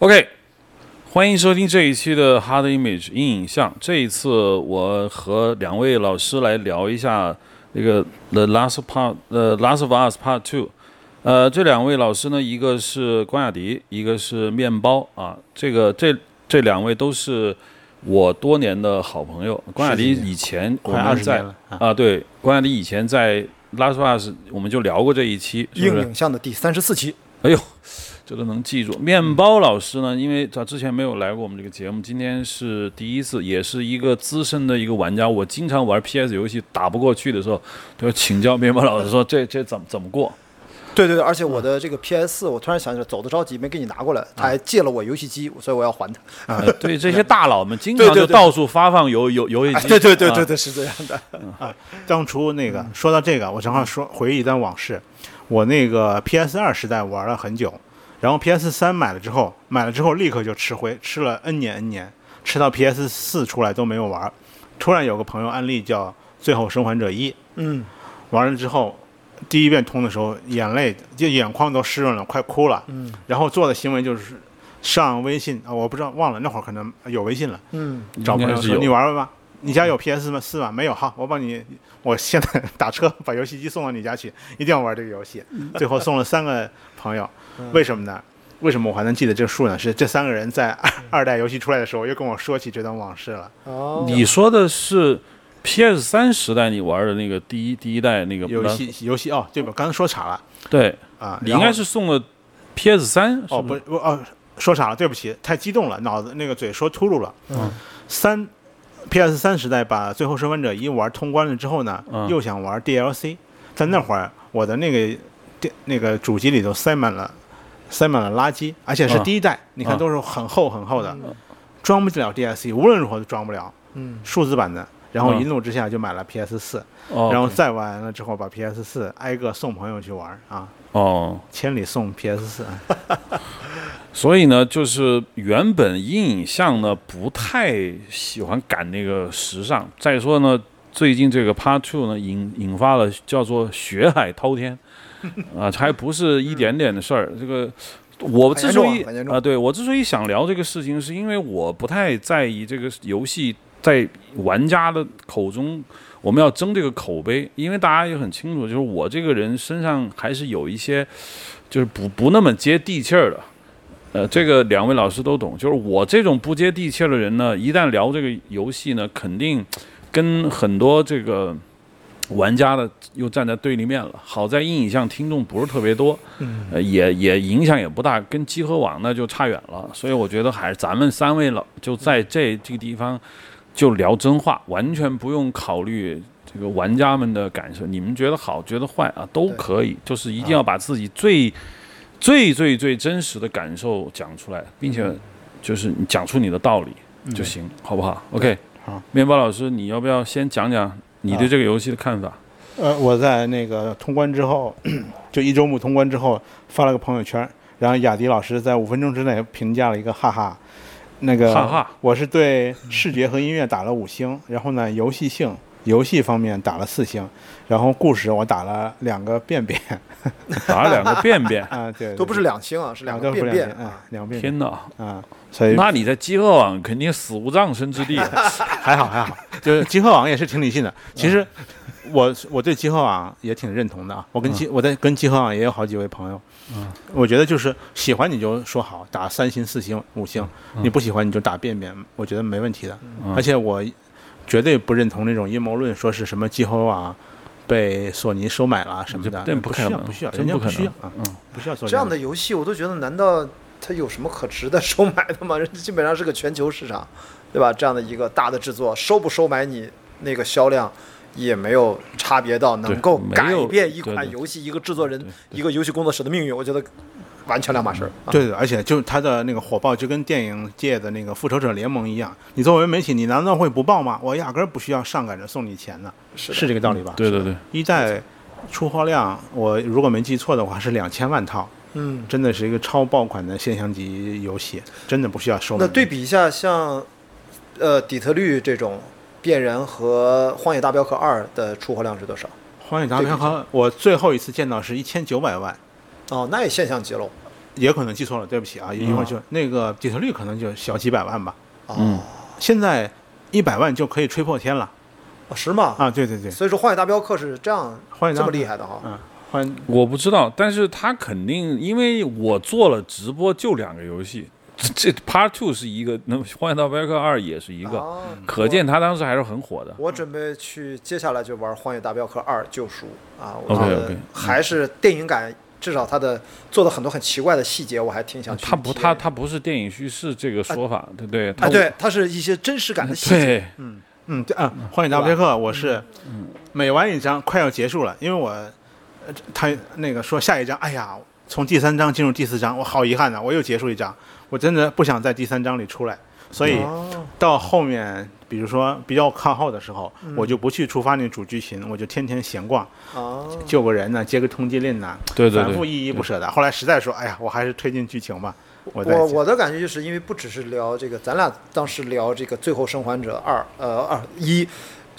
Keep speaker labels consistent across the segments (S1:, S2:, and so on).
S1: OK，欢迎收听这一期的 Hard Image 阴影像。这一次我和两位老师来聊一下那个 The Last Part，呃，Last of Us Part Two。呃，这两位老师呢，一个是关雅迪，一个是面包啊。这个这这两位都是我多年的好朋友。关雅迪
S2: 十几年
S1: 以前
S2: 我
S1: 好
S2: 们
S1: 像
S2: 是
S1: 在
S2: 了啊，
S1: 啊，对，关雅迪以前在 Last of Us，我们就聊过这一期，是不
S3: 硬
S1: 是？
S3: 影像的第三十四期，
S1: 哎这个能记住。面包老师呢，因为他之前没有来过我们这个节目，今天是第一次，也是一个资深的一个玩家。我经常玩 PS 游戏打不过去的时候，就要请教面包老师 说这这怎么怎么过？
S3: 对对对，而且我的这个 PS 四，我突然想起来，走的着急没给你拿过来，他还借了我游戏机，所以我要还他。
S2: 啊
S1: 呃对这 些大佬们经常就到处发放游游游戏
S2: 哎
S1: 机。
S3: 对对对对
S1: 啊
S3: 对，是这样的。
S2: 啊当初那
S3: 嗯
S2: 个说到这个，我正好说回忆一段往事。我那个 PS 二时代玩了很久，然后 PS 三买了之后，买了之后立刻就吃灰，吃了 N 年 N 年，吃到 PS 四出来都没有玩。突然有个朋友案例叫《最后生还者一》，
S3: 嗯，
S2: 玩了之后，第一遍通的时候，眼泪就眼眶都湿润了，快哭了。
S3: 嗯
S2: 然后做的行为就是上微信啊，我不知道忘了，那会儿可能有微信了。
S3: 嗯，
S2: 找朋
S1: 应
S2: 友
S1: 该是
S2: 说
S1: 有
S2: 你玩玩吧，你家有 PS 吗？四吗？没有，好，我帮你，我现在打车把游戏机送到你家去， 一定要玩这个游戏。
S3: 嗯
S2: 最后送了三个朋友，为什么呢？为什么我还能记得这个数呢？是这三个人在二二代游戏出来的时候，又跟我说起这段往事了。
S3: 哦，
S1: 你说的是 PS 三时代你玩的那个第一第一代那个
S2: 游？戏游戏哦，对吧？刚才说岔了
S1: 对，
S2: 啊，
S1: 你应
S2: 然后
S1: 该是送了 PS 三
S2: 哦不不哦，说岔了，对不起，太激动了，脑子那个嘴说秃噜了。
S3: 嗯，
S2: 三 PS 三时代把《最后生还者一》玩通关了之后呢，
S1: 嗯
S2: 又想玩 DLC，在那会儿我的那个电那个主机里头塞满了塞满了垃圾，而且是
S1: 嗯
S2: 第一代，你看
S1: 嗯
S2: 都是很厚很厚的，装不了 DLC，无论如何都装不了
S3: 嗯，
S2: 数字版的。然后
S1: 嗯
S2: 一怒之下就买了 PS 四、
S1: 哦，
S2: 然后再玩了之后把 PS 四挨个送朋友去玩啊，
S1: 哦。
S2: 千里送 PS 四。
S1: 所以呢，就是原本阴影像呢不太喜欢赶那个时尚。再说呢，最近这个 Part Two 呢引引发了叫做血海滔 天，啊，还不是一点点的事儿。这个我之所
S3: 很
S1: 以
S3: 严重啊很严重
S1: 啊、对我之所以想聊这个事情，是因为我不太在意这个游戏在玩家的口中。我们要争这个口碑，因为大家也很清楚，就是我这个人身上还是有一些，就是不不那么接地气儿的，呃，这个两位老师都懂，就是我这种不接地气儿的人呢，一旦聊这个游戏呢，肯定跟很多这个玩家的又站在对立面了。好在阴影像听众不是特别多，呃，也也影响也不大，跟集合网那就差远了。所以我觉得还是咱们三位老就在这这个地方就聊真话，完全不用考虑。这个玩家们的感受，你们觉得好，觉得坏啊，都
S3: 对
S1: 可以，就是一定要把自己最、最最最真实的感受讲出来，并
S3: 嗯
S1: 且就是你讲出你的道理就行，好不好？OK，
S2: 好，
S1: 面包老师，你要不要先讲讲你
S3: 啊
S1: 对这个游戏的看法？
S2: 呃，我在那个通关之后， 就一周目通关之后发了个朋友圈，然后雅迪老师在五分钟之内评价了一个哈哈，那个
S1: 哈哈，
S2: 我是对视觉和音乐打了五星，然后呢游戏性游戏方面打了四星，然后故事我打了两个便便
S1: 打了两个便 便，
S2: 啊，对，对
S3: 都不是两星啊，是
S2: 两
S3: 个
S2: 都是
S3: 便
S2: 两
S3: 便哎
S2: 星啊，两个便
S1: 天哪！
S2: 便啊，所以
S1: 那你在饥饿网肯定死无葬身之 地。啊
S2: 还好还好，就是集合网也是挺理性的。其实我我对集合网也挺认同的啊，我跟
S1: 嗯
S2: 集、我在跟集合网也有好几位朋友，我觉得就是喜欢你就说好，打三星、四星、五星，你不喜欢你就打便便，我觉得没问题的。
S1: 嗯
S2: 而且我绝对不认同那种阴谋论，说是什么集合网。被索尼收买了啊什么的，
S1: 这不
S2: 不
S1: 可
S2: 需要，
S1: 能
S2: 不需要，
S1: 真
S2: 人家
S1: 不可
S2: 需要
S1: 能嗯
S2: 啊，不需要索尼
S3: 这样的游戏，我都觉得难道它有什么可值得收买的吗？ 人家基本上是个全球市场，对吧？这样的一个大的制作，收不收买你那个销量？也没有差别到能够
S1: 对没
S3: 改
S1: 有
S3: 变一
S1: 对
S3: 款
S1: 对
S3: 游戏、一个制作人、一个游戏工作室的命运，我觉得完全两码事儿。啊
S2: 对的，而且就是它的那个火爆，就跟电影界的那个《复仇者联盟》一样。你作为媒体，你难道会不报吗？我压根儿不需要上赶着送你钱呢，
S3: 是的嗯
S2: 这个道理吧？
S1: 对对对，
S2: 一代出货量，我如果没记错的话是两千万套，
S3: 嗯，
S2: 真的是一个超爆款的现象级游戏，真的不需要收买。
S3: 那对比一下，像呃底特律这种变人和荒野大镖客二的出货量是多少？
S2: 《荒野大镖客》，我最后一次见到是一千九百万，
S3: 哦，那也现象级喽。
S2: 也可能记错了，对不起啊，一会儿就、那个底特律可能就小几百万吧，
S1: 嗯
S3: 哦，
S2: 现在一百万就可以吹破天了
S3: 哦是吗？
S2: 啊！对对对，
S3: 所以说《荒野大镖客》是这样
S2: 欢迎
S3: 这么厉害的哈。
S2: 嗯，欢迎
S1: 我不知道，但是他肯定，因为我做了直播就两个游戏，这这 Part Two 是一个，那《荒野大镖客二》也是一个，嗯
S3: 啊
S1: 可见他当时还是很火的。
S3: 我准备去，接下来就玩《荒野大镖客二：救赎》啊，我觉
S1: OK，OK，
S3: 得
S1: 嗯
S3: 还是电影感，至少它的做的很多很奇怪的细节，我还挺想去体
S1: 他
S3: 验。
S1: 嗯不，他他不是电影叙事这个说法，对不对？他
S3: 啊，对，它是一些真实感的细节。
S1: 对，
S2: 嗯，对啊，《荒野大镖客》我是每玩一章快要结束了，因为我呃他那个说下一章，哎呀，从第三章进入第四章，我好遗憾呐、我又结束一章，我真的不想在第三章里出来，所以
S3: 哦
S2: 到后面，比如说比较靠后的时候，我就不去触发那主剧情，我就天天闲逛，
S3: 哦，
S2: 救个人呐、接个通缉令呐、
S1: 对对对
S2: 反复依依不舍的。后来实在说，哎呀，我还是推进剧情吧，我再
S3: 我
S2: 接
S3: 我的感觉就是因为不只是聊这个，咱俩当时聊这个《最后生还者二》呃二一，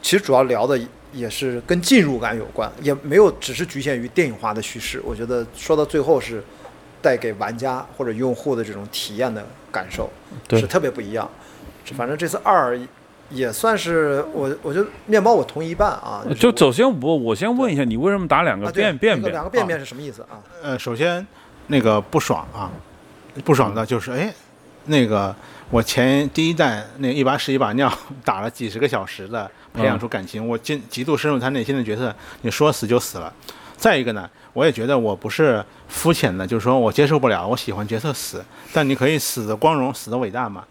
S3: 其实主要聊的也是跟进入感有关，也没有只是局限于电影化的叙事。我觉得说到最后是带给玩家或者用户的这种体验的感受
S1: 对
S3: 是特别不一样。这反正这次二也算是我，我觉得面包我同意一半啊，是
S1: 呃就
S3: 我
S1: 首先我我先问一下，你为什么打两
S3: 啊
S1: 个
S3: 对
S1: 变变
S3: 那个
S1: 变？
S3: 两个便便是什么意思啊？
S2: 呃，首先那个不爽啊，不爽的就是哎，那个我前第一代那一把屎一把尿打了几十个小时的培养出感情，我进极度深入他内心的角色，你说死就死了。再一个呢，我也觉得我不是肤浅的，就是说我接受不了，我喜欢角色死，但你可以死的光荣，死的伟大嘛，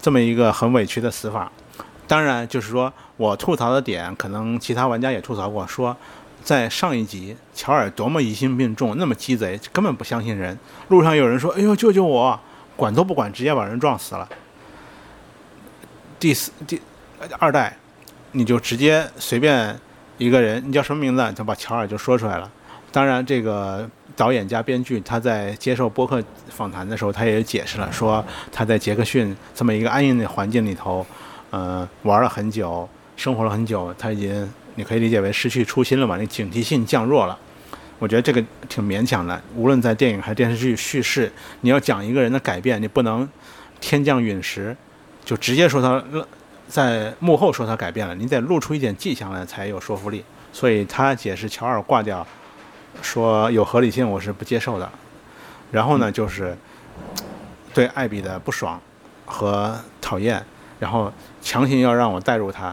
S2: 这么一个很委屈的死法。当然，就是说我吐槽的点，可能其他玩家也吐槽过，说在上一集乔尔多么疑心病重，那么鸡贼，根本不相信人。路上有人说：“哎呦，救救我！”管都不管，直接把人撞死了。第四第二代，你就直接随便一个人，你叫什么名字，就把乔尔就说出来了。当然，这个导演加编剧他在接受播客访谈的时候，他也解释了，说他在杰克逊这么一个安逸的环境里头，呃，玩了很久，生活了很久，他已经你可以理解为失去初心了嘛，那警惕性降弱了。我觉得这个挺勉强的，无论在电影还是电视剧叙事，你要讲一个人的改变，你不能天降陨石就直接说他在幕后说他改变了，你得露出一点迹象来才有说服力。所以他解释乔尔挂掉，说有合理性，我是不接受的。然后呢，就是对艾比的不爽和讨厌，然后强行要让我带入他，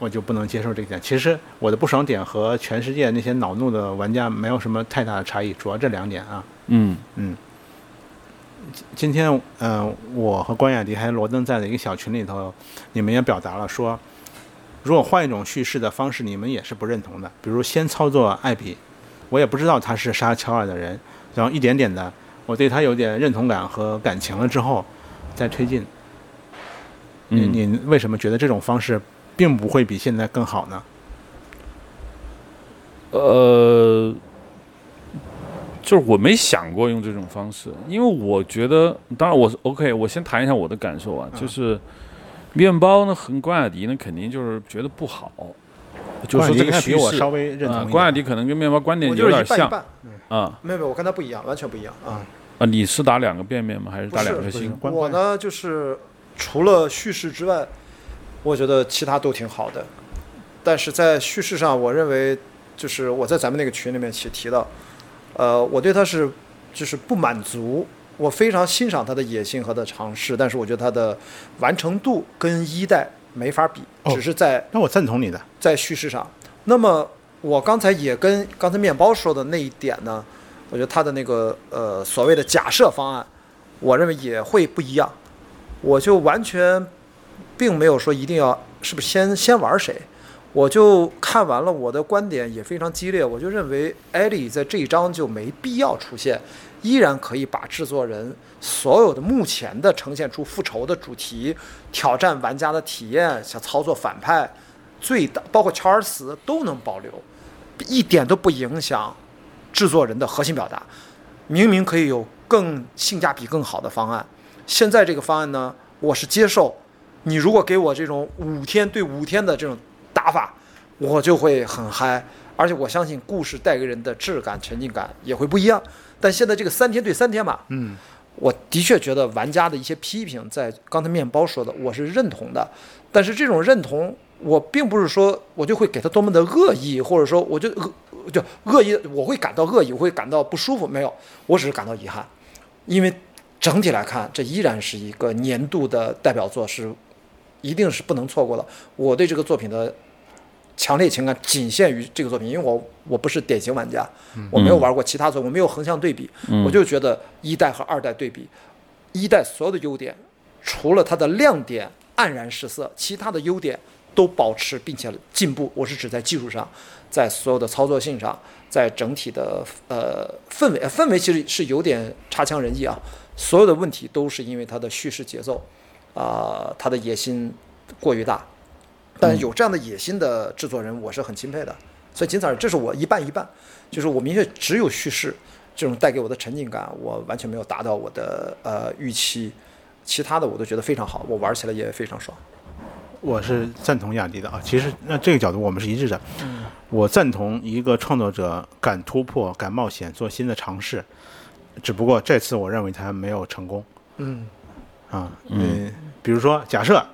S2: 我就不能接受这一点。其实我的不爽点和全世界那些恼怒的玩家没有什么太大的差异，主要这两点啊。
S1: 嗯，
S2: 今天，嗯、我和关雅迪还有罗登在的一个小群里头，你们也表达了说，如果换一种叙事的方式，你们也是不认同的。比如先操作艾比，我也不知道他是杀乔尔的人，然后一点点的，我对他有点认同感和感情了之后，再推进。你
S1: 嗯，
S2: 你为什么觉得这种方式并不会比现在更好呢？
S1: 呃，就是我没想过用这种方式，因为我觉得，当然我是 OK，我先谈一下我的感受
S3: 嗯
S1: 啊，就是面包呢和关雅迪呢肯定就是觉得不好，就是说这
S2: 应
S1: 个
S2: 该
S1: 叙
S2: 比我
S1: 事
S2: 稍。微认
S1: 啊，
S2: 同一
S1: 关雅迪
S2: 点。
S1: 可能跟面包观点
S3: 我就是
S1: 有点
S3: 一半
S1: 像
S3: 一半，
S1: 啊
S3: 没有没有，我跟他不一样，完全不一样啊。
S1: 啊！你是打两个便便吗？还是
S3: 不
S1: 打两
S3: 是
S1: 颗
S2: 不是
S1: 星？
S2: 关
S3: 我
S2: 关
S3: 呢，就是除了叙事之外，我觉得其他都挺好的。但是在叙事上，我认为就是我在咱们那个群里面其实提到，呃，我对他是就是不满足。我非常欣赏他的野心和他的尝试，但是我觉得他的完成度跟一代没法比，
S2: 哦
S3: 只是在
S2: 那我赞同你的。
S3: 在叙事上。那么我刚才也跟刚才面包说的那一点呢，我觉得他的那个呃所谓的假设方案，我认为也会不一样。我就完全并没有说一定要是不是先先玩谁，我就看完了，我的观点也非常激烈，我就认为艾莉在这一章就没必要出现，依然可以把制作人所有的目前的呈现出复仇的主题，挑战玩家的体验，想操作反派，最大包括乔尔死都能保留，一点都不影响制作人的核心表达。明明可以有更性价比更好的方案，现在这个方案呢，我是接受。你如果给我这种五天对五天的这种打法，我就会很嗨，而且我相信故事带给人的质感、沉浸感也会不一样。但现在这个三天对三天吧，
S2: 嗯，
S3: 我的确觉得玩家的一些批评，在刚才面包说的，我是认同的。但是这种认同，我并不是说我就会给他多么的恶意，或者说我就恶就恶意，我会感到呃恶意，我会感到不舒服。没有，我只是感到遗憾，因为整体来看，这依然是一个年度的代表作，是一定是不能错过的。我对这个作品的强烈情感仅限于这个作品，因为我我不是典型玩家，我没有玩过其他作品，我没有横向对比，我就觉得一代和二代对比，一代所有的优点，除了它的亮点黯然失色，其他的优点都保持并且进步。我是指在技术上，在所有的操作性上，在整体的呃氛围，呃氛围其实是有点差强人意啊。所有的问题都是因为它的叙事节奏，啊、它的野心过于大，但
S1: 嗯
S3: 有这样的野心的制作人，我是很钦佩的。所以仅此而已，这是我一半一半，就是我明确只有叙事这种带给我的沉浸感，我完全没有达到我的呃预期，其他的我都觉得非常好，我玩起来也非常爽。
S2: 我是赞同雅迪的啊。其实那这个角度我们是一致的。
S3: 嗯
S2: 我赞同一个创作者敢突破、敢冒险、做新的尝试，只不过这次我认为他没有成功
S3: 嗯
S2: 啊。嗯，比如说假设，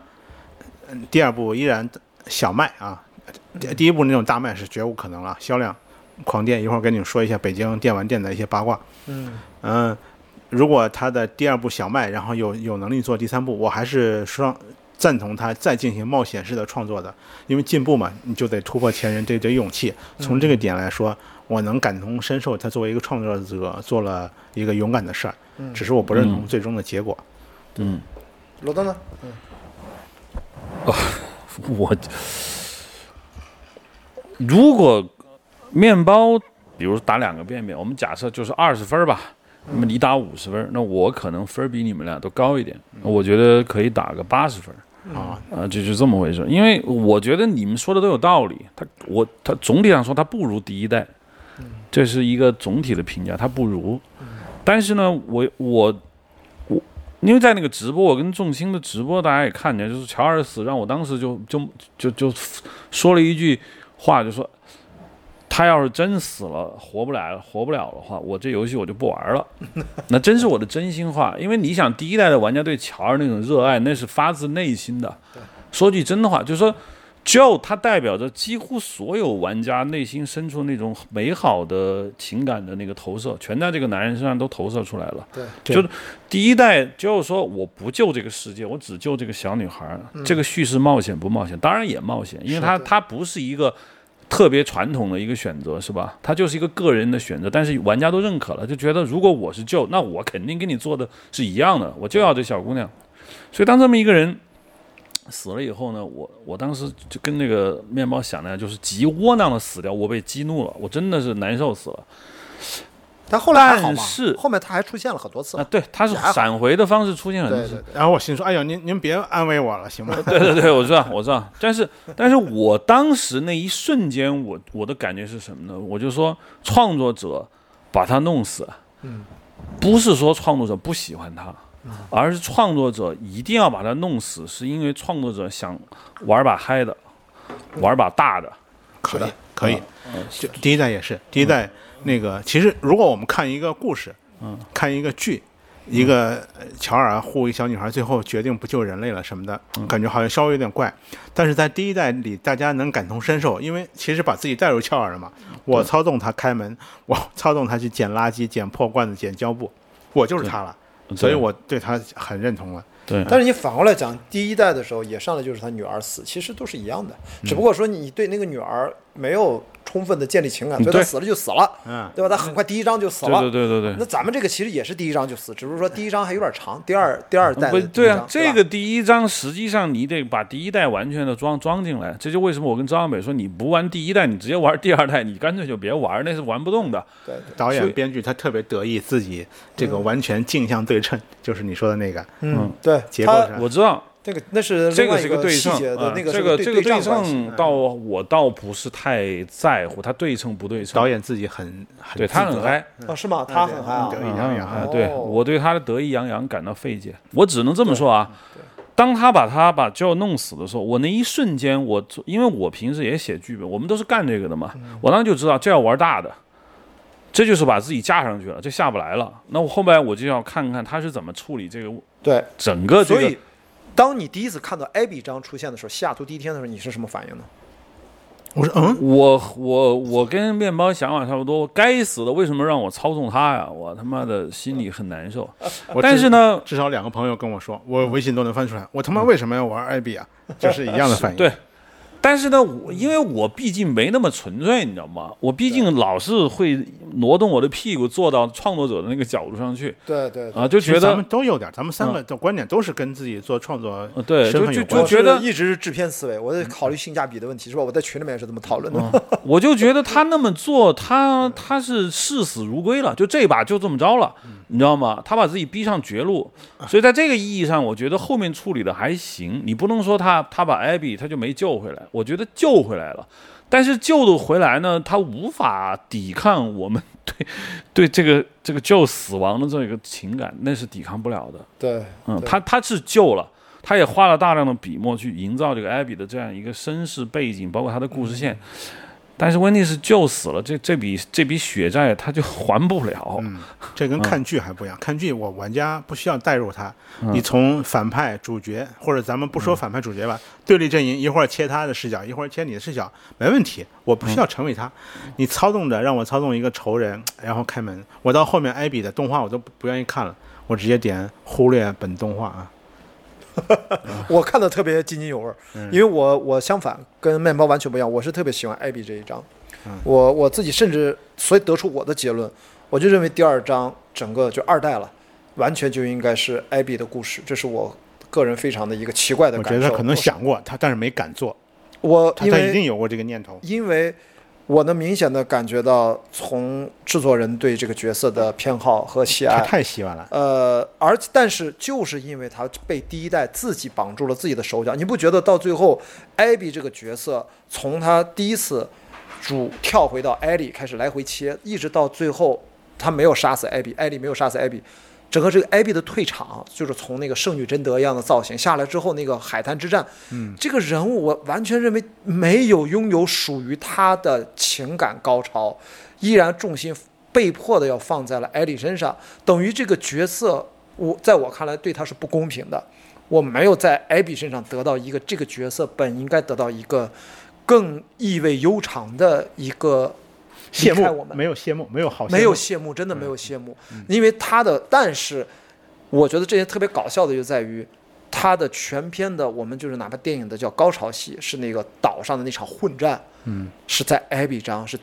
S2: 嗯，第二部依然小卖啊，第第一部那种大卖是绝无可能了，销量狂跌。一会儿跟你们说一下北京电玩店的一些八卦。
S3: 嗯
S2: 嗯，如果他的第二部小卖，然后有有能力做第三部，我还是双赞同他再进行冒险式的创作的，因为进步嘛，你就得突破前人，这得有勇气。从
S3: 嗯
S2: 这个点来说，我能感同身受，他作为一个创作者做了一个勇敢的事儿，
S3: 嗯
S2: 只是我不认同最终的结果。
S1: 嗯，
S3: 罗登呢？
S1: 我如果面包，比如打两个便便，我们假设就是二十分儿吧，那么你打五十分儿，那我可能分儿比你们俩都高一点，我觉得可以打个八十分儿。
S2: 啊，
S1: 啊，就就这么回事。因为我觉得你们说的都有道理，它我它总体上说它不如第一代，这是一个总体的评价，它不如。但是呢，我我我，因为在那个直播，我跟众星的直播，大家也看见，就是乔尔斯让我当时就就就就说了一句话，就说他要是真死了，活不来了，活不了的话，我这游戏我就不玩了。那真是我的真心话，因为你想，第一代的玩家对乔尔那种热爱，那是发自内心的。说句真的话，就是说，Joe 它代表着几乎所有玩家内心深处那种美好的情感的那个投射，全在这个男人身上都投射出来了。
S3: 对，
S2: 对
S1: 就是第一代 Joe 说我不救这个世界，我只救这个小女孩儿。这个叙事冒险不冒险？当然也冒险，因为它它不是一个。特别传统的一个选择是吧？它就是一个个人的选择，但是玩家都认可了，就觉得如果我是 Joe，那我肯定跟你做的是一样的，我就要这小姑娘。所以当这么一个人死了以后呢，我我当时就跟那个面包想的呀，就是极窝囊的死掉，我被激怒了，我真的是难受死了。
S3: 但后来还好嘛
S1: 但是
S3: 后面他还出现了很多次
S1: 啊，。对，他是
S3: 还好
S1: 闪回的方式出现很
S3: 对
S1: 多
S3: 对
S1: 次
S3: 对，，
S2: 然后我心说，哎呦，您您别安慰我了，行吗？
S1: 对对对，我知道，我知道。但是，但是我当时那一瞬间我，我的感觉是什么呢？我就说，创作者把他弄死，嗯，不是说创作者不喜欢他，
S3: 嗯
S1: 而是创作者一定要把他弄死，是因为创作者想玩把嗨的，玩把大的，
S2: 可以，可以。就第一代也是，第一代那个，其实如果我们看一个故事，嗯，看一个剧，一个呃乔尔护一小女孩，最后决定不救人类了什么的，感觉好像稍微有点怪。但是在第一代里，大家能感同身受，因为其实把自己带入乔尔了嘛。我操纵他开门， 我操纵他去捡垃圾、捡破罐子、捡胶布，我就是他了，所以我对他很认同了。
S1: 对
S3: 但是你反过来讲，第一代的时候也上来就是他女儿死，其实都是一样的，
S1: 嗯
S3: 只不过说你对那个女儿没有充分的建立情感，所以她
S1: 对
S3: 死了就死了，
S2: 嗯
S3: 对吧？她很快第一章就死了，
S1: 对对对对
S3: 那
S1: 对。
S3: 咱们这个其实也是第一章就死，只不过说第一章还有点长，第二第二代的
S1: 不
S3: 第一
S1: 对啊
S3: 章，
S1: 这
S3: 吧
S1: 个第一章实际上你得把第一代完全的装装进来，这就为什么我跟张小北说，你不玩第一代，你直接玩第二代，你干脆就别玩，那是玩不动的。
S3: 对
S2: 导
S1: 所
S2: 演
S1: 以、
S2: 编剧他特别得意自己这个完全镜像对称，就是你说的那个
S3: 嗯对，
S2: 结构
S3: 他
S2: 上。
S1: 我知道
S3: 那个那是
S1: 这
S3: 另外
S1: 是
S3: 一
S1: 对
S3: 细
S1: 称，
S3: 节的
S1: 啊
S3: 那
S1: 这个
S3: 个是
S1: 这
S3: 对
S1: 个
S3: 对
S1: 对
S3: 仗关系
S1: 称，倒我倒不是太在乎，它对称不对称
S2: 导，演自己很很
S1: 对他
S2: 自
S1: 很
S2: 责嗯
S1: 嗨。
S3: 哦是吗？他很嗨啊
S2: 得
S1: 啊
S2: 意洋洋
S3: 哦嗯
S1: 啊对我对他的得意洋洋感到费解，我只能这么说啊。当他把他把 Joe 弄死的时候，我那一瞬间我，因为我平时也写剧本，我们都是干这个的嘛，
S3: 嗯
S1: 我当时就知道这要玩大的，这就是把自己架上去了，这下不来了。那我后面我就要看看他是怎么处理这个
S3: 对，
S1: 整个嗯这
S3: 所
S1: 个
S3: 以当你第一次看到艾比章出现的时候，西雅图第一天的时候，你是什么反应呢？
S2: 我说嗯，
S1: 我我我跟面包想法差不多，该死的为什么让我操纵他呀？我他妈的心里很难受。
S2: 我
S1: 但
S2: 啊至嗯
S1: 是呢，
S2: 至少两个朋友跟我说，我微信都能翻出来，我他妈为什么要玩艾 比啊？就是一样的反应。
S1: 对但是呢，我因为我毕竟没那么纯粹，你知道吗？我毕竟老是会挪动我的屁股坐到创作者的那个角度上去
S3: 对对
S1: 啊，就
S2: 其
S1: 觉
S2: 实咱
S1: 得
S2: 们都有点，咱们三个的观点都是跟自己做创作
S1: 呃对
S2: 身
S1: 就
S2: 份有
S1: 就
S2: 关
S1: 就。觉得
S3: 一直是制片思维，我在考虑性价比的问题，是吧？我在群里面也是这么讨论的。
S1: 我就觉得他那么做，他他是视死如归了，就这把就这么着了，你知道吗？他把自己逼上绝路，所以在这个意义上，我觉得后面处理的还行。你不能说他他把艾比他就没救回来，我觉得救回来了，但是救的回来呢，他无法抵抗我们对对这个这个救死亡的这么一个情感，那是抵抗不了的。
S3: 对，
S1: 嗯，
S3: 对
S1: 他他是救了，他也花了大量的笔墨去营造这个艾比的这样一个身世背景，包括他的故事
S2: 嗯
S1: 线。但是问题是救死了，这这笔这笔血债他就还不了。
S2: 嗯，这跟看剧还不一样。看剧我玩家不需要代入他，你从反派、主角，或者咱们不说反派、主角吧，对立阵营一会儿切他的视角，一会儿切你的视角，没问题。我不需要成为他，你操纵着让我操纵一个仇人，然后开门。我到后面艾比的动画我都不不愿意看了，我直接点忽略本动画啊。
S3: 我看的特别津津有味儿，
S2: 嗯
S3: 因为我我相反跟面包完全不一样，我是特别喜欢艾比这一章，
S2: 嗯
S3: 我我自己甚至所以得出我的结论，我就认为第二章整个就二代了，完全就应该是艾比的故事，这是我个人非常的一个奇怪的
S2: 我
S3: 感
S2: 觉
S3: 受。
S2: 得他可能想过他，但是没敢做，
S3: 我
S2: 他
S3: 因
S2: 他
S3: 为
S2: 一定有过这个念头。
S3: 因为我能明显的感觉到从制作人对这个角色的偏好和喜
S2: 他
S3: 爱，
S2: 太喜欢了，
S3: 呃，而但是就是因为他被第一代自己绑住了自己的手脚，你不觉得到最后，艾比这个角色从他第一次主跳回到艾莉开始来回切，一直到最后他没有杀死艾比，艾莉没有杀死艾比。整个这个艾比的退场，就是从那个圣女贞德一样的造型下来之后，那个海滩之战，嗯，这个人物我完全认为没有拥有属于他的情感高潮，依然重心被迫的要放在了艾莉身上，等于这个角色，我在我看来对他是不公平的。我没有在艾比身上得到一个这个角色本应该得到一个更意味悠长的一个
S2: 谢
S3: 离开我
S2: 幕
S3: 们
S2: 没有谢幕，没有好谢幕
S3: 没有谢幕，真的没有谢幕，因为他的，但是我觉得这些特别搞笑的就在于。他的全篇的，我们就是哪怕电影的叫高潮戏，是那个岛上的那场混战，嗯，是在艾比章是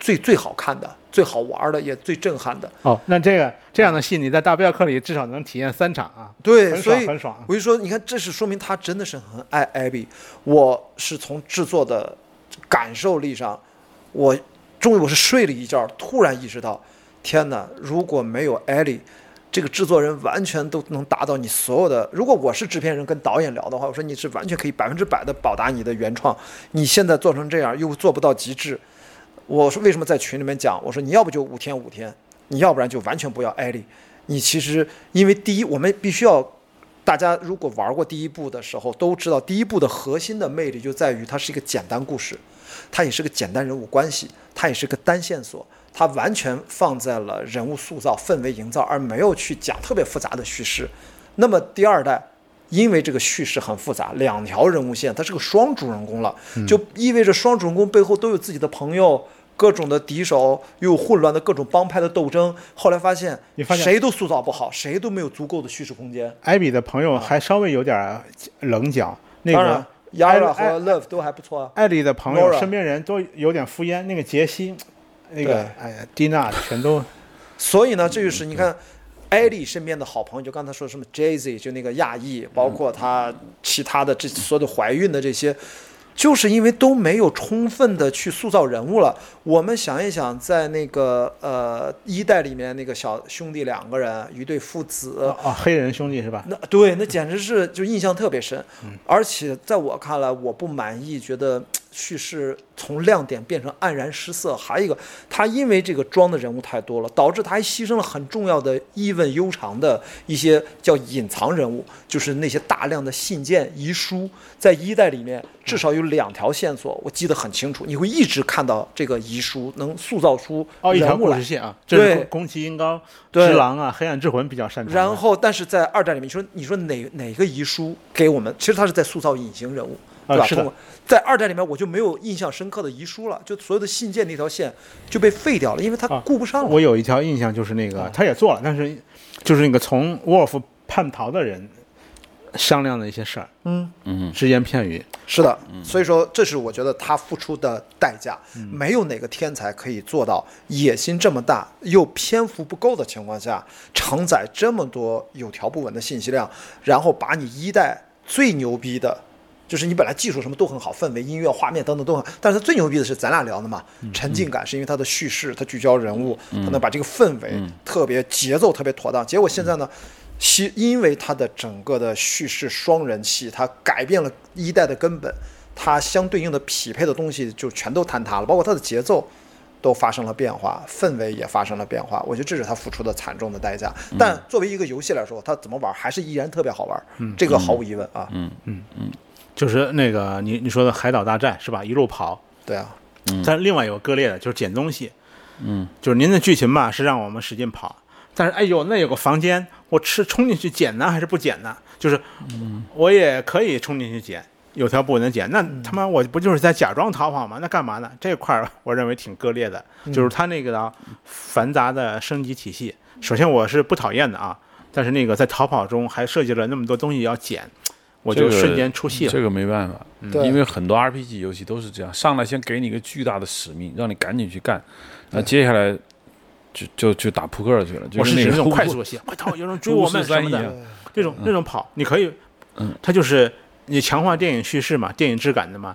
S3: 最最好看的、最好玩的，也最震撼的。
S2: 哦，那这个这样的戏，你在大镖客里至少能体验三场啊，
S3: 对，
S2: 很
S3: 所
S2: 爽
S3: 以
S2: 很爽啊
S3: 我就说，你看，这是说明他真的是很爱艾比。我是从制作的感受力上，我终于我是睡了一觉，突然意识到，天哪！如果没有艾莉，这个制作人完全都能达到你所有的。如果我是制片人跟导演聊的话，我说你是完全可以百分之百的保达你的原创。你现在做成这样又做不到极致，我说为什么在群里面讲？我说你要不就五天五天，你要不然就完全不要艾丽。你其实因为第一，我们必须要，大家如果玩过第一部的时候都知道，第一部的核心的魅力就在于它是一个简单故事，它也是个简单人物关系，它也是个单线索，它完全放在了人物塑造、氛围营造，而没有去讲特别复杂的叙事。那么第二代因为这个叙事很复杂，两条人物线，它是个双主人公了，就意味着双主人公背后都有自己的朋友、各种的敌手，又有混乱的各种帮派的斗争。后来发现
S2: 你，发现
S3: 谁都塑造不好，谁都没有足够的叙事空间。
S2: 艾比的朋友还稍微有点棱角，那
S3: 啊当
S2: 个
S3: 然，Yara
S2: 艾
S3: 和 Love 都还不错啊。
S2: 艾丽的朋友
S3: Nora
S2: 身边人都有点敷衍，那个杰西，那
S3: 对
S2: 个哎呀，蒂娜全都
S3: 所以呢，这就是你看，艾莉身边的好朋友，就刚才说什么 Jazzy，就那个亚裔，包括她其他的这所有的怀孕的这些，就是因为都没有充分的去塑造人物了。我们想一想，在那个呃一代里面那个小兄弟两个人，一对父子，
S2: 啊，黑人兄弟是吧？
S3: 那
S2: 嗯
S3: 对，那简直是就印象特别深。而且在我看来，我不满意，觉得叙事从亮点变成黯然失色，还有一个，他因为这个装的人物太多了，导致他还牺牲了很重要的意味悠长的一些叫隐藏人物，就是那些大量的信件、遗书，在一代里面至少有两条线索，我记得很清楚，你会一直看到这个遗书，能塑造出
S2: 哦，一条
S3: 呃人物
S2: 故
S3: 来
S2: 事。线啊，这是
S3: 对
S2: 宫宫崎英高、
S3: 对
S2: 之狼啊、黑暗之魂比较擅长的。
S3: 然后，但是在二战里面，你说你说哪哪个遗书给我们？其实他是在塑造隐形人物，
S2: 啊
S3: 对吧？
S2: 是的
S3: 通过在二战里面，我就没有印象深刻的遗书了，就所有的信件那条线就被废掉了，因为他
S2: 啊
S3: 顾不上了。
S2: 我有一条印象就是那
S3: 啊
S2: 个，他也做了，但是就是那个从沃尔夫叛逃的人商量的一些事儿，
S3: 嗯，
S1: 嗯，
S2: 只言片语。
S3: 是的，所以说这是我觉得他付出的代价。没有哪个天才可以做到野心这么大又篇幅不够的情况下，承载这么多有条不紊的信息量，然后把你一代最牛逼的。就是你本来技术什么都很好，氛围、音乐、画面等等都很好，但是它最牛逼的是咱俩聊的嘛，沉浸感是因为它的叙事，它聚焦人物，它能把这个氛围特别节奏特别妥当。结果现在呢，其因为它的整个的叙事双人戏，它改变了一代的根本，它相对应的匹配的东西就全都坍塌了，包括它的节奏都发生了变化，氛围也发生了变化。我觉得这是它付出的惨重的代价。但作为一个游戏来说，它怎么玩还是依然特别好玩，这个毫无疑问啊。
S2: 就是那个你你说的海岛大战是吧？一路跑，
S3: 对啊，
S1: 嗯
S2: 但另外有割裂的就是捡东西，嗯，就是您的剧情吧是让我们使劲跑，但是哎呦那有个房间，我吃冲进去捡呢还是不捡呢？就是
S1: 嗯
S2: 我也可以冲进去捡，有条不紊的捡，那他妈我不就是在假装逃跑吗？那干嘛呢？这块儿我认为挺割裂的，
S1: 嗯
S2: 就是它那个啊繁杂的升级体系，首先我是不讨厌的啊，但是那个在逃跑中还设计了那么多东西要捡，我就
S1: 这个
S2: 瞬间出戏了。
S1: 这个没办法，
S3: 对
S1: 因为很多 RPG 游戏都是这样，上来先给你一个巨大的使命，让你赶紧去干，那接下来就就就打扑克去了，就
S2: 我是指
S1: 那
S2: 那种
S1: 种
S2: 快速的戏，快逃，有人追
S1: 巫
S2: 我
S1: 师
S2: 们什
S1: 三
S2: 么
S1: 一
S2: 的
S1: 样。
S2: 这种那种跑，你可以，
S1: 嗯，
S2: 它就是你强化电影叙事嘛，电影质感的嘛，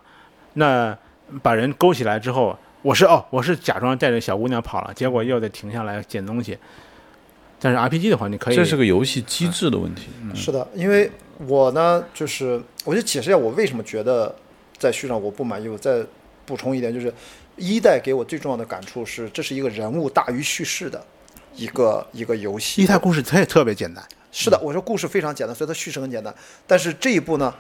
S2: 那把人勾起来之后，我是哦，我是假装带着小姑娘跑了，结果又得停下来捡东西。但是 RPG 的话，你可以，
S1: 这是个游戏机制的问题。
S3: 是的，因为我呢，就是我就解释一下我为什么觉得在序上我不满意。我再补充一点，就是一代给我最重要的感触是，这是一个人物大于叙事的一个一个游戏。
S2: 一代故事它也特别简单，
S3: 是的，我说故事非常简单，所以它叙事很简单。但是这一部呢，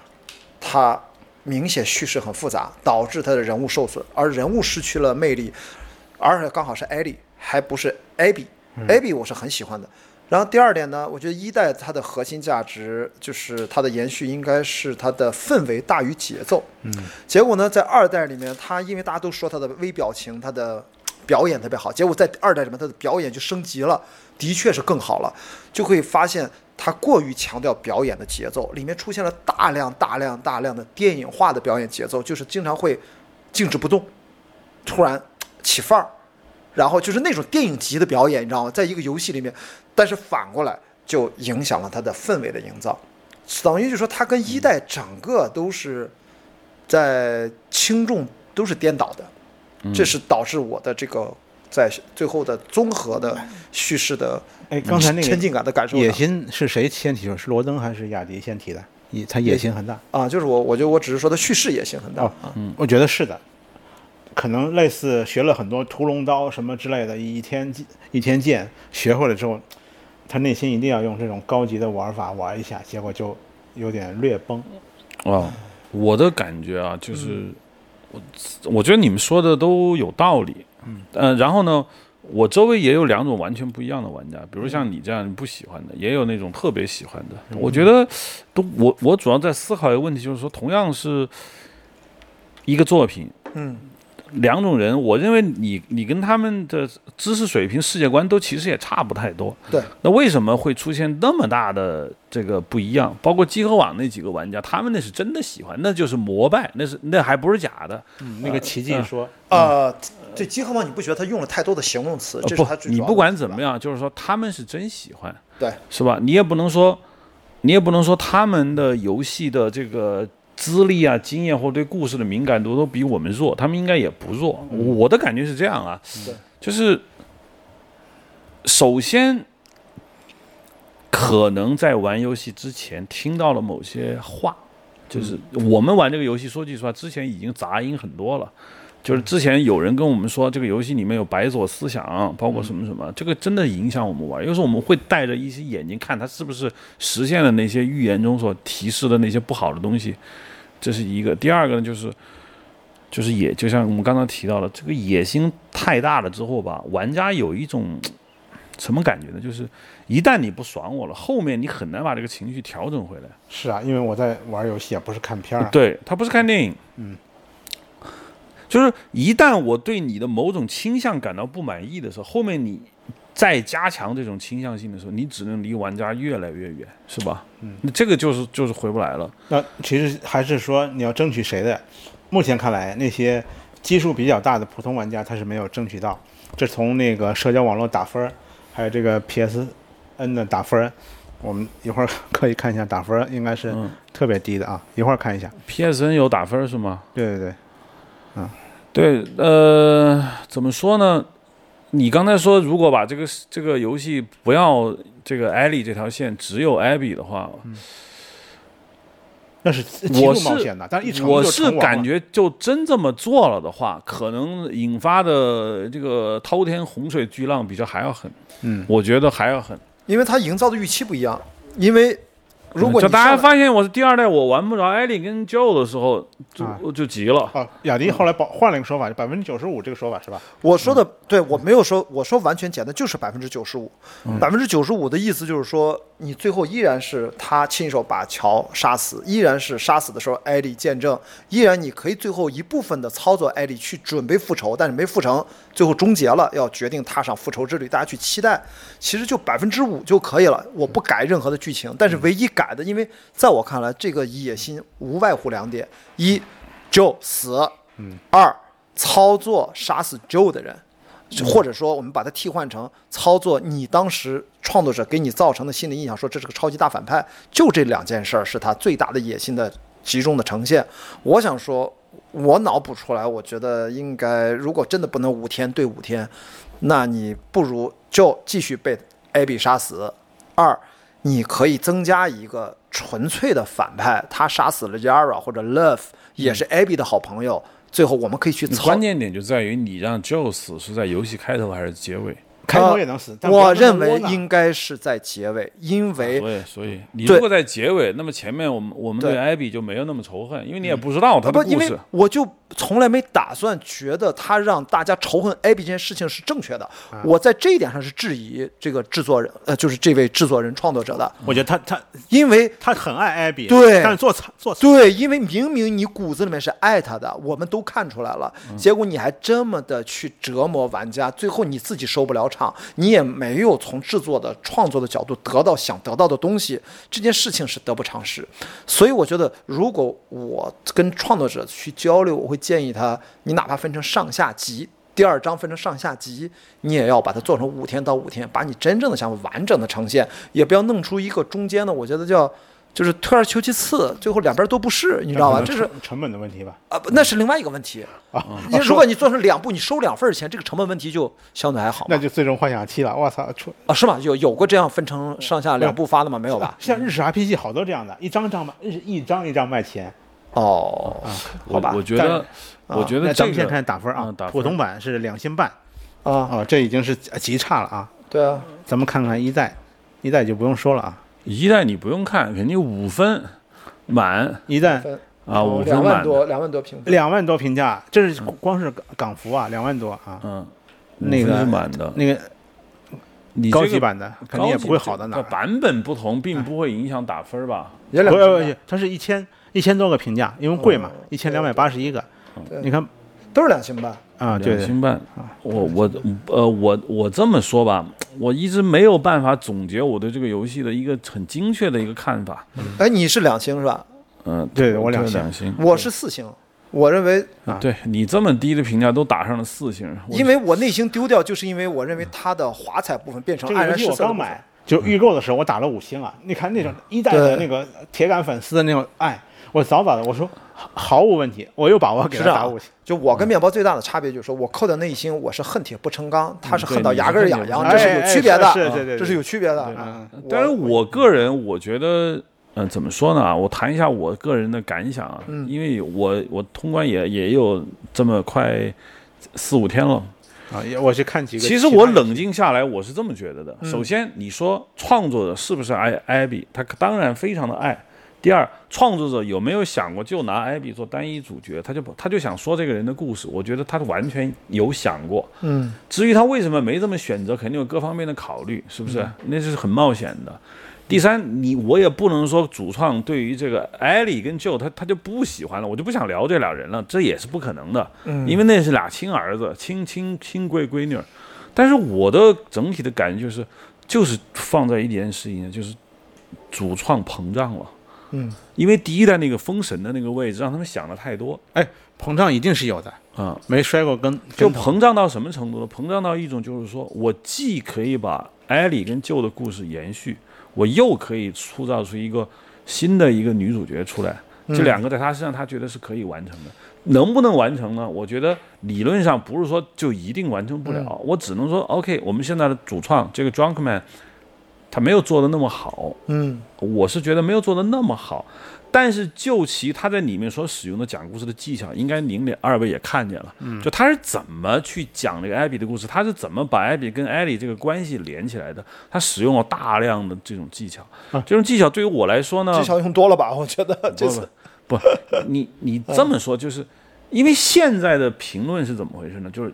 S3: 它明显叙事很复杂，导致它的人物受损，而人物失去了魅力，而且刚好是艾莉，还不是艾比。艾比我是很喜欢的。然后第二点呢，我觉得一代它的核心价值就是它的延续应该是它的氛围大于节奏。嗯，结果呢，在二代里面，它因为大家都说它的微表情，它的表演特别好，结果在二代里面他的表演就升级了，的确是更好了，就会发现他过于强调表演的节奏，里面出现了大量大量大量的电影化的表演节奏，就是经常会静止不动，突然起范儿，然后就是那种电影级的表演，你知道吗？在一个游戏里面，但是反过来就影响了它的氛围的营造，等于就说它跟一代整个都是在轻重都是颠倒的。
S1: 嗯
S3: 这是导致我的这个在最后的综合的叙事的
S2: 哎，刚才那
S3: 沉
S2: 个
S3: 浸感的感受的
S2: 野心是谁先提的？是罗登还是雅迪先提的？也他野心很大，
S3: 啊，就是我，我觉得我只是说它叙事野心很大
S2: 哦
S3: 啊，
S2: 我觉得是的，可能类似学了很多屠龙刀什么之类的，一天一天剑学会了之后，他内心一定要用这种高级的玩法玩一下，结果就有点略崩。
S1: 哦，我的感觉啊，就是、我我觉得你们说的都有道理。嗯，呃，然后呢，我周围也有两种完全不一样的玩家，比如像你这样不喜欢的，也有那种特别喜欢的。我觉得都我我主要在思考一个问题，就是说同样是一个作品，
S3: 嗯，
S1: 两种人，我认为你你跟他们的知识水平、世界观都其实也差不太多。
S3: 对，
S1: 那为什么会出现那么大的这个不一样？包括集合网那几个玩家，他们那是真的喜欢，那就是膜拜，那是那还不是假的。
S3: 嗯
S2: 那个奇迹说，
S3: 呃，对，集合网你不觉得他用了太多的形容词，这是他
S1: 呃不，
S3: 最主
S1: 你
S3: 要的
S1: 不管怎么
S3: 是吧，
S1: 样，就是说他们是真喜欢，
S3: 对，
S1: 是吧？你也不能说，你也不能说他们的游戏的这个资历啊、经验或对故事的敏感度都比我们弱，他们应该也不弱。我的感觉是这样啊，
S3: 对
S1: 就是首先。可能在玩游戏之前听到了某些话，就是我们玩这个游戏，说句实话，之前已经杂音很多了。就是之前有人跟我们说，这个游戏里面有白左思想，包括什么什么，这个真的影响我们玩。有时候我们会带着一些眼睛看它是不是实现了那些预言中所提示的那些不好的东西，这是一个。第二个呢，就是就是野，就像我们刚刚提到的，这个野心太大了之后吧，玩家有一种什么感觉呢？就是一旦你不爽我了，后面你很难把这个情绪调整回来。
S2: 是啊，因为我在玩游戏，也不是看片儿啊。
S1: 对，他不是看电影。嗯，就是一旦我对你的某种倾向感到不满意的时候，后面你再加强这种倾向性的时候，你只能离玩家越来越远，是吧？嗯，那这个就是就是回不来了。
S2: 那其实还是说你要争取谁的？目前看来，那些基数比较大的普通玩家他是没有争取到。这从那个社交网络打分儿，还有这个 PSN 的打分儿，我们一会儿可以看一下打分儿，应该是
S1: 嗯
S2: 特别低的啊。一会儿看一下。
S1: PSN 有打分是吗？
S2: 对对对，
S1: 对，呃，怎么说呢？你刚才说，如果把这个这个游戏不要这个艾莉这条线，只有艾比的话，
S2: 那是极
S1: 我
S2: 度
S1: 是
S2: 冒险的，但是一成
S1: 我
S2: 就是成王
S1: 感
S2: 了
S1: 觉，就真这么做了的话，可能引发的这个滔天洪水巨浪比这还要狠。
S2: 嗯，
S1: 我觉得还要狠。
S3: 因为它营造的预期不一样。因为如果
S1: 就
S3: 你
S1: 大家
S3: 上来
S1: 发现我是第二代，我玩不着艾莉跟 Joe 的时候，就、
S2: 啊
S1: 就急了。
S2: 哦，雅迪后来保换了一个说法，百分之九十五这个说法是吧？
S3: 我说的，对我没有说，我说完全简单，就是百分之九十五，百分之九十五的意思就是说，你最后依然是他亲手把乔杀死，依然是杀死的时候艾莉见证，依然你可以最后一部分的操作艾莉去准备复仇，但是没复成，最后终结了，要决定踏上复仇之旅，大家去期待，其实就百分之五就可以了，我不改任何的剧情，但是唯一改的，因为在我看来，这个野心无外乎两点，一就死，嗯，二操作杀死 Joe 的人，或者说我们把它替换成操作你当时创作者给你造成的心理印象，说这是个超级大反派，就这两件事儿是他最大的野心的集中的呈现。我想说，我脑补出来，我觉得应该如果真的不能五天对五天，那你不如就继续被艾比杀死。二，你可以增加一个纯粹的反派，他杀死了 Yara 或者 Love，也是艾比的好朋友。最后我们可以去操
S1: 关键点就在于你让 Joe 死是在游戏开头还是结尾。
S2: 开头也能死，但不要
S3: 我
S2: 这么
S3: 认为
S2: 窝囊
S3: 应该是在结尾，因为
S1: 所以，所以你
S3: 哎对
S1: 如果在结尾，那么前面我们我们对
S3: 对
S1: 艾比就没有那么仇恨，因为你也不知道他
S3: 啊不
S1: 的
S3: 因
S1: 故
S3: 为
S1: 事。
S3: 我就从来没打算觉得他让大家仇恨艾比这件事情是正确的。我在这一点上是质疑这个制作人，呃，就是这位制作人创作者的，
S2: 我觉得他他
S3: 因为
S2: 他很爱艾比，
S3: 对
S2: 但是做惨做惨，
S3: 对，因为明明你骨子里面是爱他的，我们都看出来了，结果你还这么的去折磨玩家，最后你自己收不了场，你也没有从制作的创作的角度得到想得到的东西，这件事情是得不偿失。所以我觉得，如果我跟创作者去交流，我会建议他，你哪怕分成上下集。第二章分成上下集，你也要把它做成五天到五天，把你真正的想法完整的呈现，也不要弄出一个中间的，我觉得叫就是退而求其次，最后两边都不是，你知道吧？这是
S2: 成成本的问题吧？
S3: 啊、不那是另外一个问题。
S2: 嗯啊，
S3: 你如果你做成两部，你收两份儿钱，这个成本问题就相对还好
S2: 那
S3: 嘛。
S2: 就最终幻想七了，我操，出
S3: 啊，是吗？有有过这样分成上下两部发的吗？没有吧？
S2: 啊像日式 RPG 好多这样的，一张一张卖，日一张一张卖钱。
S3: 哦，
S2: 啊
S3: 好
S1: 我
S3: 吧
S1: 我，觉得，我觉得
S2: 那
S1: 这
S2: 咱们先
S1: 个
S2: 看打分啊
S1: 嗯打，分
S2: 普通版是两星半
S3: 啊，
S2: 啊，这已经是极差了啊。
S3: 对啊，
S2: 咱们看看一代，一代就不用说了啊，
S1: 一代你不用看，肯定五分满
S2: 一代
S3: 分
S1: 啊，五分
S3: 呃哦两万
S1: 满的。
S3: 多，两万多评分。
S2: 两万多评价，这是光是港港服啊，两万多啊，
S1: 嗯，
S2: 那个
S1: 五分是满的，
S2: 那个
S1: 你
S2: 高
S1: 这
S2: 级
S1: 个
S2: 版的肯定也不会好到哪
S1: 高
S2: 儿
S1: 级。版本不同，并不会影响打分吧？
S3: 也两
S2: 不
S3: 万
S2: 不
S3: 多
S2: 不，它是一千一千多个评价，因为贵嘛
S3: 哦，
S1: 嗯
S2: 一千两百八十一个
S3: 对。
S2: 你看
S3: 都是两星半。
S2: 啊，对
S1: 两
S2: 对，
S1: 星半。我我呃，我我这么说吧，我一直没有办法总结我对这个游戏的一个很精确的一个看法。
S3: 哎，你是两星是吧？
S1: 嗯，
S2: 对我两
S1: 两
S2: 星
S1: 两星。
S3: 我是四星。我认为，
S2: 啊
S1: 对你这么低的评价都打上了四星，我
S3: 因为我内心丢掉，就是因为我认为它的华彩部分变成
S2: 这
S3: 黯
S2: 个游
S3: 然
S2: 戏
S3: 失
S2: 我
S3: 色的
S2: 刚
S3: 部分。
S2: 买，就预购的时候我打了五星啊。你看那种一代的
S3: 对
S2: 那个铁杆粉丝的那种爱，我早早的我说毫毫无问题，我有把握给
S3: 是
S2: 他
S3: 这样
S2: 打
S3: 啊
S2: 五星。，
S3: 就我跟面包最大的差别就是说，我扣掉内心，我是恨铁不成钢，他是
S1: 对
S3: 恨到
S1: 你
S3: 牙
S1: 是
S3: 根儿
S1: 恨铁
S3: 痒
S1: 不
S2: 哎
S3: 痒，
S1: 成
S3: 哦
S2: 钢
S3: 这是有区别的，
S2: 哎哎是是是
S3: 这是有区别的。
S2: 嗯
S3: 我
S1: 但是我个人我觉得，嗯、怎么说呢？我谈一下我个人的感想啊，
S3: 嗯
S1: 因为我我通关也也有这么快四五天了。
S2: 啊，也我去看几个。
S1: 其实我，冷静下来，我是这么觉得的。首先，你说创作者是不是爱艾比？他当然非常的爱。第二，创作者有没有想过就拿艾比做单一主角？他就他就想说这个人的故事，我觉得他完全有想过。
S3: 嗯，
S1: 至于他为什么没这么选择，肯定有各方面的考虑，是不是？那是很冒险的。第三，你我也不能说主创对于这个艾莉跟 Joe 他他就不喜欢了，我就不想聊这俩人了，这也是不可能的，因为那是俩亲儿子，亲亲亲闺闺女儿。但是我的整体的感觉就是，就是放在一件事情上，就是主创膨胀了，
S3: 嗯，
S1: 因为第一代那个封神的那个位置让他们想的太多
S2: 哎，膨胀一定是有的，
S1: 啊、
S2: 没摔过跟
S1: 就
S2: 跟头
S1: 膨胀到什么程度呢？膨胀到一种就是说我既可以把艾莉跟旧的故事延续，我又可以塑造出一个新的一个女主角出来。这两个在她身上，她觉得是可以完成的。能不能完成呢？我觉得理论上不是说就一定完成不了，我只能说 OK，我们现在的主创这个 Drunkman，他没有做的那么好，
S3: 嗯
S1: 我是觉得没有做的那么好，但是就其他在里面所使用的讲故事的技巧，应该您两二位也看见了，
S3: 嗯
S1: 就他是怎么去讲这个艾比的故事，他是怎么把艾比跟艾莉这个关系连起来的，他使用了大量的这种技巧，这种技巧对于我来说呢，
S3: 啊技巧用多了吧？我觉得这次
S1: 不， 你你这么说就是，因为现在的评论是怎么回事呢？就是，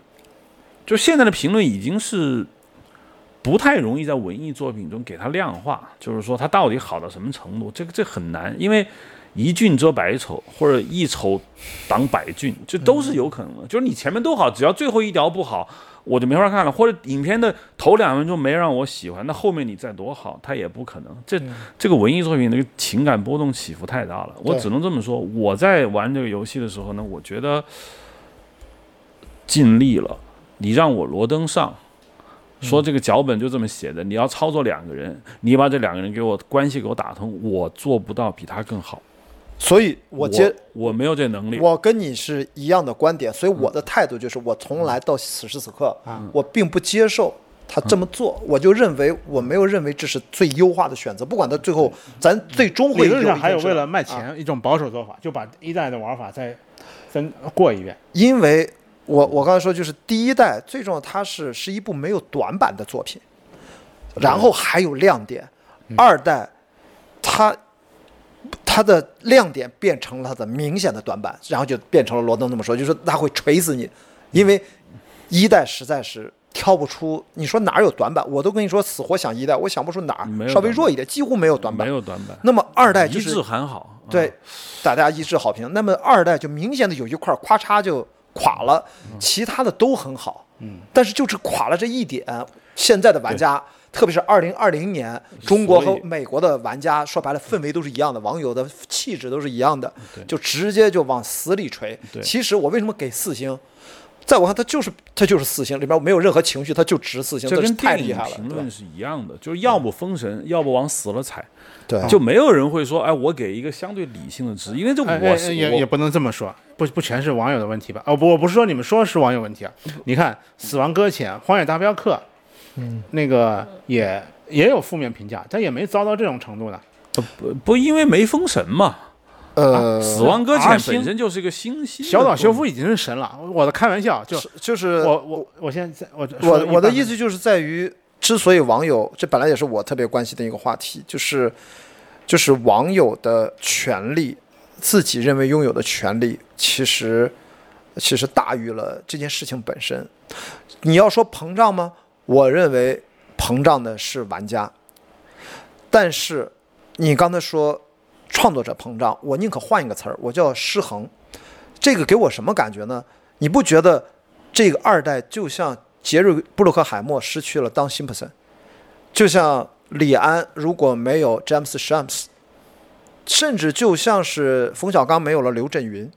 S1: 就现在的评论已经是不太容易在文艺作品中给它量化，就是说它到底好到什么程度，这个这很难，因为一俊遮百丑或者一丑挡百俊，这都是有可能的。就是你前面都好，只要最后一条不好。我就没法看了，或者影片的头两分钟没让我喜欢，那后面你再多好，它也不可能。这这个文艺作品那个情感波动起伏太大了，我
S3: 对
S1: 只能这么说。我在玩这个游戏的时候呢，我觉得尽力了。你让我罗登上，说这个脚本就这么写的，你要操作两个人，你把这两个人给我关系给我打通，我做不到比他更好。
S3: 所以我接
S1: 我没有这能力。
S3: 我跟你是一样的观点，所以我的态度就是，我从来到此时此刻，我并不接受他这么做，我就认为我没有认为这是最优化的选择，不管他最后咱最终会
S2: 理论上还有
S3: 一定
S2: 为
S3: 是
S2: 了卖
S3: 啊
S2: 钱一种保守做法，就把一代的玩法再分过一遍。
S3: 因为我我刚才说就是第一代最重要，它是是一部没有短板的作品，然后还有亮点。
S1: 嗯
S3: 二代，它它的亮点变成了它的明显的短板，然后就变成了罗登这么说，就是说他会锤死你，因为一代实在是。挑不出，你说哪儿有短板？我都跟你说死活想一代，我想不出哪
S1: 没
S3: 儿
S1: 有
S3: 稍微
S1: 短板
S3: 弱一点，几乎没有短
S1: 没
S3: 板。
S1: 有短板，
S3: 那么二代就
S1: 一
S3: 是
S1: 致还好。啊
S3: 对，大家一致好评。那么二代就明显的有一块儿咔嚓就垮了，
S1: 嗯
S3: 其他的都很好，嗯，但是就是垮了这一点，现在的玩家。特别是二零二零年，中国和
S1: 所以
S3: 美国的玩家说白了氛围都是一样的，网友的气质都是一样的，就直接就往死里锤
S1: 对。
S3: 其实我为什么给四星，在我看它就是它就是四星，里边没有任何情绪，它就值四星，
S1: 这
S3: 它是
S1: 跟
S3: 太
S1: 电
S3: 厉
S1: 影
S3: 害了，
S1: 评
S3: 对吧嗯
S1: 论是一样的，就是要不封神，要不往死了踩。
S3: 对
S1: 就没有人会说，哎，我给一个相对理性的值，因为这
S2: 哎
S1: 我
S2: 哎
S1: 是
S2: 也
S1: 我
S2: 也不能这么说，不不全是网友的问题吧？哦不，我不是说你们说是网友问题啊。你看《死亡搁浅》《荒野大镖客》，嗯，那个也也有负面评价，但也没遭到这种程度呢。
S1: 不不因为没封神嘛，
S3: 呃，
S1: 死亡搁浅
S2: 啊星
S1: 本身就是一个新新的
S2: 小岛
S1: 作品
S2: 修复已经是神了，我的开玩笑，就
S3: 就是
S2: 我我我现在我
S3: 我我的意
S2: 思。
S3: 思就是在于，之所以网友这本来也是我特别关心的一个话题，就是就是网友的权利，自己认为拥有的权利，其实其实大于了这件事情本身。你要说膨胀吗？我认为膨胀的是玩家，但是你刚才说创作者膨胀，我宁可换一个词儿，我叫失衡。这个给我什么感觉呢？你不觉得这个二代就像杰瑞·布鲁克海默失去了当辛普森，就像李安如果没有詹姆斯·詹姆斯，甚至就像是冯小刚没有了刘震云。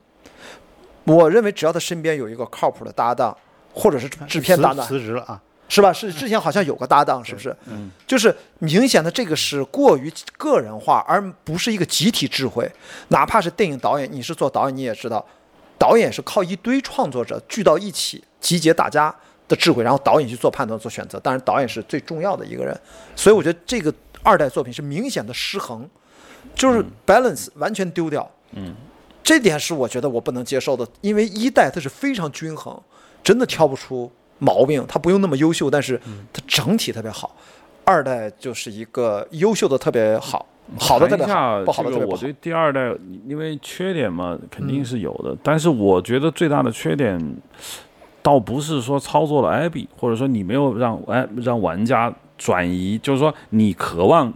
S3: 我认为只要他身边有一个靠谱的搭档，或者是制片搭
S2: 辞
S3: 档，
S2: 辞职了啊，
S3: 是吧？是之前好像有个搭档，是不是？嗯，就是明显的这个是过于个人化，而不是一个集体智慧。哪怕是电影导演，你是做导演，你也知道，导演是靠一堆创作者聚到一起，集结大家的智慧，然后导演去做判断、做选择。当然，导演是最重要的一个人，所以我觉得这个二代作品是明显的失衡。就是
S1: 嗯
S3: balance 完全丢掉。嗯，这点是我觉得我不能接受的，因为一代它是非常均衡，真的挑不出毛病，它不用那么优秀，但是
S1: 嗯
S3: 它整体特别好。二代就是一个优秀的特别好，好的特
S1: 嗯谈
S3: 别
S1: 一下
S3: 好，不好的
S1: 这
S3: 特
S1: 个
S3: 别不
S1: 我
S3: 好。嗯
S1: 对第二代，因为缺点嘛，肯定是有的。但是我觉得最大的缺点，倒不是说操作了艾比，或者说你没有让哎让玩家转移，就是说你渴望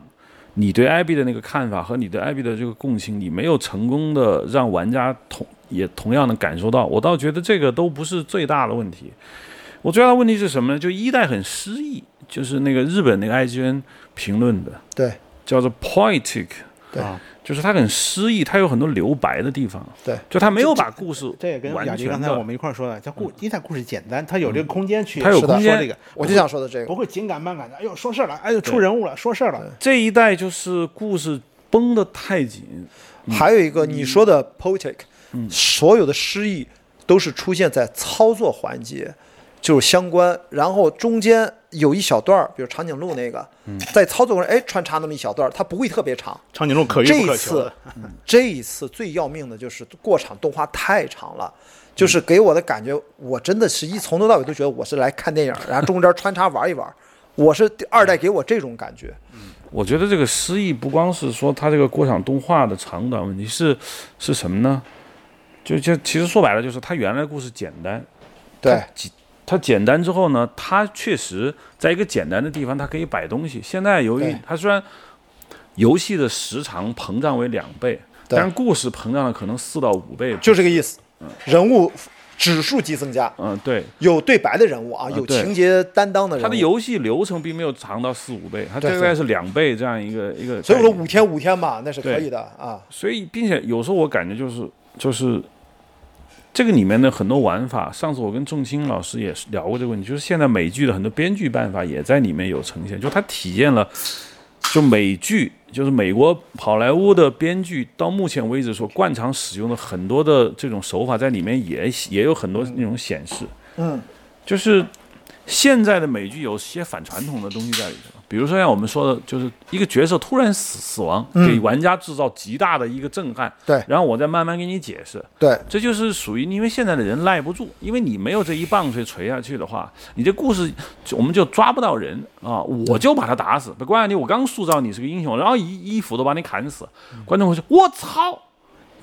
S1: 你对艾比的那个看法和你对艾比的这个共情，你没有成功的让玩家同也同样的感受到。我倒觉得这个都不是最大的问题。我最大的问题是什么呢？就一代很失意，就是那个日本那个 IGN 评论的
S3: 对
S1: 叫做 poetic
S3: 对
S2: 啊
S1: 就是他很诗意，他有很多留白的地方，
S3: 对，
S1: 就他没有把故事
S2: 这也跟雅
S1: 完
S2: 迪刚
S1: 全
S2: 才我
S1: 的，
S2: 们一块儿说的，它故一代故事简单，它有这个空间去，
S1: 它有
S2: 是的
S1: 空间
S2: 说这个，
S3: 我就想说的这个
S2: 不，会紧赶慢赶的。哎呦，说事儿了，哎呦，出人物了，说事儿了。
S1: 这一代就是故事绷得太紧，
S3: 还有一个你说的 poetic，、所有的诗意都是出现在操作环节，就是相关，然后中间有一小段儿，比如长颈鹿那个，在操作过程哎穿插那么一小段儿，它不会特别长。
S2: 长颈鹿可遇
S3: 这
S2: 哎不
S3: 一
S2: 可求
S3: 次
S2: 的，
S3: 这一次最要命的就是过场动画太长了。就是给我的感觉，我真的是一从头到尾都觉得我是来看电影，然后中间穿插玩一玩， 我是二代给我这种感觉。
S1: 我觉得这个诗意不光是说它这个过场动画的长短问题，是是什么呢？就就其实说白了，就是它原来的故事简单，
S3: 对，
S1: 它简单之后呢，它确实在一个简单的地方，它可以摆东西。现在由于
S3: 对
S1: 它虽然游戏的时长膨胀为两倍，
S3: 对
S1: 但是故事膨胀了可能四到五倍。
S3: 就这个意思。人物指数级增加，
S1: 嗯，对，
S3: 有对白的人物啊，有
S1: 对
S3: 情节担当的人物。
S1: 它的游戏流程并没有长到四五倍，它
S3: 对
S1: 大概是两倍这样一个一个。
S3: 所以我说五天五天吧，那是可
S1: 对
S3: 以的啊。
S1: 所以并且有时候我感觉就是就是这个里面的很多玩法，上次我跟仲青老师也是聊过这个问题，就是现在美剧的很多编剧办法也在里面有呈现，就它体验了就美剧。就是美国好莱坞的编剧到目前为止所惯常使用的很多的这种手法，在里面也也有很多那种显示。
S3: 嗯，
S1: 就是现在的美剧有些反传统的东西在里头，比如说像我们说的，就是一个角色突然死死亡，给玩家制造极大的一个震撼。
S3: 嗯对
S1: 然后我再慢慢给你解释，
S3: 对
S1: 这就是属于因为现在的人赖不住，因为你没有这一棒槌锤下去的话，你这故事就我们就抓不到人啊！我就把他打死，不怪你，我刚塑造你是个英雄，然后一一斧头把你砍死，观众会说：“我操，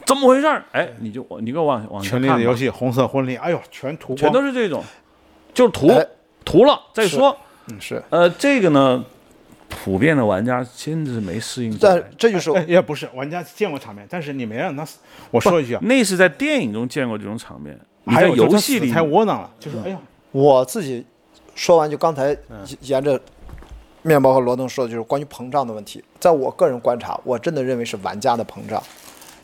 S1: 怎么回事儿？”哎，你就你给我往往下
S2: 权
S1: 看
S2: 力
S1: 吧
S2: 的游戏、红色婚礼，哎呦，全涂
S1: 全
S2: 光
S1: 都。是这种，就是涂
S3: 哎
S1: 涂了再
S3: 是
S1: 说。
S3: 是。
S1: 呃，这个呢，普遍的玩家真的是没适应过来
S3: 但。这就是
S2: 哎也不是玩家见过场面，但是你没让他死。我说一句啊，
S1: 那是在电影中见过这种场面，你
S2: 还
S1: 在
S2: 有就是
S1: 游
S2: 他
S1: 戏
S2: 死
S1: 里嗯
S2: 太窝囊了，就是哎呦，
S3: 我自己说完，就刚才沿着面包和罗登说的，就是关于膨胀的问题。在我个人观察，我真的认为是玩家的膨胀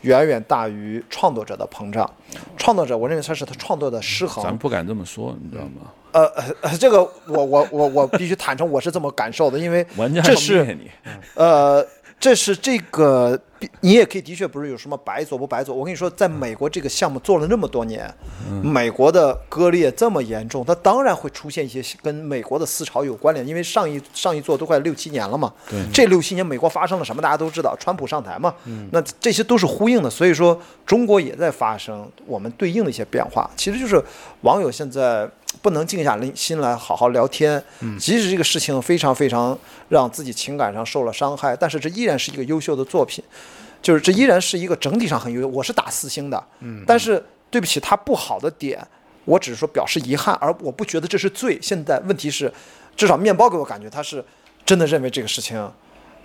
S3: 远远大于创作者的膨胀。创作者，我认为他是他创作的失衡。
S1: 咱们不敢这么说，你知道吗？
S2: 嗯
S3: 呃，呃这个我我我我必须坦诚，我是这么感受的，因为
S1: 玩家
S3: 这
S1: 要
S3: 是
S1: 灭你，
S3: 呃，这是这个，你也可以的确不是有什么白左不白左。我跟你说，在美国这个项目做了那么多年，美国的割裂这么严重，它当然会出现一些跟美国的思潮有关联，因为上一上一做都快六七年了嘛。对，这六七年美国发生了什么，大家都知道，川普上台嘛，那这些都是呼应的。所以说，中国也在发生我们对应的一些变化，其实就是网友现在。不能静下心来好好聊天，即使这个事情非常非常让自己情感上受了伤害，但是这依然是一个优秀的作品，就是这依然是一个整体上很优秀。我是打四星的，但是对不起，它不好的点，我只是说表示遗憾，而我不觉得这是罪。现在问题是，至少面包给我感觉他是真的认为这个事情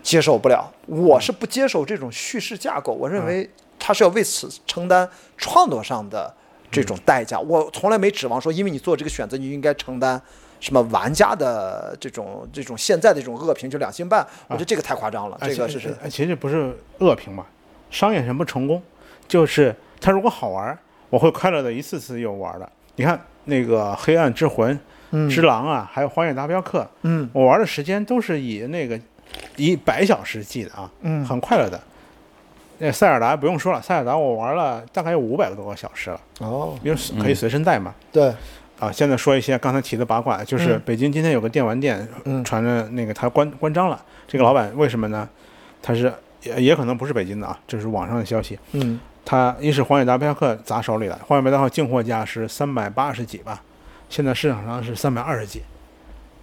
S3: 接受不了，
S2: 嗯
S3: 我是不接受这种叙事架构，我认为他是要为此承担创作上的这种代
S2: 嗯
S3: 价。我从来没指望说，因为你做这个选择，你就应该承担什么玩家的这种这种现在的这种恶评，就两星半，我觉得这个太夸张了，
S2: 啊哎
S3: 这个
S2: 其
S3: 是
S2: 实
S3: 是
S2: 哎其实不是恶评嘛，商业成不成功，就是它如果好玩，我会快乐的一次次又玩的。你看那个《黑暗之魂》之狼》啊，还有《荒野大镖客》，
S3: 嗯，
S2: 我玩的时间都是以那个以百小时计的啊，
S3: 嗯
S2: 很快乐的。那塞尔达不用说了，塞尔达我玩了大概有五百多个小时了，
S3: 哦，
S2: 因为可以随身带嘛。
S3: 对，
S2: 啊，现在说一些刚才提的八卦，就是
S3: 嗯
S2: 北京今天有个电玩店
S3: 嗯
S2: 传着那个他关关张了，这个老板为什么呢？他是也也可能不是北京的啊，这是网上的消息。
S3: 嗯，
S2: 他一是荒野大镖客砸手里了，荒野大镖客进货价是三百八十几吧，现在市场上是三百二十几，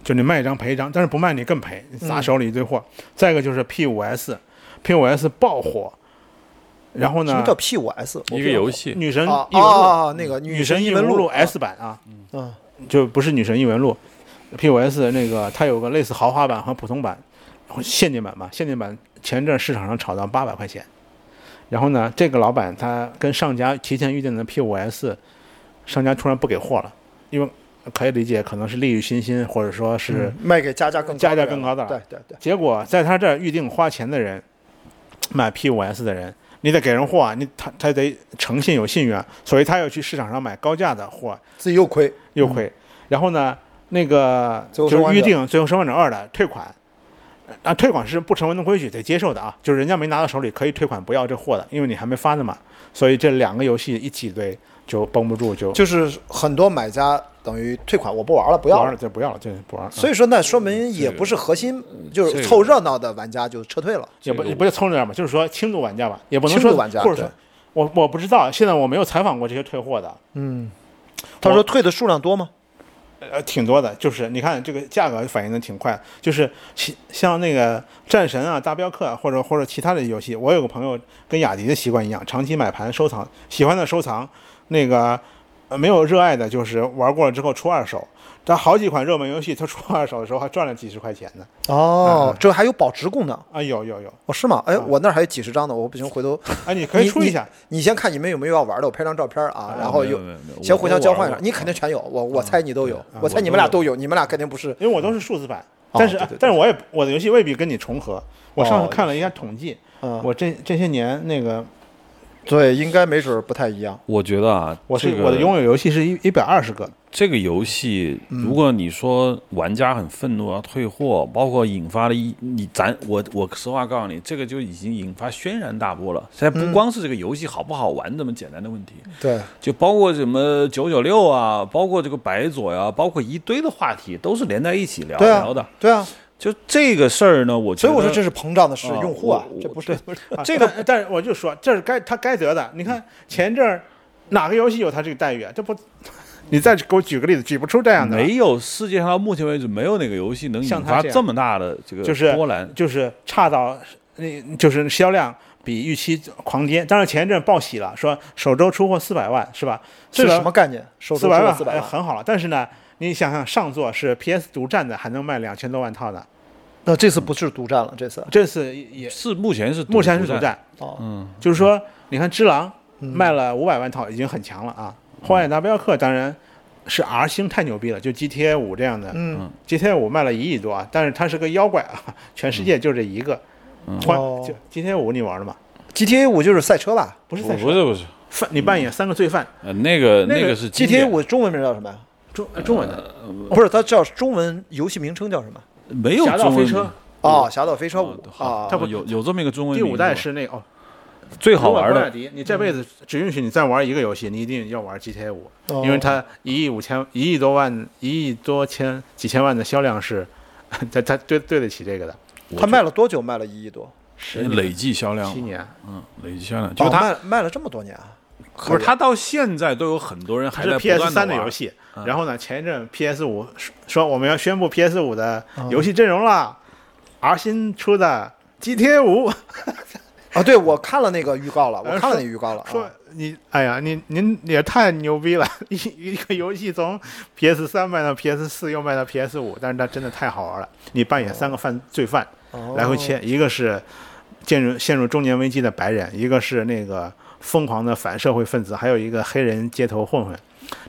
S2: 就你卖一张赔一张，但是不卖你更赔，你砸手里一堆货。
S3: 嗯
S2: 再一个就是 P 五 S，P 五 S 爆火，然后
S3: 什么
S2: 呢
S3: 叫，P 五 S？
S1: 一个游戏，
S2: 女神
S3: 啊
S2: 异闻
S3: 啊
S2: 录，嗯
S3: 啊！那个
S2: 女
S3: 神
S2: 异
S3: 闻
S2: 闻录
S3: 录
S2: S 版啊，
S3: 嗯，
S2: 就不是女神异闻录，P 五 S 那个它有个类似豪华版和普通版，然后限定版吧，限定版前阵市场上炒到八百块钱，然后呢，这个老板他跟上家提前预定的 P 五 S，商家突然不给货了，因为可以理解可能是利欲熏心，或者说是、
S3: 卖给加价更高
S2: 加价
S3: 的
S2: 更
S3: 人
S2: 高的了
S3: 对对对，
S2: 结果在他这儿预定花钱的人，买 P 五 S 的人，你得给人货啊，你他他得诚信有信誉啊，所以他要去市场上买高价的货，
S3: 自己又亏，
S2: 又亏。然后呢，那个
S3: 嗯最后
S2: 就
S3: 生
S2: 是
S3: 还
S2: 预
S3: 者
S2: 定《最后生还者二》的退款，啊，退款是不成文的规矩，得接受的啊，就是人家没拿到手里可以退款不要这货的，因为你还没发呢嘛。所以这两个游戏一起堆就绷不住，就
S3: 就是很多买家等于退款，我不玩了，不
S2: 不
S3: 要
S2: 玩了，
S3: 了。
S2: 就不要了，就不玩了。嗯
S3: 所以说，那说明也不是核心，就
S1: 这
S3: 是
S1: 个
S3: 凑热闹的玩家就撤退了。
S2: 也不
S1: 这个
S2: 也不是冲着点吧，就是说轻度玩家吧，也不能
S3: 轻度
S2: 说
S3: 玩家
S2: 或者
S3: 对
S2: 说我我不知道，现在我没有采访过这些退货的，
S3: 他说退的数量多吗？
S2: 呃，挺多的，就是你看这个价格反应的挺快，就是其像那个战神啊、大镖客啊，或者或者其他的游戏，我有个朋友跟雅迪的习惯一样，长期买盘收藏，喜欢的收藏，那个、呃没有热爱的，就是玩过了之后出二手。他好几款热门游戏，他出二手的时候还赚了几十块钱呢。
S3: 哦，这还有保值功能
S2: 啊，有有有，
S3: 哦？是吗？哎，我那儿还有几十张呢，我不行，回头
S2: 啊，你可以
S3: 你
S2: 出一下，
S3: 你先看你们有没有要玩的，我拍张照片啊，然后
S1: 没有
S3: 有
S1: 没有没有
S3: 先互相交换
S1: 我
S3: 一下
S1: 都玩。过
S3: 你肯定全有，我我猜你都有，我猜
S2: 我
S3: 你们俩
S2: 都
S3: 都有，你们俩肯定不是。
S2: 因为我都是数字版，但是、
S3: 哦对对对
S2: 但是我也我的游戏未必跟你重合。我上
S3: 哦
S2: 次看了一下统计，
S3: 嗯
S2: 我这这些年那个
S3: 对，应该没准儿不太一样。
S1: 我觉得啊，
S2: 我是、
S1: 这个
S2: 我的拥有游戏是一一百二十个，
S1: 这个游戏，
S2: 嗯
S1: 如果你说玩家很愤怒要退货，包括引发了一你咱我我实话告诉你，这个就已经引发轩然大波了。现在
S2: 嗯
S1: 不光是这个游戏好不好玩这么简单的问题，
S3: 对，
S1: 就包括什么九九六啊，包括这个白左呀、包括一堆的话题都是连在一起聊、
S3: 对啊
S1: 聊的。
S3: 对啊，
S1: 就这个事儿呢，我觉
S3: 所
S1: 得
S3: 以我说这是膨胀的是
S1: 啊
S3: 用户啊
S1: 我，我
S3: 这不是不嗯是
S2: 啊这个但但是我就说这是该他该得的。你看前阵儿哪个游戏有他这个待遇啊？这不，你再给我举个例子，举不出这样的。
S1: 没有世界上到目前为止没有哪个游戏能引
S2: 像他
S1: 发
S2: 这样
S1: 这么大的这个
S2: 就是
S1: 波澜。
S2: 就是差到那就是销量比预期狂跌。当然前一阵报喜了，说首周出货四百万是吧？
S3: 这是
S2: 400
S3: 什么概念？收
S2: 四
S3: 收啊
S2: 百
S3: 收
S2: 万
S3: 四百
S2: 哎
S3: 万，
S2: 很好了，但是呢，你想想上座是 PS 独占的，还能卖两千多万套呢，
S3: 那这次不是独占了，这次啊
S2: 这次也
S1: 是目前是
S2: 目前是独
S1: 独占，
S2: 占，
S3: 哦，
S2: 就是说，你看《只狼》
S3: 嗯
S2: 卖了五百万套，已经很强了啊。《荒野大镖客》当然是 R 星太牛逼了，就 GTA 五这样的，
S3: 嗯
S2: ，GTA 五卖了一亿多啊，但是它是个妖怪啊， 全世界就这一个。荒
S3: 哦
S2: 就 GTA 五你玩了吗？
S3: ，GTA 五就是赛车吧
S2: 不是
S1: 不
S2: 赛
S1: 不
S2: 车，
S1: 是不是，
S2: 犯你扮演三个罪犯，
S1: 呃，那个
S2: 那个
S1: 个是经典
S3: ？GTA 五中文名叫什么呀？
S2: 中呃中文的
S3: 不是，它叫中文游戏名称叫什么？
S1: 没
S2: 《
S1: 有
S2: 侠盗
S1: 中
S2: 飞
S1: 文
S2: 车
S1: 名》
S2: 呃
S3: 哦，《侠盗飞车五》
S1: 好
S3: 啊，
S2: 它不
S1: 有有这么一个中文
S2: 第
S1: 名
S2: 五代
S1: 吧
S2: 是那个哦，
S1: 最好玩
S2: 罗伯特
S1: 的，
S2: 迪，你这辈子只允许你再玩一个游戏，你一定要玩 GTA 五，
S3: 嗯哦
S2: 因为它一亿五千一亿多万一亿多千几千万的销量是， 它它对对得起这个的。
S3: 它卖了多久？卖了一亿多，
S2: 十
S1: 累计销量
S2: 七，年，
S1: 嗯，累计销量，
S3: 就
S1: 就它
S3: 卖了卖了这么多年啊！
S1: 不是它到现在都有很多人
S2: 它
S1: 还在
S2: 是
S1: 不断
S2: PS
S1: 地
S2: 三的
S1: 玩啊嗯
S2: 游，戏。然后呢，前一阵 PS 五说我们要宣布 PS 五的
S1: 嗯
S2: 游戏阵容啦、r 新出的 GTA 五，
S3: 啊，对，我看了那个预告了，我
S2: 呃
S3: 看了那
S2: 说
S3: 预告了啊。
S2: 说你哎呀，你您也太牛逼了！一一个游戏从 PS 三卖到 PS 四，又卖到 PS 五，但是它真的太好玩了。你扮演三个犯罪犯，
S3: 哦
S2: 来回切，一个是陷入陷入中年危机的白人，一个是那个疯狂的反社会分子，还有一个黑人街头混混。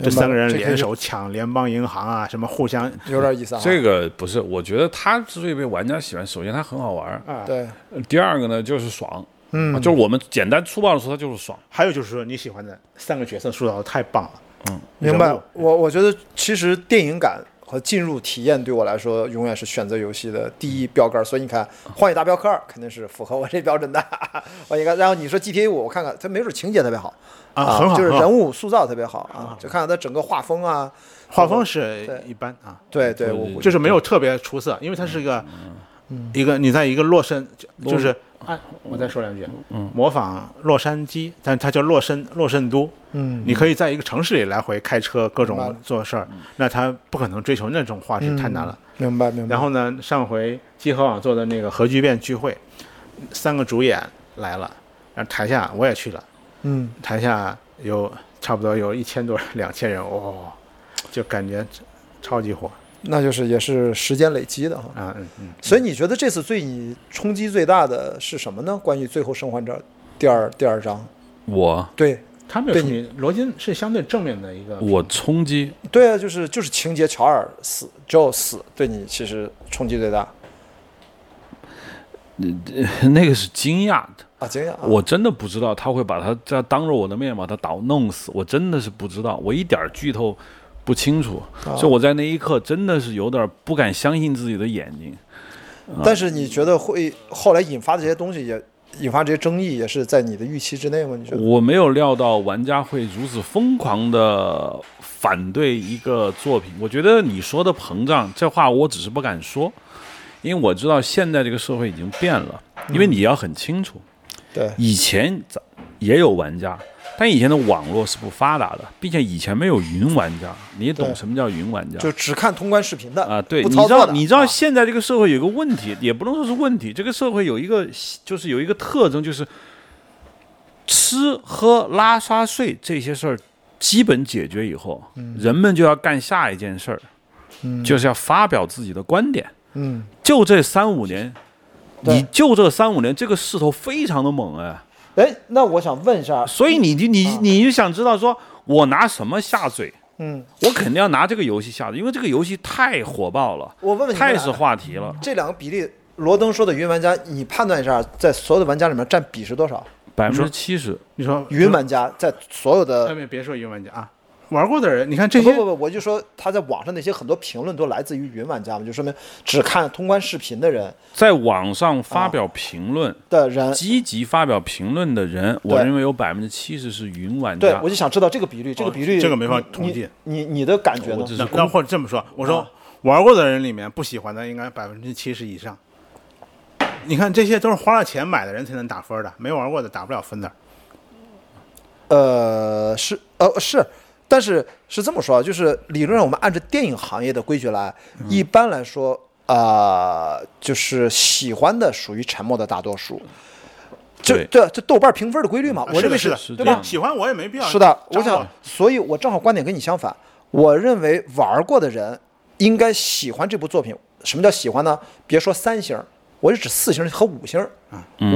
S2: 这三个人
S3: 这个
S2: 联手抢联邦银行啊，什么互相
S3: 有点意思啊。
S1: 这个不是，我觉得它之所以被玩家喜欢，首先它很好玩，
S2: 啊。
S3: 对，
S1: 呃第二个呢就是爽，嗯，就是我们简单粗暴的说，它就是爽。
S2: 还有就是说，你喜欢的三个角色塑造的太棒了。
S3: 嗯明白
S2: 人物。
S3: 我我觉得其实电影感和进入体验对我来说，永远是选择游戏的第一标杆儿。所以你看，《荒野大镖客二》肯定是符合我这标准的。 我应该，然后你说 GTA 五，我看看它没准情节特别好
S2: 啊很好
S3: 就是
S2: 很好
S3: 人物塑造特别好啊，就看看它整个画风啊，
S2: 画风是
S3: 对
S2: 一般啊，
S3: 对对，我
S1: 对
S3: 我
S2: 嗯就是没有特别出色，因为它是一个一个你在一个洛杉就就是按我再说两句，
S1: 嗯，
S2: 模仿洛杉矶，但它叫洛申洛圣都，
S3: 嗯
S2: 你可以在一个城市里来回开车，各
S3: 明白
S2: 种
S3: 了
S2: 做事儿，那他不可能追求那种画质，太难了。，
S3: 明白明白。
S2: 然后呢，上回集合网做的那个核聚变聚会，三个主演来了，然后台下我也去了，
S3: 嗯，
S2: 台下有差不多有一千多人、两千人，哦，就感觉超级火
S3: 那就是也是时间累积的哈。
S2: 啊，嗯嗯，
S3: 所以你觉得这次对你冲击最大的是什么呢？关于《最后生还者》第二第二章，
S1: 我
S3: 对
S2: 他们有
S3: 对
S2: 冲击，罗金是相对正面的一个，
S1: 我冲击，
S3: 对啊，就是就是情节乔尔死，Joe 死，对你其实冲击最大
S1: 那个是惊讶的，
S3: 啊，惊讶啊，
S1: 我真的不知道他会把他这样当着我的面把他倒弄死，我真的是不知道，我一点儿剧透不清楚，所以我在那一刻真的是有点儿不敢相信自己的眼睛。
S3: 但是你觉得会后来引发的这些东西也引发这些争议，也是在你的预期之内吗？你觉得？
S1: 我没有料到玩家会如此疯狂的反对一个作品。我觉得你说的膨胀这话，我只是不敢说，因为我知道现在这个社会已经变了。因为你要很清楚，
S3: 对，
S1: 以前咱也有玩家，但以前的网络是不发达的，并且以前没有云玩家。你也懂
S3: 对
S1: 什么叫云玩家？
S3: 就只看通关视频的
S1: 啊，对，
S3: 不
S1: 你
S3: 操
S1: 知
S3: 作
S1: 道，
S3: 的，
S1: 你知道
S3: 啊
S1: 现在这个社会有个问题，也不能说是问题，这个社会有一个就是有一个特征，就是吃喝拉撒睡这些事儿基本解决以后，
S3: 嗯
S1: 人们就要干下一件事儿，就是要发表自己的观点。
S3: 嗯，
S1: 就这三五年，
S3: 对
S1: 你就这三五年，这个势头非常的猛哎，
S3: 哎，那我想问一下，
S1: 所以你就你你就想知道说我拿什么下嘴，
S3: 嗯，
S1: 我肯定要拿这个游戏下嘴，因为这个游戏太火爆了，
S3: 我问问你们
S1: 太
S3: 俩
S1: 是话题了。
S3: 这两个比例，罗登说的云玩家，你判断一下，在所有的玩家里面占比是多少？
S1: 百分之七十，
S2: 你说
S3: 云玩家在所有的
S2: 外面别说云玩家啊，玩过的人，你看这
S3: 不
S2: 些
S3: 不不，我就说他在网上那些很多评论都来自于云玩家嘛，就说明只看通关视频的人
S1: 在网上发
S3: 啊
S1: 表评论、
S3: 的人，
S1: 积极发表评论的人，我认为有百分之七十是云玩
S3: 对
S1: 家
S3: 我。就想知道这个比率，这个比率、
S2: 这个没法统计
S3: 你你你的感觉呢
S1: 我只？是
S2: 那那或者这么说，我说、玩过的人里面不喜欢的应该百分之七十以上。你看，这些都是花了钱买的人才能打分的，没玩过的打不了分的。啊
S3: 呃，是呃是，但是是这么说啊，就是理论上我们按照电影行业的规矩来，
S1: 嗯
S3: 一般来说啊、呃就是喜欢的属于沉默的大多数。这
S1: 对
S3: 这这豆瓣评分的规律嘛，我认为
S2: 啊是的，
S1: 是
S2: 是
S1: 这
S2: 的，
S1: 样
S2: 对喜欢我也没必要。
S3: 是的，我
S2: 张
S3: 想
S2: 望，
S3: 所以我正好观点跟你相反。我认为玩过的人应该喜欢这部作品。什么叫喜欢呢？别说三星儿，我是指四星儿和五星儿。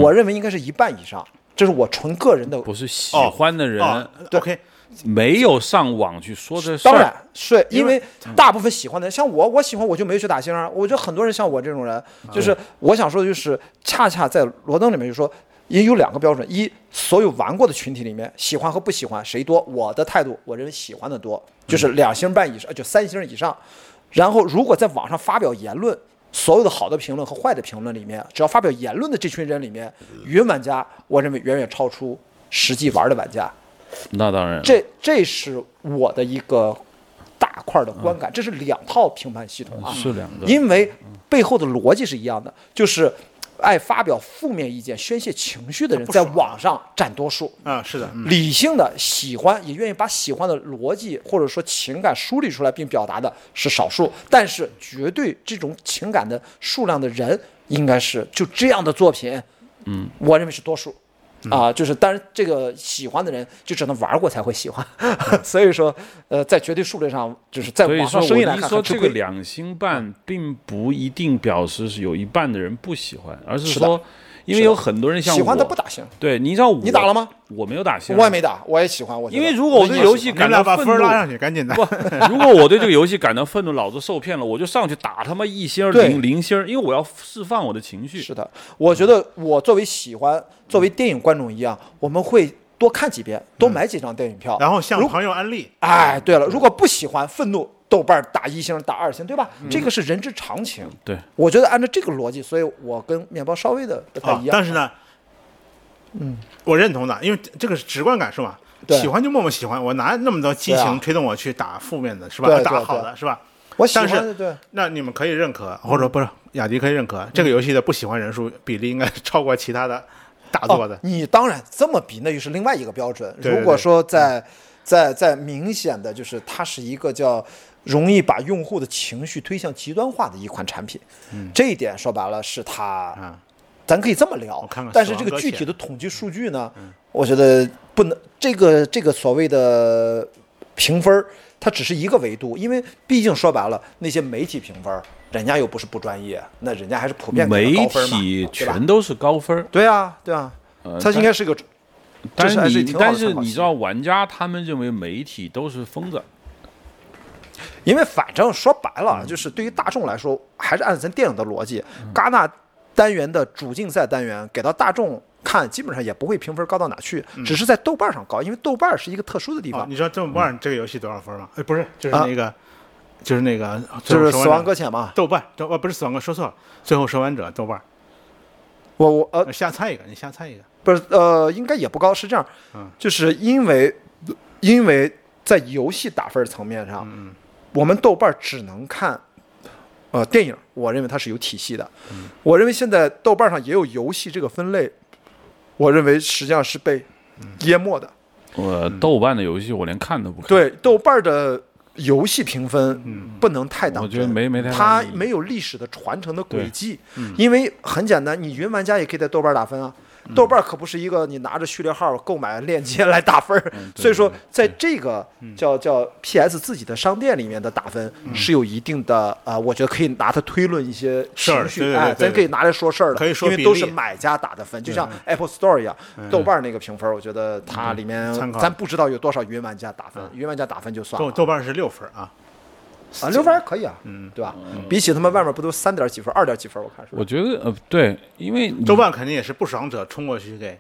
S3: 我认为应该是一半以上，这是我纯个人的。
S1: 嗯不是喜欢的人、
S2: 哦
S3: 对
S2: OK，
S1: 没有上网去说这事儿。
S3: 当然是因
S2: 因
S3: 为
S2: 为
S3: 大部分喜欢的人，像我，我喜欢我就没去打星啊。我觉得很多人像我这种人，就是我想说的就是，恰恰在罗登里面就说，也有两个标准：一，所有玩过的群体里面，喜欢和不喜欢谁多。我的态度，我认为喜欢的多，就是两星半以上，呃就三星以上。然后，如果在网上发表言论，所有的好的评论和坏的评论里面，只要发表言论的这群人里面，云玩家，我认为远远超出实际玩的玩家。
S1: 那当然，
S3: 这这是我的一个大块儿的观感，这是两套评判系统啊，
S1: 嗯是两个。
S3: 因为背后的逻辑是一样的，就是爱发表负面意见、宣泄情绪的人在网上占多数。
S2: 啊，是的，嗯
S3: 理性的喜欢，也愿意把喜欢的逻辑或者说情感梳理出来并表达的是少数，但是绝对这种情感的数量的人应该是就这样的作品，嗯，我认为是多数。
S1: 嗯
S3: 啊，就是，当然，这个喜欢的人就只能玩过才会喜欢， 所以说，呃，在绝对数量上，就是在
S1: 嗯所以
S3: 网上
S1: 说，
S3: 生
S1: 我
S3: 意来
S1: 一
S3: 看嗯
S1: 说
S3: 很吃
S1: 这个
S3: 亏。
S1: 两星半，并不一定表示是有一半的人不喜欢，而是
S3: 的
S1: 说，因为有很多人像我
S3: 喜欢的不打星，
S1: 对，你知道我
S3: 你打了吗？
S1: 我没有打星，
S3: 我也没打，我也喜欢。我觉
S1: 因为
S3: 得
S1: 如果我
S3: 也
S1: 对
S3: 喜
S1: 游
S3: 欢
S1: 戏
S2: 你们
S1: 感
S2: 俩
S1: 到
S2: 把
S1: 愤
S2: 分
S1: 怒
S2: 儿，拉上去，赶紧的。
S1: 如果我对这个游戏感到愤怒，老子受骗了，我就上去打他妈一星儿
S3: 对
S1: 零零星儿，因为我要释放我的情绪。
S3: 是的，我觉得我作为喜欢，作
S2: 嗯
S3: 为电影观众一样，我们会多看几遍，多买几张电影票。
S2: 然后向
S3: 如
S2: 朋友安利，
S3: 哎，对了，如果不喜欢，愤怒，豆瓣打一星，打二星，对吧？
S2: 嗯
S3: 这个是人之常情。
S1: 对，
S3: 我觉得按照这个逻辑，所以我跟面包稍微的不太
S2: 啊
S3: 一样。，
S2: 但是，呢，嗯，我认同的，因为这个是直观感受嘛。
S3: 对
S2: 喜欢就默默喜欢，我拿那么多激
S3: 对啊
S2: 情推动我去打负面的，是吧？
S3: 对对
S2: 打好的
S3: 对
S2: 是吧？
S3: 我喜
S2: 但是
S3: 欢对，嗯
S2: 那你们可以认可，或者不是雅迪可以认可，这个游戏的不喜欢人数比例应该超过其他的大作的
S3: 哦。。你当然这么比，那又是另外一个标准。
S2: 对对嗯
S3: 如果说在在在明显的就是它是一个叫容易把用户的情绪推向极端化的一款产品，这一点说白了是它，
S2: 嗯啊
S3: 咱可以这么聊。
S2: 看看
S3: 但是这
S2: 死亡
S3: 个
S2: 搁
S3: 具
S2: 浅
S3: 体的统计数据呢，
S2: 嗯
S3: 我觉得不能这个这个所谓的评分儿它只是一个维度，因为毕竟说白了，那些媒体评分儿人家又不是不专业，那人家还是普遍给
S1: 媒
S3: 的高分儿嘛，
S1: 体
S3: 对吧
S1: 全都是高分儿，
S3: 对啊，对啊，它应该是个，
S1: 呃但
S3: 这是还是
S1: 你
S3: 挺好的
S1: 但是
S3: 参考
S1: 你
S3: 系
S1: 知道，玩家他们认为媒体都是疯子，
S3: 因为反正说白
S1: 嗯
S3: 了，啊就是对于大众来说，还是按咱电影的逻辑，戛纳单元的主竞赛单元给到大众看，基本上也不会评分高到哪去，
S1: 嗯
S3: 只是在豆瓣上高，因为豆瓣是一个特殊的地
S1: 啊
S2: 哦
S3: 方，
S2: 你知道《这么棒》这个游戏多少分吗？
S3: 嗯
S2: 哎，不是，就是那个，就是那个，
S3: 就
S2: 最后生还
S3: 是
S2: 者
S3: 死亡搁浅嘛。
S2: 豆瓣，豆哦不是死亡搁说错了，最后生还者豆瓣。
S3: 我我呃
S2: 呃下猜一个，你下猜一个。
S3: 不是呃，应该也不高，是这样
S2: 嗯，
S3: 就是因为因为在游戏打分层面上，我们豆瓣只能看呃电影，我认为它是有体系的。我认为现在豆瓣上也有游戏这个分类，我认为实际上是被淹没的。
S1: 我豆瓣的游戏我连看都不看。，
S3: 嗯对豆瓣的游戏评分，
S2: 嗯
S3: 不能太当真。
S1: 我觉得没没太大
S3: 它
S1: 意义
S3: 没有历史的传承的轨迹，因
S2: 嗯
S3: 为很简单，你云玩家也可以在豆瓣打分啊。豆瓣可不是一个你拿着序列号购买链接来打分儿，
S2: 嗯
S3: 所以说在这个叫叫 PS 自己的商店里面的打分
S2: 嗯
S3: 是有一定的啊、呃我觉得可以拿它推论一些
S2: 事儿
S3: 情绪，
S2: 对对对
S3: 哎，
S2: 对
S3: 咱可以拿来说事儿的，
S2: 可以说
S3: 因为
S2: 比
S3: 都是
S2: 例嗯
S3: 买家打的分，就像 Apple Store 一样，豆瓣那个评分，我觉得它里面
S2: 参考
S3: 咱不知道有多少云玩家打分，云玩家打分就算
S2: 豆
S3: 了
S2: 豆瓣是六分啊。
S3: 啊，六分还可以啊，嗯，对吧？比起他们外面不都三点几分、二点几分，我看是吧。
S1: 我觉得呃对，因为你
S2: 豆瓣肯定也是不爽者冲过去给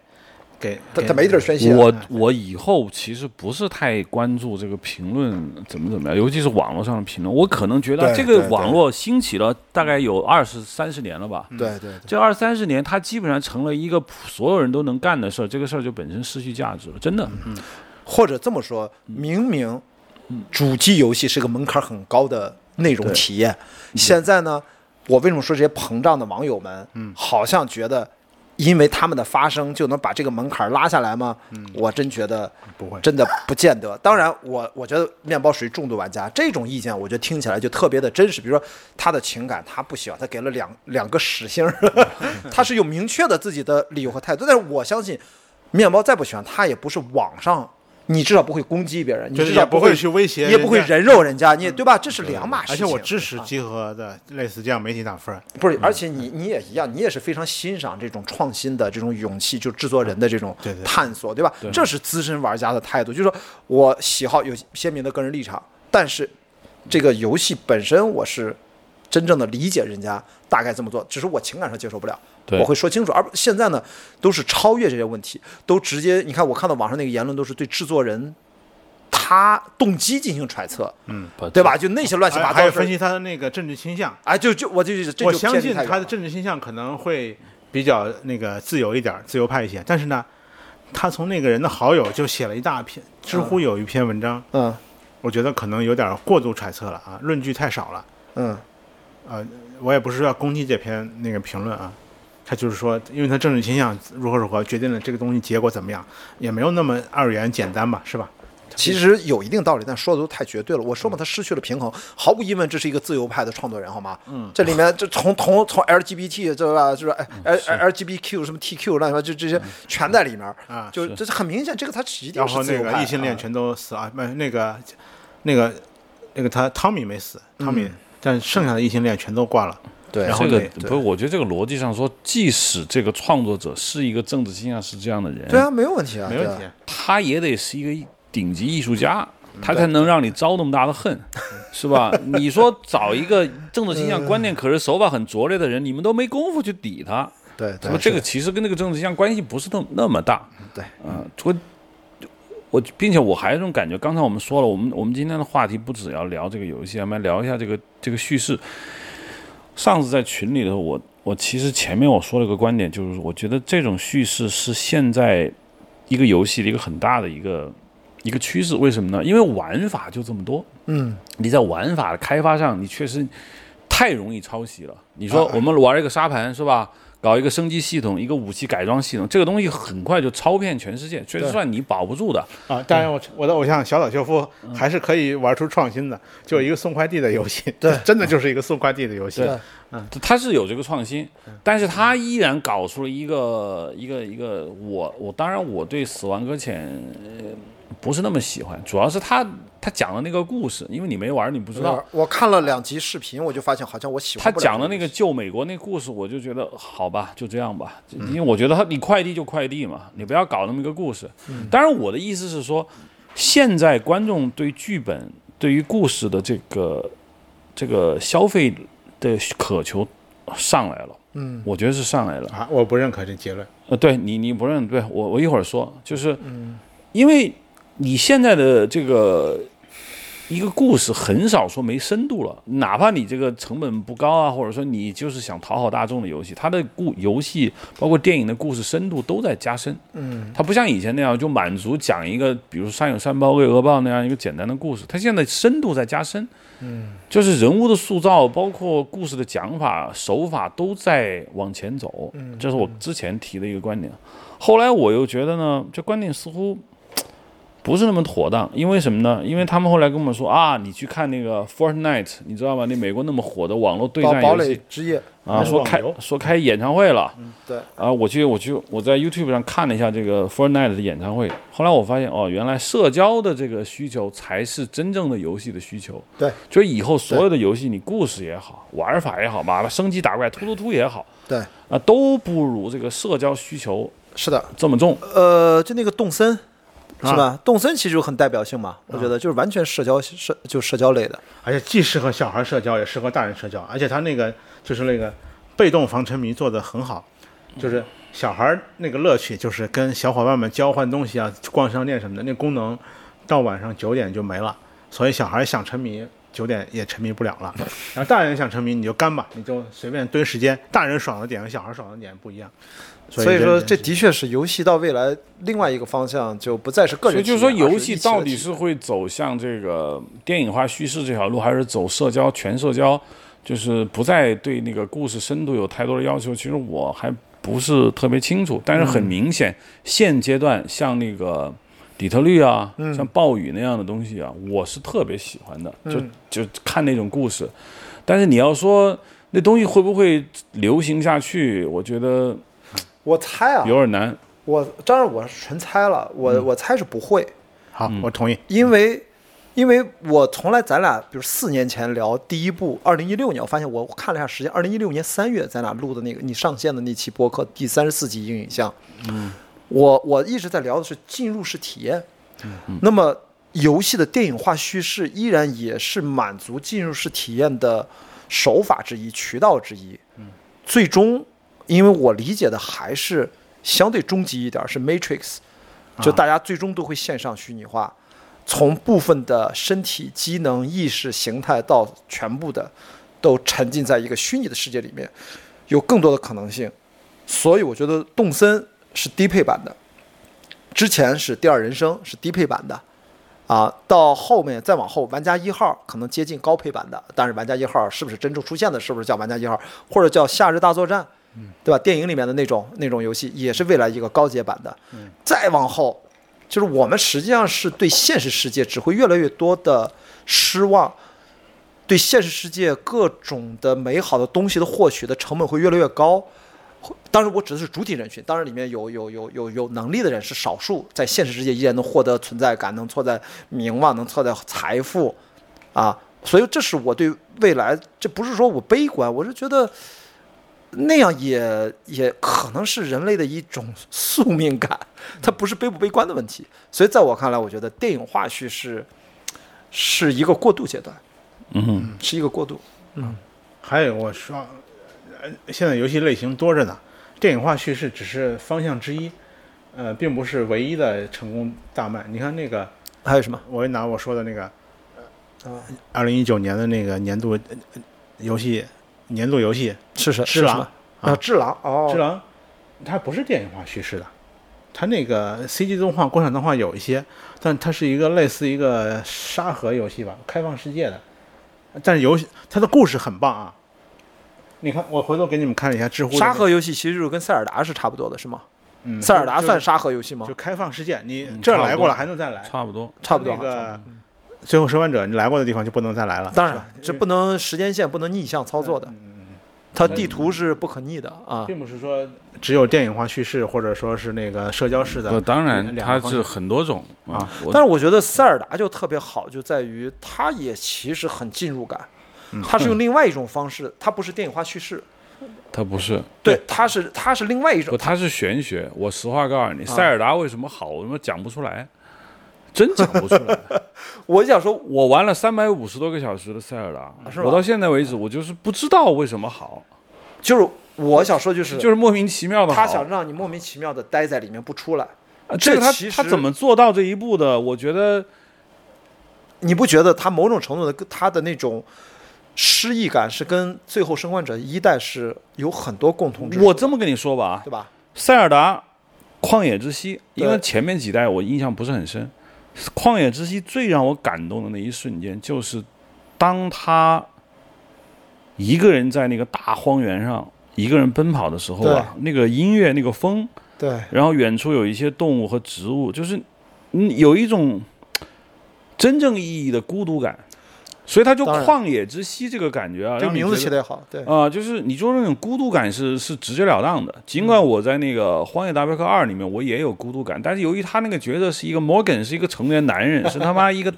S2: 给
S3: 嗯他
S2: 给
S3: 他没地儿宣泄，
S1: 我我以后其实不是太关注这个评论怎么怎么样，尤其是网络上的评论，我可能觉得
S3: 对
S1: 这
S3: 对
S1: 个
S3: 对
S1: 网络兴起了大概有二十三十年了吧。
S3: 对对
S1: 这二三十年，它基本上成了一个普所有人都能干的事儿，这个事儿就本身失去价值了，真的。
S3: 嗯或者这么说，明明主机游戏是个门槛很高的内容体验，现在呢，我为什么说这些膨胀的网友们，
S2: 嗯
S3: 好像觉得因为他们的发声就能把这个门槛拉下来吗？我真觉得
S2: 嗯不会
S3: 真的不见得。当然，我我觉得面包属于重度玩家，这种意见我觉得听起来就特别的真实。比如说他的情感，他不喜欢，他给了两两个屎星儿， 他是有明确的自己的理由和态度。但是我相信，面包再不喜欢，他也不是网上。你至少不会攻击别人，你
S2: 就是
S3: 至少
S2: 也不
S3: 会
S2: 会去威胁
S3: 你也不会
S2: 人家嗯
S3: 人肉人家，你也对吧？这是两码事
S2: 而
S3: 情。
S2: 且我支持嗯
S3: 啊
S2: 集合的类似这样媒体打分，
S3: 不是，而且你你也一样，你也是非常欣赏这种创新的这种勇气，就制作人的这种
S2: 对对
S3: 探索，对吧？这是资深玩家的态度，就是说我喜好有鲜明的个人立场，但是这个游戏本身我是真正的理解人家大概这么做，只是我情感上接受不了，
S1: 对
S3: 我会说清楚。而现在呢，都是超越这些问题，都直接你看，我看到网上那个言论都是对制作人他动机进行揣测，嗯，对吧？就那些乱七
S2: 还
S3: 八
S2: 还
S3: 糟
S2: 有
S3: 的
S2: 分
S3: 事。
S2: 析他的那个政治倾向。
S3: 哎，就就我就这就
S2: 我相
S3: 偏离
S2: 信
S3: 太远
S2: 他
S3: 了
S2: 的政治倾向可能会比较那个自由一点儿，自由派一些。但是呢，他从那个人的好友就写了一大篇，知乎有一篇文章，
S3: 嗯
S2: 我觉得可能有点儿过度揣测了啊，论据太少了。
S3: 嗯。
S2: 我也不是要攻击这篇那个评论啊，他就是说，因为他政治倾向如何如何，决定了这个东西结果怎么样，也没有那么二元简单吧，是吧？
S3: 其实有一定道理，但说的都太绝对了。我说嘛，他失去了平衡，毫无疑问，这是一个自由派的创作人，好吗？嗯，这里面这从从从 LGBT 对吧，就是哎
S2: 嗯
S3: L L G B Q 什么 T Q 乱七八糟，就这些全在里面
S2: 啊
S3: 就这是很明显，这个他一定
S2: 然
S3: 是
S2: 后
S3: 自
S2: 那
S3: 由派
S2: 个
S3: 啊。
S2: 异性恋全都死啊，不、那个那个那个他汤米没死，汤
S3: 嗯
S2: 米，但剩下的异性恋全都挂了。
S3: 对，
S2: 然后
S1: 这个
S2: 对啊
S1: 不是，我觉得这个逻辑上说，即使这个创作者是一个政治倾向是这样的人，
S3: 对啊，没有问题啊，
S2: 没问题
S3: 对啊。
S1: 他也得是一个顶级艺术家，他才能让你招那么大的恨，是吧？你说找一个政治倾向、观念可是手法很拙劣的人，你们都没功夫去抵他，
S3: 对
S1: 那么
S3: 对，
S1: 这个
S3: 是
S1: 其实跟那个政治倾向关系不是那那么大，
S3: 对，
S1: 嗯，我我并且我还有一种感觉，刚才我们说了，我们我们今天的话题不只要聊这个游戏，我们聊一下这个这个叙事。上次在群里的时候，我我其实前面我说了一个观点，就是我觉得这种叙事是现在一个游戏的一个很大的一个一个趋势。为什么呢？因为玩法就这么多，
S3: 嗯，
S1: 你在玩法的开发上，你确实太容易抄袭了。你说我们玩一个沙盘是吧？搞一个升级系统，一个武器改装系统，这个东西很快就超遍全世界，确实算你保不住的。
S2: 啊，当然我我的偶像小岛秀夫
S3: 嗯
S2: 还是可以玩出创新的，就一个送快递的游戏，
S3: 对
S2: 真的就是一个送快递的游戏
S3: 对。
S1: 他是有这个创新，但是他依然搞出了一个一个一个我我当然我对《死亡搁浅》呃不是那么喜欢，主要是他他讲的那个故事，因为你没玩儿你不知道。
S3: 我看了两集视频，我就发现好像我喜欢
S1: 他
S3: 不了
S1: 讲的那个救美国那故事，我就觉得好吧，就这样吧，因为我觉得他你快递就快递嘛，你不要搞那么一个故事。
S3: 嗯
S1: 当然，我的意思是说，现在观众对剧本、对于故事的这个这个消费的渴求上来了，嗯，我觉得是上来了。
S2: 啊，我不认可这结论。
S1: 呃，对你你不认，对我我一会儿说，就是，因为你现在的这个一个故事很少说没深度了，哪怕你这个成本不高啊，或者说你就是想讨好大众的游戏，它的故游戏包括电影的故事深度都在加深。嗯，它不像以前那样就满足讲一个，比如山有山包，恶有恶报那样一个简单的故事，它现在深度在加深。嗯，就是人物的塑造，包括故事的讲法、手法都在往前走。嗯，这是我之前提的一个观点。后来我又觉得呢，这观点似乎不是那么妥当，因为什么呢？因为他们后来跟我们说
S2: 嗯
S1: 啊，你去看那个 Fortnite，你知道吧？那美国那么火的网络对
S3: 堡
S1: 战
S3: 堡
S1: 游戏
S3: 垒之夜，
S1: 啊，说
S2: 网
S1: 开
S2: 游嗯
S1: 说开演唱会了。
S3: 对，
S1: 啊，我去，我去，我在 YouTube 上看了一下这个 Fortnite 的演唱会，后来我发现，哦，原来社交的这个需求才是真正的游戏的需求。
S3: 对，
S1: 就是以后所有的游戏，你故事也好，玩法也好，嘛，升级打怪、突突突也好，
S3: 对，
S1: 啊，都不如这个社交需求
S3: 是的，
S1: 这么重。
S3: 呃，就那个动森。
S1: 啊
S3: 是吧？动森其实有很代表性嘛，我觉得就是完全社交社就社交类的，
S2: 而且既适合小孩社交，也适合大人社交。而且它那个就是那个被动防沉迷做得很好，就是小孩那个乐趣就是跟小伙伴们交换东西啊，逛商店什么的，那功能到晚上九点就没了，所以小孩想沉迷。九点也沉迷不了了，然后大人想沉迷你就干吧，你就随便堆时间，大人爽的点和小孩爽的点不一样，
S3: 所以说
S2: 人
S3: 这的确是游戏到未来另外一个方向，就不再是个
S1: 所以
S3: 人
S1: 就是
S3: 体验。
S1: 说，游
S3: 而是一
S1: 戏
S3: 起的
S1: 到
S3: 体
S1: 底
S3: 验
S1: 是会走向这个电影化叙事这条路，还是走社交全社交？就是不再对那个故事深度有太多的要求。其实我还不是特别清楚，但是
S3: 嗯
S1: 很明显，现阶段像那个底特律啊，
S3: 嗯
S1: 像暴雨那样的东西啊，我是特别喜欢的，
S3: 嗯
S1: 就就看那种故事。但是你要说那东西会不会流行下去，我觉得
S3: 我猜啊
S1: 有，嗯点难。
S3: 我当然我是纯猜了，我、我猜是不会，
S2: 好，
S3: 嗯
S2: 我同意。
S3: 因为因为我从来咱俩比如四年前聊第一部二零一六年，我发现我看了一下时间，二零一六年三月咱俩录的那个你上线的那期播客第三十四集影影像，嗯，我我一直在聊的是进入式体验，嗯，那么游戏的电影化叙事依然也是满足进入式体验的手法之一、渠道之一，嗯，最终因为我理解的还是相对终极一点儿是 Matrix。就大家最终都会线上虚拟化，从部分的身体机能、意识形态到全部的，都沉浸在一个虚拟的世界里面，有更多的可能性。所以我觉得动森是低配版的，之前是第二人生是低配版的，啊，到后面再往后，玩家一号可能接近高配版的，但是玩家一号是不是真正出现的，是不是叫玩家一号，或者叫夏日大作战，对吧？电影里面的那种那种游戏也是未来一个高阶版的。再往后，就是我们实际上是对现实世界只会越来越多的失望，对现实世界各种的美好的东西的获取的成本会越来越高。会当然，我指的是主体人群，当然里面有有有有有能力的人是少数，在现实世界依然能获得存在感，能获得名望，能获得财富，啊，所以这是我对未来，这不是说我悲观，我是觉得那样也也可能是人类的一种宿命感，它不是悲不悲观的问题。所以在我看来，我觉得电影化叙事是一个过渡阶段，
S1: 嗯哼。
S3: 是一个过渡。
S2: 还有我说，呃，现在游戏类型多着呢，电影化叙事只是方向之一，呃，并不是唯一的成功大卖。你看那个，
S3: 还有什么？
S2: 我拿我说的那个，二零一九年的那个年度呃呃游戏年度游戏
S3: 是是
S2: 只
S3: 是什
S2: 狼
S3: 么啊？智狼
S2: 《
S3: 哦，
S2: 只狼》，它不是电影化叙事的，它那个 CG 动画、国产动画有一些，但它是一个类似一个沙盒游戏吧，开放世界的。但是游戏它的故事很棒啊！你看，我回头给你们看一下知乎的
S3: 沙
S2: 那个
S3: 盒游戏其实就是跟塞尔达是差不多的，是吗？
S2: 嗯
S3: 塞尔达
S2: 就
S3: 算沙盒游戏吗
S2: 就？开放世界，你
S1: 嗯
S2: 这儿
S1: 差不
S2: 来过
S1: 多
S2: 了还能再来，
S1: 差不多。
S3: 差不多
S2: 那
S3: 哈。
S2: 个最后生还者，你来过的地方就不能再来了。
S3: 当
S2: 是吧嗯
S3: 然，这不能时间线不能逆向操作的，它地图是不可逆的啊。
S2: 并不是说只有电影化叙事，或者说是那个社交式的
S1: 呃，。当然，
S2: 两
S1: 它
S2: 个方
S1: 是
S2: 向
S1: 很多种啊。我
S3: 但是我觉得塞尔达就特别好，就在于它也其实很进入感，
S1: 嗯
S3: 它是用另外一种方式，它不是电影化叙事，
S1: 它不是，
S3: 对，它是它是另外一种
S1: 不，，它是玄学。我实话告
S3: 啊
S1: 诉你，塞尔达为什么好，我他妈讲不出来，真讲不出 来。
S3: 我想说，
S1: 我玩了三百五十多个小时的塞尔达
S3: 啊是，吧嗯
S1: 我到现在为止，我就是不知道为什么好，
S3: 就是我想说就是，
S1: 就是莫名其妙的好。
S3: 他想让你莫名其妙的待在里面不出来，
S1: 呃这个他
S3: 这其
S1: 他
S3: 实
S1: 怎么做到这一步的？我觉得
S3: 你不觉得他某种程度的他的那种失意感是跟《最后生还者一代》是有很多共同之处，
S1: 我这么跟你说吧啊
S3: 对，吧？
S1: 塞尔达旷野之息，因为
S3: 对
S1: 前面几代我印象不是很深，旷野之息最让我感动的那一瞬间，就是当他一个人在那个大荒原上一个人奔跑的时候啊，那个音乐那个风，
S3: 对，
S1: 然后远处有一些动物和植物，就是嗯有一种真正意义的孤独感，所以他就
S3: 当然
S1: 旷野之息这个感觉啊，
S3: 这个
S1: 让你
S3: 名字
S1: 觉得
S3: 起的也好，对，
S1: 啊、就是你说那种孤独感是是直截了当的。尽
S3: 嗯
S1: 管我在那个《荒野大镖客二》里面我也有孤独感，但是由于他那个角色是一个 Morgan，是一个成年男人，是他妈一 个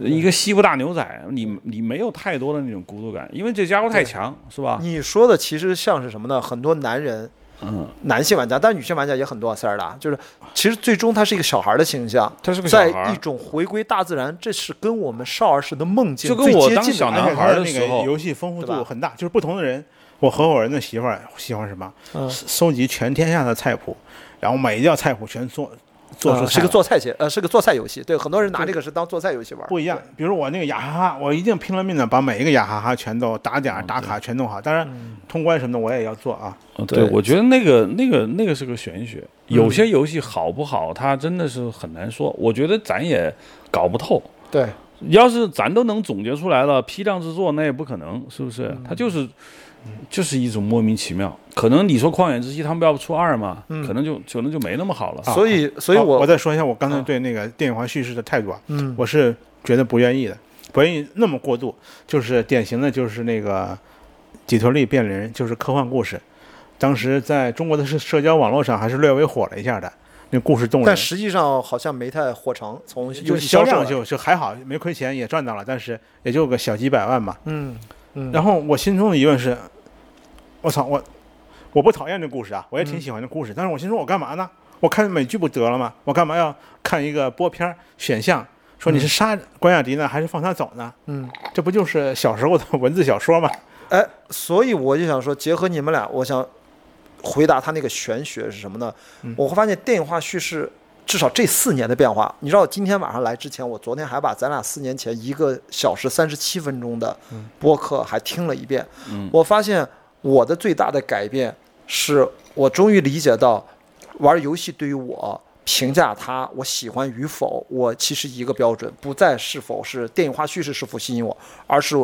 S1: 一个西部大牛仔，你你没有太多的那种孤独感，因为这家伙太强，是吧？
S3: 你说的其实像是什么呢？很多男人，
S1: 嗯，
S3: 男性玩家，但是女性玩家也很多啊。塞尔达就是，其实最终他是一个小孩的形象，
S1: 他是个小
S3: 在
S1: 孩
S3: 一
S1: 儿，
S3: 种回归大自然，这是跟我们少儿时的梦境
S1: 就跟
S3: 最
S1: 我
S3: 接
S1: 当
S3: 近
S1: 小
S3: 的。
S1: 男孩儿的时
S2: 而且它那
S1: 候
S2: 个游戏丰富
S3: 对
S2: 度
S3: 吧
S2: 很大，就是不同的人，我合伙人的媳妇儿喜欢什么，
S3: 嗯
S2: 搜集全天下的菜谱，然后每一道菜谱全做做出
S3: 呃
S2: 菜
S3: 是个
S2: 来
S3: 做菜节，呃，是个做菜游戏。对，很多人拿这个是当做菜游戏玩。
S2: 不一样。比如我那个雅哈哈，我一定拼了命的把每一个雅哈哈全都打点儿
S1: 嗯
S2: 打卡全弄好。当然，
S3: 嗯
S2: 通关什么的我也要做啊。
S1: 呃对
S3: 对嗯
S1: 我觉得那个那个那个是个玄学。有些游戏好不好，它真的是很难说。我觉得咱也搞不透。
S3: 对，
S1: 要是咱都能总结出来了，批量制作那也不可能，是不是？它就是就是一种莫名其妙。可能你说《旷野之息》他们要不出二嘛，可能就可能就没那么好了。
S3: 所以，所以
S2: 哦
S3: 我、
S2: 我再说一下我刚才
S3: 啊
S2: 对那个电影化叙事的态度啊，
S3: 嗯，
S2: 我是觉得不愿意的，不愿意那么过度，就是典型的就是那个底特律变人，就是科幻故事，当时在中国的社社交网络上还是略微火了一下的，那故事动人，
S3: 但实际上好像没太火成，从游
S2: 就
S3: 戏
S2: 销
S3: 销售
S2: 量
S3: 来
S2: 就就还好，没亏钱也赚到了，但是也就个小几百万吧。
S3: 嗯嗯，
S2: 然后我心中的疑问是，我操我。我不讨厌这故事啊，我也挺
S3: 嗯
S2: 喜欢这故事，但是我心说，我干嘛呢？我看美剧不得了吗？我干嘛要看一个播片儿选项？说你是杀关雅迪呢，还是放他走呢？
S3: 嗯，
S2: 这不就是小时候的文字小说吗？
S3: 哎，所以我就想说，结合你们俩，我想回答他那个玄学是什么呢？我会发现电影化叙事至少这四年的变化。你知道，我今天晚上来之前，我昨天还把咱俩四年前一个小时三十七分钟的播客还听了一遍。
S1: 嗯
S3: 我发现我的最大的改变是我终于理解到，玩游戏对于我。评价它，我喜欢与否，我其实一个标准，不再是否是电影化叙事是否吸引我，而是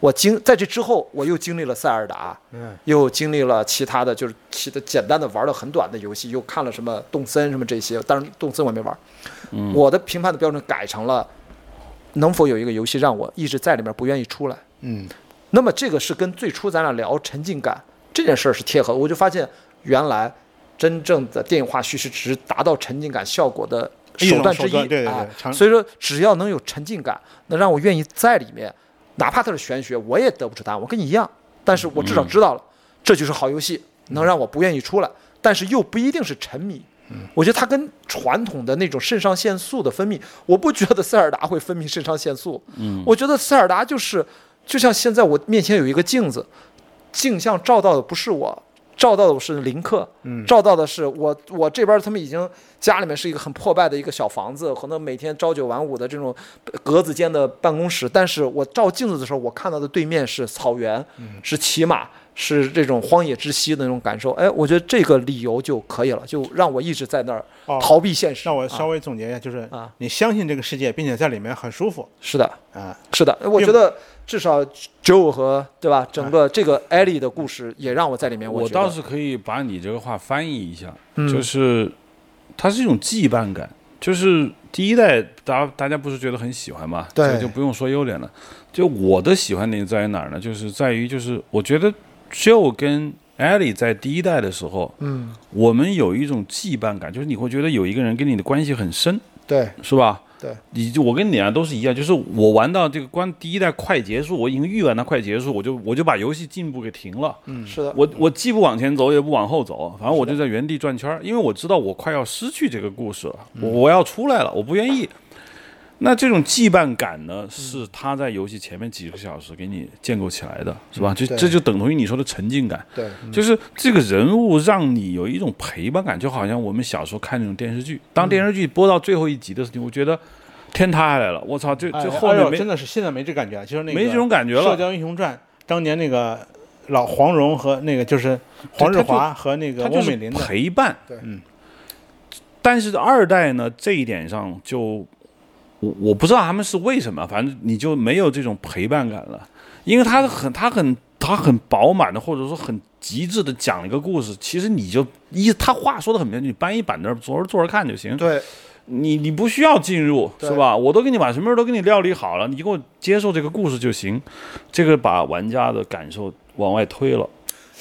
S3: 我经在这之后，我又经历了塞尔达，
S2: 嗯，
S3: 又经历了其他的就是其的简单的玩的很短的游戏，又看了什么动森什么这些，当然动森我没玩。
S1: 嗯
S3: 我的评判的标准改成了，能否有一个游戏让我一直在里面不愿意出来？
S2: 嗯，
S3: 那么这个是跟最初咱俩聊沉浸感这件事儿是贴合的。我就发现原来真正的电影化叙事只是达到沉浸感效果的手段之
S2: 一种手段对对对
S3: 哎
S2: 常
S3: 所以说只要能有沉浸感，能让我愿意在里面，哪怕它是玄学，我也得不出答案，我跟你一样，但是我至少知
S2: 嗯
S3: 道了，这就是好游戏，能让我不愿意出来，但是又不一定是沉迷。
S2: 嗯
S3: 我觉得它跟传统的那种肾上腺素的分泌，我不觉得塞尔达会分泌肾上腺素，
S1: 嗯，
S3: 我觉得塞尔达就是，就像现在我面前有一个镜子，镜像照到的不是我，照到的是林克，
S2: 嗯
S3: 照到的是我，我这边他们已经家里面是一个很破败的一个小房子，可能每天朝九晚五的这种格子
S2: 嗯
S3: 间的办公室，但是我照镜子的时候，我看到的对面是草原，是骑马，是这种荒野之息的那种感受。哎，我觉得这个理由就可以了，就让我一直在那儿
S2: 哦
S3: 逃避现实。
S2: 让我稍
S3: 啊、
S2: 微总结一下，就是
S3: 啊
S2: 你相信这个世界，并且在里面很舒服
S3: 是的，
S2: 啊。
S3: 是的，呃我
S2: 并
S3: 觉得至少 Joe 和对吧，整个这个 Ellie 的故事也让我在里面，
S1: 我
S3: 觉得
S1: 倒是可以把你这个话翻译一下，
S3: 嗯
S1: 就是它是一种羁绊感，就是第一代大家大家不是觉得很喜欢嘛，
S3: 对
S1: 这个就不用说优点了。就我的喜欢点在于哪儿呢？就是在于就是我觉得 Joe 跟 Ellie 在第一代的时候，
S3: 嗯，
S1: 我们有一种羁绊感，就是你会觉得有一个人跟你的关系很深，
S3: 对
S1: 是吧？
S3: 对，
S1: 你就我跟你啊都是一样，就是我玩到这个关第一代快结束，我已经预玩它快结束，我就我就把游戏进步给停了。
S3: 嗯是的，
S1: 我我既不往前走，也不往后走，反正我就在原地转圈儿，因为我知道我快要失去这个故事了，我我要出来了，我不愿意。那这种羁绊感呢，是他在游戏前面几个小时给你建构起来的，是吧？就
S3: 对
S1: 这就等同于你说的沉浸感，
S3: 对
S2: 嗯
S1: 就是这个人物让你有一种陪伴感，就好像我们小时候看那种电视剧，当电视剧播到最后一集的时候，我觉得天塌下来了，我操，这
S2: 哎
S1: 这后面
S2: 哎呦
S1: 没
S2: 真的是现在没这感觉了，啊就是那个
S1: 没这种感觉了
S2: 射雕英雄传》当年那个老黄蓉和那个就是黄日
S1: 对他就
S2: 华和那个
S1: 它就
S2: 翁美
S1: 是
S2: 玲的，
S1: 陪伴。
S3: 对
S1: 嗯。但是二代呢，这一点上就我我不知道他们是为什么，反正你就没有这种陪伴感了，因为它很它很它很饱满的，或者说很极致的讲了一个故事，其实你就一他话说的很明确，你搬一板凳坐着坐着看就行。
S3: 对
S1: 你你不需要进入，
S3: 对
S1: 是吧？我都给你把什么事都给你料理好了，你给我接受这个故事就行。这个把玩家的感受往外推了。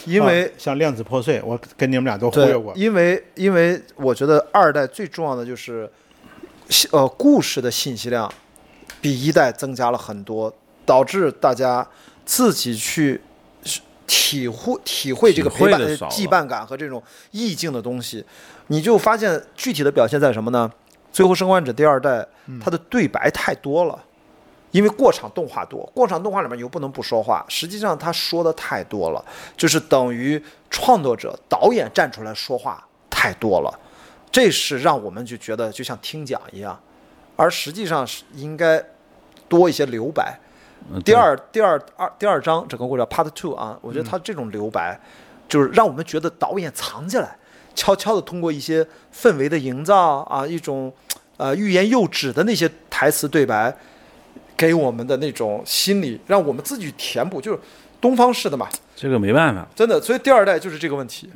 S3: 因为
S2: 啊像量子破碎，我跟你们俩都忽
S3: 对，
S2: 悠过，
S3: 因为因为我觉得二代最重要的就是，信呃，故事的信息量比一代增加了很多，导致大家自己去体会体会这个
S1: 体会
S3: 陪伴
S1: 得
S3: 呃
S1: 少了
S3: 羁绊感和这种意境的东西，你就发现具体的表现在什么呢？《最后生还者》第二代，
S1: 嗯
S3: 它的对白太多了。因为过场动画多，过场动画里面又不能不说话，实际上他说的太多了，就是等于创作者、导演站出来说话太多了，这是让我们就觉得就像听讲一样，而实际上是应该多一些留白。
S1: 嗯
S3: 第二、第二、二、第二章整个故事叫 Part Two 啊，我觉得他这种留白，就是让我们觉得导演藏起来，悄悄的通过一些氛围的营造啊，一种呃欲言又止的那些台词对白，给我们的那种心理，让我们自己填补，就是东方式的嘛，
S1: 这个没办法，
S3: 真的。所以第二代就是这个问题，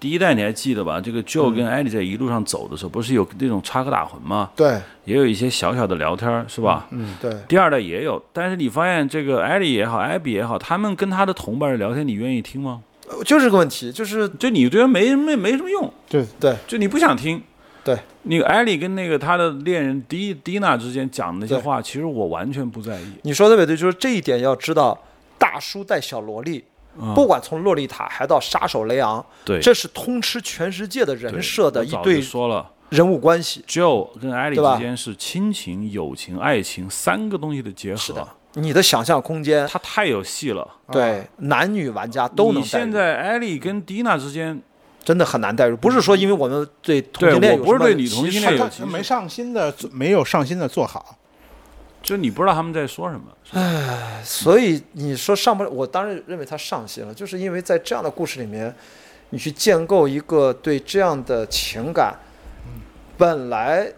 S1: 第一代你还记得吧？这个
S3: 嗯
S1: Joe 跟艾莉在一路上走的时候，不是有那种插科打诨吗？
S3: 对
S1: 也有一些小小的聊天儿，是吧？嗯。
S3: 对
S1: 第二代也有，但是你发现这个艾莉也好，艾比也好，他们跟他的同伴聊天，你愿意听吗？
S3: 呃就是这个问题，就是
S1: 就你觉得没没没什么用，
S2: 对，
S3: 对
S1: 就你不想听。
S3: 对
S1: 那个艾莉跟那个他的恋人迪迪娜之间讲的那些
S3: 对
S1: 话，其实我完全不在意。
S3: 你说得特别对，就是这一点要知道，大叔带小萝莉。不管从洛丽塔还到杀手雷昂，
S1: 嗯对
S3: 这是通吃全世界的人设的
S1: 我
S3: 一
S1: 早就
S3: 对
S1: 说了
S3: 人物关系。
S1: ，Joe 跟艾莉
S3: 对吧
S1: 之间是亲情、友情、爱情三个东西的结合。
S3: 是的，你的想象空间，
S1: 他太有戏了。
S3: 对男女玩家都
S1: 啊
S3: 能
S1: 你
S3: 带入
S1: 现在艾莉跟迪娜之间
S3: 真的很难代入，不是说因为我们对同
S1: 对
S3: 性恋
S1: 我
S3: 有
S1: 不是
S3: 什么
S1: 对女同
S3: 歧
S1: 性
S3: 视
S1: 恋
S2: 他
S1: 有
S2: 他没上心的，没有上心的做好。
S1: 就你不知道他们在说什么。
S3: 所以你说上不了，我当然认为他上心了，就是因为在这样的故事里面，你去建构一个对这样的情感，
S1: 嗯
S3: 本来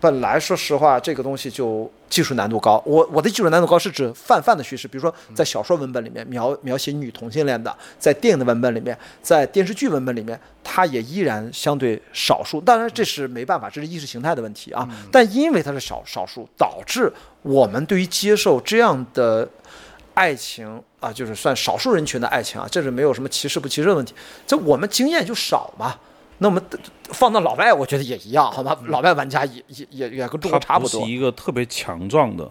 S3: 本来说实话，这个东西就技术难度高。我我的技术难度高是指泛泛的叙事，比如说在小说文本里面描描写女同性恋的，在电影的文本里面，在电视剧文本里面，它也依然相对少数。当然这是没办法，这是意识形态的问题啊。但因为它是少少数，导致我们对于接受这样的爱情啊，就是算少数人群的爱情啊，这是没有什么歧视不歧视的问题。这我们经验就少嘛。那我们放到老外，我觉得也一样，好吧？老外玩家也也也也跟中国差
S1: 它
S3: 不多
S1: 是。一个特别强壮的，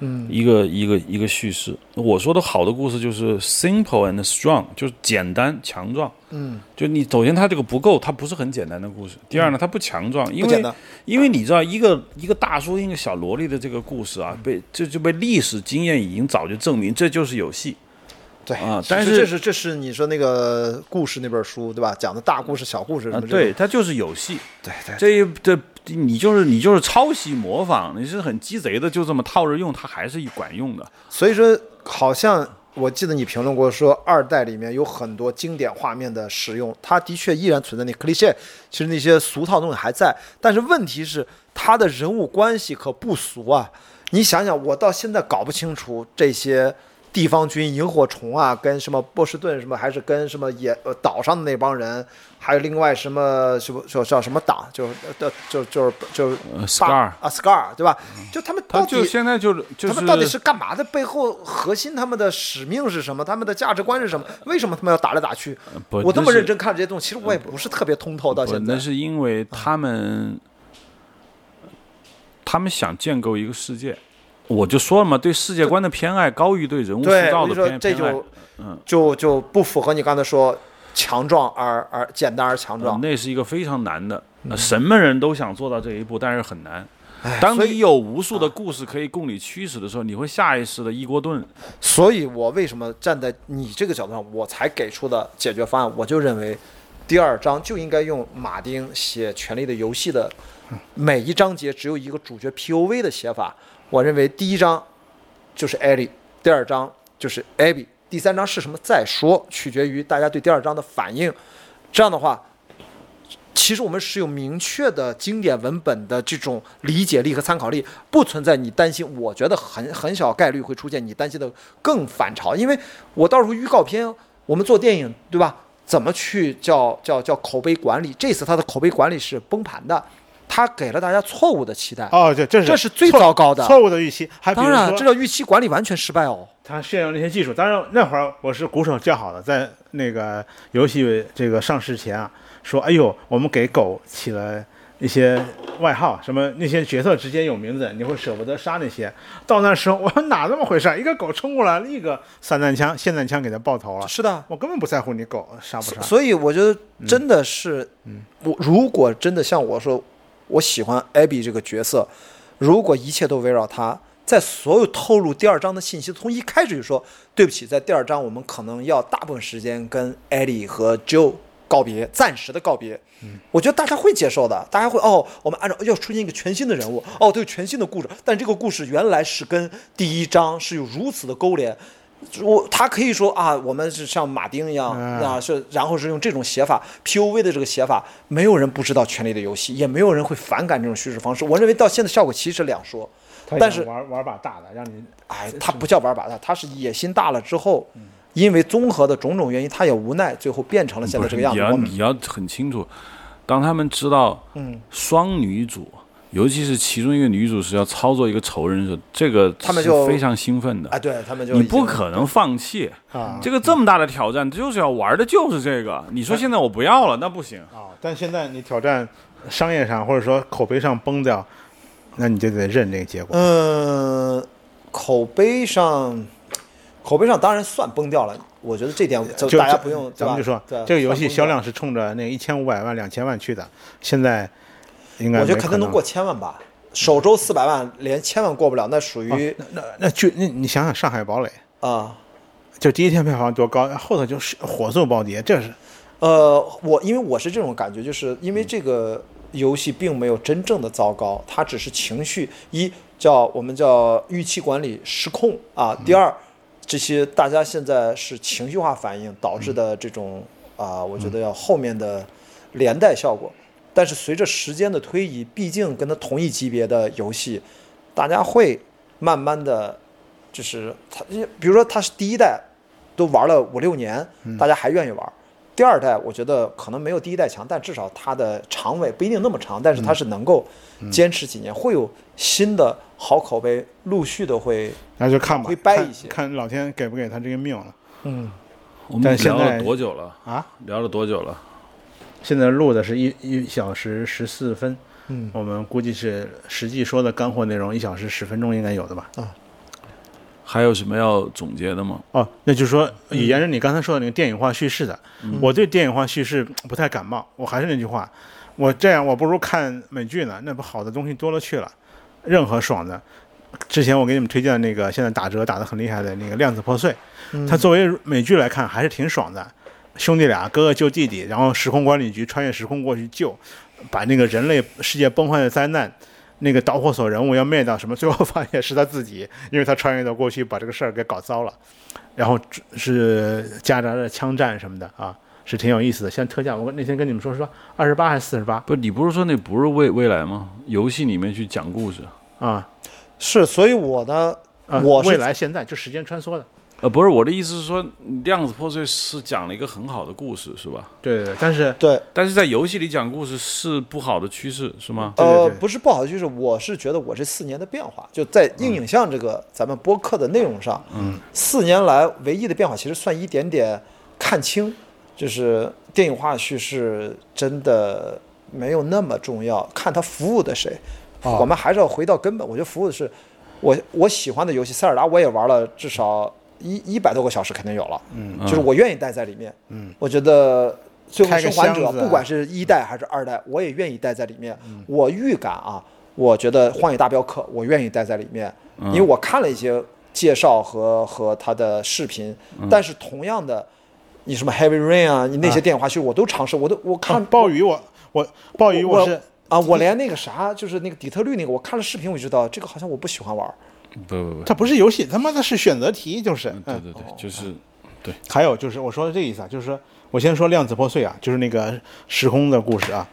S1: 嗯，一个一个一个叙事。我说的好的故事就是 simple and strong，就是简单强壮。嗯，就你首先它这个不够，它不是很简单的故事。第二呢，它不强壮，因
S3: 嗯不简
S1: 为
S3: 单
S1: 因为你知道一个一个大叔跟一个小萝莉的这个故事
S3: 嗯
S1: 啊，被这就被历史经验已经早就证明这就是有戏。
S3: 对
S1: 啊
S3: 其实
S1: 但是
S3: 这是这是你说那个故事那本书对吧？讲的大故事、小故事什
S1: 啊，
S3: 么这
S1: 对，
S3: 种、
S1: 它就是有戏。
S3: 对对
S1: 这一这你就是你就是抄袭模仿，你是很鸡贼的，就这么套着用，它还是管用的。
S3: 所以说好像我记得你评论过说，二代里面有很多经典画面的使用，它的确依然存在那 cliche，其实那些俗套的东西还在，但是问题是它的人物关系可不俗啊！你想想，我到现在搞不清楚这些地方军、萤火虫啊，跟什么波士顿什么，还是跟什么野呃岛上的那帮人，还有另外什么什么叫叫什么党，就是呃就就是就是
S1: 呃
S3: 巴
S1: Scar
S3: 啊 Scar 对吧？就他们
S1: 他
S3: 到
S1: 就
S3: 底
S1: 现在就是就
S3: 他们到底是干嘛的？背后核心他们的使命是什么？他们的价值观是什么？为什么他们要打来打去？
S1: 呃不
S3: 我这
S1: 那
S3: 么
S1: 是呃
S3: 认真看这些东西，其实我也不是特别通透到
S1: 不
S3: 现在
S1: 那。是因
S3: 嗯
S1: 为他们、他们想建构一个世界。我就说了嘛，对世界观的偏爱高于对人物塑
S3: 对，
S1: 造
S3: 我
S1: 的
S3: 就说
S1: 偏
S3: 这
S1: 偏爱。呃嗯
S3: 就就就不符合你刚才说强壮而而简单而强
S1: 呃
S3: 壮。
S1: 那是一个非常难的，
S3: 嗯
S1: 呃什么人都想做到这一步，但是很难。当
S3: 哎所以啊
S1: 你有无数的故事可以供你驱使的时候，你会下意识的一锅炖。
S3: 所以我为什么站在你这个角度上，我才给出的解决方案，我就认为第二章就应该用马丁写《权力的游戏》的每一章节只有一个主角 POV 的写法。我认为第一章就是艾莉，第二章就是艾比，第三章是什么再说，取决于大家对第二章的反应。这样的话，其实我们是有明确的经典文本的这种理解力和参考力，不存在你担心。我觉得很很小概率会出现你担心的更反潮，因为我到时候预告片，我们做电影对吧？怎么去叫叫叫口碑管理？这次他的口碑管理是崩盘的，他给了大家错误的期待，
S2: 哦，对，这是
S3: 这是最糟糕的。
S2: 错误的预期，还比
S3: 当
S2: 如
S3: 然，
S2: 说
S3: 这叫预期管理完全失败哦。
S2: 他炫耀那些技术。当然那会儿我是鼓手叫好的，在那个游戏这个上市前啊，说哎呦，我们给狗起了一些外号，什么那些角色之间有名字，你会舍不得杀那些。到那时候我说哪那么回事儿？一个狗冲过来，一个散弹枪、霰弹枪给它爆头了。
S3: 是的，
S2: 我根本不在乎你狗杀不杀，
S3: 所以我觉得真的是，我如果真的像我说，我喜欢艾比这个角色，如果一切都围绕他，在所有透露第二章的信息，从一开始就说对不起，在第二章我们可能要大部分时间跟艾莉和 Joe 告别，暂时的告别。我觉得大家会接受的，大家会哦，我们按照要出现一个全新的人物，哦，对，全新的故事，但这个故事原来是跟第一章是有如此的勾连。我他可以说啊，我们是像马丁一样
S2: 嗯
S3: 啊，是然后是用这种写法 POV 的这个写法，没有人不知道《权力的游戏》，也没有人会反感这种叙事方式。我认为到现在效果其实两说，但是
S2: 玩玩把大的，让你
S3: 哎，他不叫玩把大，他是野心大了之后，
S2: 嗯
S3: 因为综合的种种原因，他也无奈，最后变成了现在这个样子。
S1: 你要
S3: 我们嗯
S1: 你要很清楚，当他们知道双女主，尤其是其中一个女主是要操作一个仇人的时，候，这个
S3: 他们
S1: 是
S3: 就
S1: 非常兴奋的
S3: 哎，。对他们就
S1: 你
S3: 已经
S1: 不可能放弃
S2: 啊
S1: 这个这么大的挑战，就是要玩的就是这个。你说现在我不要了，那不行。
S2: 啊、但现在你挑战商业上或者说口碑上崩掉，那你就得认这个结果。
S3: 嗯，口碑上，口碑上当然算崩掉了。我觉得这点就
S2: 就
S3: 大家
S2: 这
S3: 不用，
S2: 咱们就
S3: 对吧
S2: 说
S3: 对
S2: 这个游戏
S3: 算崩掉
S2: 销量是冲着那一千五百万、两千万去的，现在应该
S3: 我觉得
S2: 没
S3: 肯定能
S2: 可
S3: 过。千万吧。首周四百万，连千万过不了，那属于
S2: 那那就那你想想《上海堡垒》，
S3: 啊、
S2: 就第一天票房多高，后头就是火速暴跌，这是
S3: 呃，我因为我是这种感觉，就是因为这个游戏并没有真正的糟糕，它只是情绪一叫我们叫预期管理失控啊，第二这些大家现在是情绪化反应导致的这种啊、我觉得要后面的连带效果。但是随着时间的推移，毕竟跟它同一级别的游戏，大家会慢慢的就是它，比如说它是第一代，都玩了五六年，大家还愿意玩。第二代我觉得可能没有第一代强，但至少它的长尾不一定那么长，但是它是能够坚持几年，会有新的好口碑陆续的会，
S2: 那就看吧，
S3: 会掰
S2: 看
S3: 一些
S2: 看老天给不给他这个命了
S3: 嗯，
S1: 我们
S2: 但现
S1: 聊
S2: 在
S1: 了多久了？
S2: 啊！
S1: 聊了多久了？
S2: 现在录的是一一小时十四分，
S3: 嗯
S2: 我们估计是实际说的干货内容一小时十分钟应该有的吧。
S1: 还有什么要总结的吗？
S2: 哦，那就是说，也沿着你刚才说的那个电影化叙事的，我对电影化叙事不太感冒。我还是那句话，我这样我不如看美剧呢，那不好的东西多了去了，任何爽的。之前我给你们推荐的那个现在打折打得很厉害的那个《量子破碎》，它作为美剧来看还是挺爽的。兄弟俩，哥哥救弟弟，然后时空管理局穿越时空过去救，把那个人类世界崩坏的灾难那个导火索人物要灭掉什么，最后发现是他自己，因为他穿越到过去把这个事儿给搞糟了，然后这是夹杂着枪战什么的啊，是挺有意思的。现在特价，我那天跟你们说说二十八还是四十八
S1: 不，你不是说那不是未未来吗？游戏里面去讲故事，
S2: 啊？
S3: 是，所以我呢，
S2: 啊
S3: 我是
S2: 未来现在就时间穿梭的，
S1: 呃，不是我的意思是说，量子破碎是讲了一个很好的故事，是吧？
S2: 对对对，但是
S3: 对，
S1: 但是在游戏里讲故事是不好的趋势，是吗？
S2: 对对
S3: 呃
S2: 对，
S3: 不是不好，就是我是觉得我这四年的变化，就在
S2: 嗯
S3: 硬影像这个咱们播客的内容上，嗯，四年来唯一的变化其实算一点点看清，就是电影化叙事真的没有那么重要，看它服务的谁，
S2: 啊
S3: 我们还是要回到根本。我觉得服务的是我我喜欢的游戏，塞尔达我也玩了至少一一百多个小时，肯定有了，嗯，就是我愿意待在里面，嗯，我觉得。最后
S2: 开个
S3: 生
S2: 箱
S3: 还者，
S2: 子啊嗯
S3: 不管是一代还是二代，我也愿意待在里面。我预感啊，我觉得《荒野大镖客》，我愿意待在里面，
S2: 嗯
S3: 因为我看了一些介绍和和他的视频。
S2: 嗯
S3: 但是同样的，你什么 Heavy Rain 啊，你那些电影花絮，我都尝试，我都我看
S2: 啊鲍鱼我我鲍鱼
S3: 我
S2: 是
S3: 啊，我连那个啥，就是那个底特律那个，我看了视频，我就知道这个好像我不喜欢玩。
S1: 不不不，
S2: 它不是游戏，他妈的是选择题，就是
S1: 嗯
S2: 嗯
S1: 对。对对，就是
S2: 还有就是我说的这意思啊，就是说我先说量子破碎啊，就是那个时空的故事啊，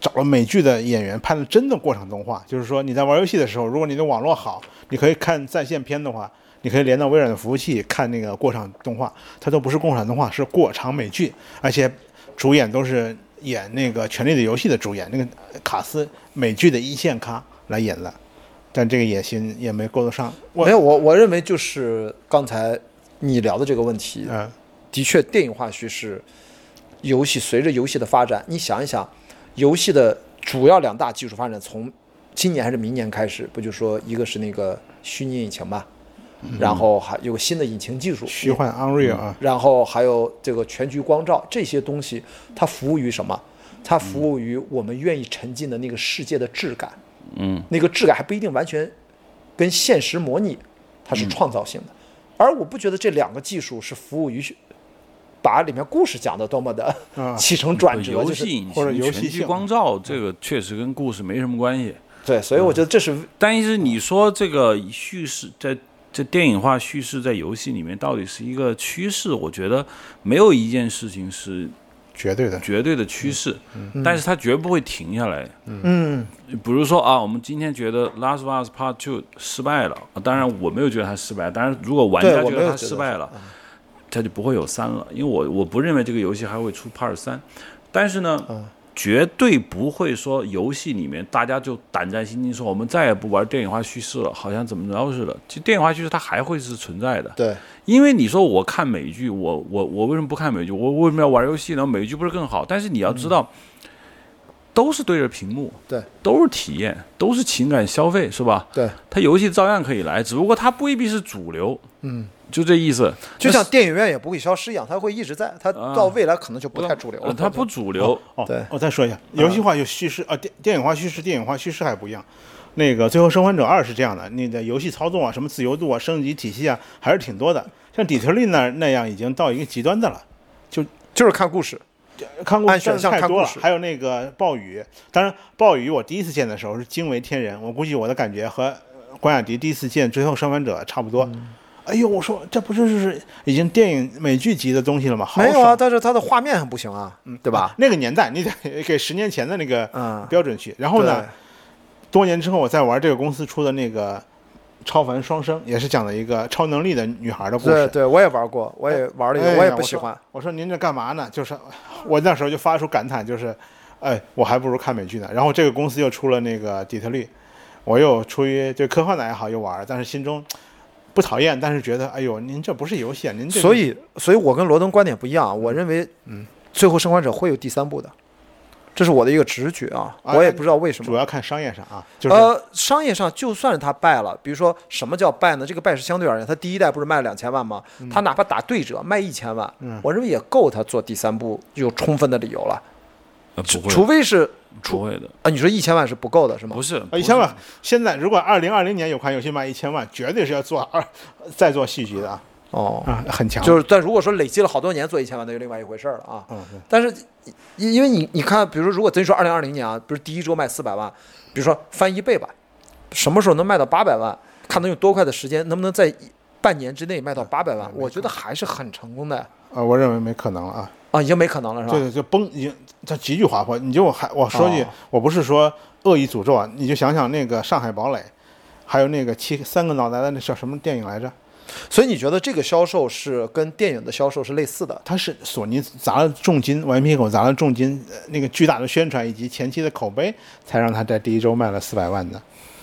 S2: 找了美剧的演员拍了真的过场动画，就是说你在玩游戏的时候，如果你的网络好，你可以看在线片的话，你可以连到微软的服务器看那个过场动画，它都不是过场动画，是过场美剧，而且主演都是演那个《权力的游戏》的主演，那个卡斯美剧的一线咖来演的，但这个野心也没够得上，我
S3: 没有，我我认为就是刚才你聊的这个问题，
S2: 嗯
S3: 的确，电影化叙事游戏随着游戏的发展，你想一想，游戏的主要两大技术发展，从今年还是明年开始，不就说一个是那个虚拟引擎嘛，然后还有个新的引擎技术，
S2: 虚幻 Unreal 啊，
S3: 然后还有这个全局光照这些东西，它服务于什么？它服务于我们愿意沉浸的那个世界的质感。
S1: 嗯，
S3: 那个质感还不一定完全跟现实模拟，它是创造性的。而我不觉得这两个技术是服务于把里面故事讲的多么的
S2: 啊
S3: 起承转折，
S1: 游
S3: 就是
S1: 戏嗯引擎
S2: 或者游戏
S1: 全局
S2: 性
S1: 光照这个确实跟故事没什么关系。
S3: 对，所以我觉得这是
S1: 但是你说这个叙事在这电影化叙事在游戏里面到底是一个趋势？我觉得没有一件事情是
S2: 绝对的。
S1: 绝对的趋势，但是它绝不会停下来。
S3: 嗯，
S1: 比如说啊，我们今天觉得《Last of Us Part Two》失败了，啊当然我没有觉得它失败，当然如果玩
S3: 对
S1: 家
S3: 我
S1: 觉
S3: 没
S1: 得
S3: 有
S1: 它
S3: 觉得
S1: 失败了，它就不会有三了，因为我我不认为这个游戏还会出 Part 三，但是呢。绝对不会说游戏里面大家就胆战心惊说我们再也不玩电影化叙事了，好像怎么着似的。其实电影化叙事它还会是存在的，
S3: 对，
S1: 因为你说我看美剧，我我我为什么不看美剧？我我为什么要玩游戏呢？美剧不是更好？但是你要知道，
S3: 嗯
S1: 都是对着屏幕，
S3: 对，
S1: 都是体验，都是情感消费，是吧？
S3: 对，
S1: 它游戏照样可以来，只不过它未必是主流。嗯，就这意思。
S3: 就像电影院也不会消失一样，它会一直在，它到未来可能就不太主流
S1: 呃
S3: 了。
S1: 啊它不主流，
S2: 哦，
S3: 对啊
S2: 我再说一下，游戏化有叙事啊，电电影化叙事，电影化叙事还不一样。那个《最后生还者二》是这样的，你的游戏操纵啊，什么自由度啊、升级体系啊，还是挺多的。像底特律那那样，已经到一个极端的了。
S3: 就是看故事，
S2: 看故
S3: 按
S2: 事
S3: 选
S2: 真
S3: 项
S2: 的太
S3: 看
S2: 多
S3: 故
S2: 了
S3: 事，
S2: 还有那个暴雨。当然，暴雨我第一次见的时候是惊为天人，我估计我的感觉和呃关雅迪第一次见《最后生还者》差不多。
S3: 嗯
S2: 哎呦，我说这不是就是已经电影美剧级的东西了吗？好
S3: 没有啊，
S2: 爽
S3: 但是它的画面很不行啊，对吧？
S2: 那个年代，你得给十年前的那个
S3: 嗯
S2: 标准去。然后
S3: 对，
S2: 呢，多年之后，我在玩这个公司出的那个《超凡双生》，也是讲了一个超能力的女孩的故
S3: 对
S2: 事。
S3: 对，我也玩过，我也玩了一个，
S2: 哎呀
S3: 我也不喜欢。
S2: 我说您这干嘛呢？就是我那时候就发出感叹，就是，哎，我还不如看美剧呢。然后这个公司又出了那个《底特律》，我又出于对科幻的爱好又玩，但是心中不讨厌，但是觉得，哎呦，您这不是游戏啊，您这个
S3: 所以，所以我跟罗登观点不一样，我认为，嗯，最后生还者会有第三部的，这是我的一个直觉啊，
S2: 啊
S3: 我也不知道为什么
S2: 主。要看商业上啊，就是、
S3: 呃，商业上就算是他败了，比如说什么叫败呢？这个败是相对而言，他第一代不是卖了两千万吗？
S2: 嗯
S3: 他哪怕打对折卖一千万，我认为也够他做第三部有充分的理由了，
S1: 呃不会，
S3: 除非是
S1: 不会的，
S3: 啊，你说一千万是不够的，是吗
S1: 不？是
S2: 啊，一千万！现在如果二零二零年有款游戏卖一千万，绝对是要做二再做续集的啊
S3: 哦，
S2: 啊，很强。
S3: 就是，但如果说累积了好多年做一千万，那就另外一回事儿了啊。
S2: 嗯对
S3: 但是因因为你你看，比如说，如果真说二零二零年啊，比如第一周卖四百万，比如说翻一倍吧，什么时候能卖到八百万，看能有多快的时间，能不能在一半年之内卖到八百万，我觉得还是很成功的
S2: 呃，我认为没可能了啊。
S3: 啊，已经没可能了是
S2: 对
S3: 吧？
S2: 对，就崩，已经它急剧滑坡。你就还我说句，
S3: 哦
S2: 我不是说恶意诅咒啊，你就想想那个《上海堡垒》，还有那个七三个脑袋的那叫什么电影来着？
S3: 所以你觉得这个销售是跟电影的销售是类似的？
S2: 它是索尼砸了重金，顽皮狗砸了重金，呃那个巨大的宣传以及前期的口碑，才让它在第一周卖了四百万的。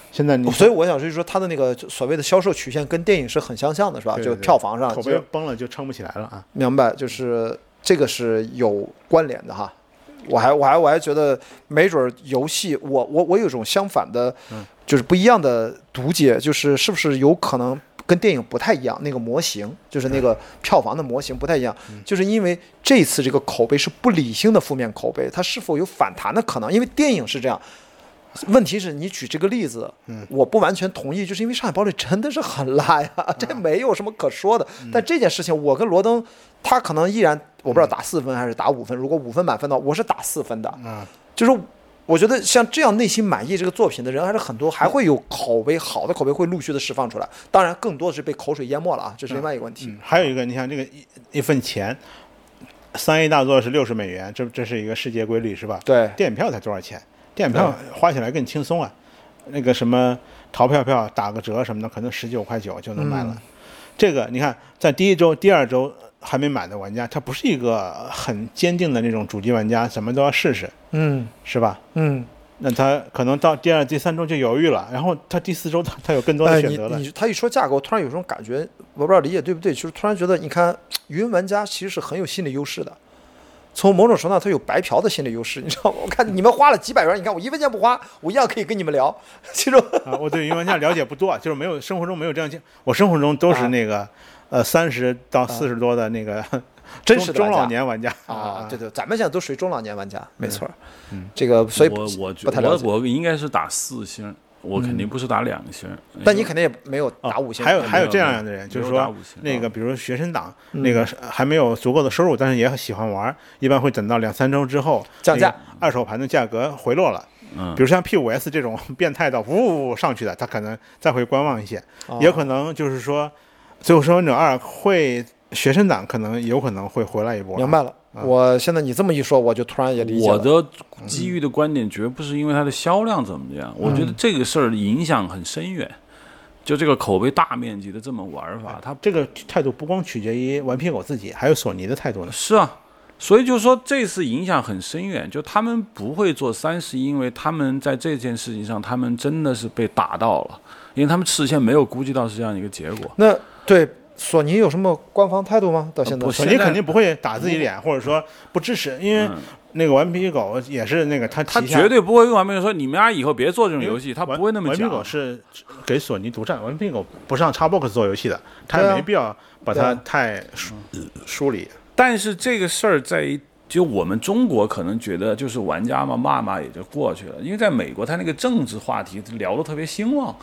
S2: 现在你
S3: 所以我想就是说，它的那个所谓的销售曲线跟电影是很相像的，是吧？
S2: 对
S3: 就
S2: 对
S3: 票房上
S2: 口
S3: 就
S2: 碑崩了就撑不起来了啊！
S3: 明白，就是这个是有关联的哈。我还我还我还觉得没准儿游戏，我我我有一种相反的，就是不一样的读解，就是是不是有可能跟电影不太一样？那个模型就是那个票房的模型不太一样，就是因为这次这个口碑是不理性的负面口碑，它是否有反弹的可能？因为电影是这样。问题是你举这个例子，
S2: 嗯
S3: 我不完全同意，就是因为上海堡垒真的是很烂呀，
S2: 嗯
S3: 这没有什么可说的。但这件事情，我跟罗登，他可能依然我不知道打四分还是打五分。如果五分满分的话，我是打四分的。
S2: 嗯，
S3: 就是我觉得像这样内心满意这个作品的人还是很多，还会有口碑好的口碑会陆续的释放出来。当然，更多的是被口水淹没了啊，这是另外一个问题。
S2: 嗯还有一个，你看这个一一份钱，三 A 大作是六十美元，这这是一个世界规律是吧？
S3: 对
S2: 电影票才多少钱？电影票花起来更轻松啊，那个什么淘票票打个折什么的，可能十九块九就能买了。这个你看，在第一周、第二周还没买的玩家，他不是一个很坚定的那种主机玩家，什么都要试试，
S3: 嗯
S2: 是吧？
S3: 嗯，
S2: 那他可能到第二、第三周就犹豫了，然后他第四周他他有更多
S3: 哎，
S2: 的选
S3: 你
S2: 择了。
S3: 你他一说价格，我突然有种感觉，我不知道理解对不对，就是突然觉得，你看云玩家其实是很有心理优势的，从某种程度上他有白嫖的心理优势，你知道吗？我看你们花了几百元，你看我一分钱不花，我一样可以跟你们聊，其中
S2: 啊，我对云玩家了解不多，就是没有生活中没有这样经，我生活中都是那个、呃三十到四十多的那个、
S3: 真
S2: 中
S3: 实的
S2: 中
S3: 玩家
S2: 老年玩家
S3: 啊，对对，咱们现在都属于中老年玩家，没错儿，
S2: 嗯
S3: 这个所以
S1: 我我觉
S3: 不太了解，嗯
S1: 我我应该是打四星，我肯定不是打两星。
S3: 但你肯定也没有打五星，
S2: 哦还有
S1: 没
S2: 还有
S1: 有
S2: 这
S1: 没
S2: 样
S1: 有
S2: 的人，
S1: 没
S2: 就是
S1: 有打
S2: 说
S1: 五星
S2: 那
S1: 啊
S2: 个，比如说学生党，
S3: 嗯
S2: 那个是还没有足够的收入，但是也喜欢玩，一般会等到两三周之后
S3: 降价，
S2: 那个二手盘的价格回落了。
S1: 嗯
S2: 比如像 P 五 S 这种 变态到呜呜上去的，他可能再会观望一些，
S3: 哦
S2: 也有可能就是说《最后生还者二》会学生党可能有可能会回来一波。
S3: 明白了。
S2: 嗯
S3: 我现在你这么一说，我就突然也理解
S1: 我
S3: 了。
S1: 的机遇的观点绝不是因为它的销量怎么样，我觉得这个事儿影响很深远。就这个口碑大面积的这么玩法，它
S2: 这个态度不光取决于顽皮狗自己，还有索尼的态度呢。
S1: 是啊，所以就说这次影响很深远，就他们不会做三，是因为他们在这件事情上，他们真的是被打到了，因为他们事先没有估计到是这样一个结果。
S3: 那对索尼有什么官方态度吗？到现在
S1: 不
S2: 索
S1: 是
S2: 尼肯定呃不会打
S1: 嗯
S2: 自己脸，或者说不支持，因为那个顽皮狗也是那个他
S1: 他
S2: 旗下哎
S1: 绝对不会跟玩命说你们家以后别做这种游戏，他不会那么
S2: 顽皮
S1: 讲。
S2: 狗是给索尼独占，顽皮狗不上 Xbox 做游戏的，他
S3: 对
S2: 也
S3: 啊
S2: 没必要把
S3: 对
S2: 它
S3: 啊
S2: 太梳梳理。
S1: 但是这个事儿在于，就我们中国可能觉得就是玩家嘛骂骂也就过去了，因为在美国他那个政治话题聊得特别兴旺，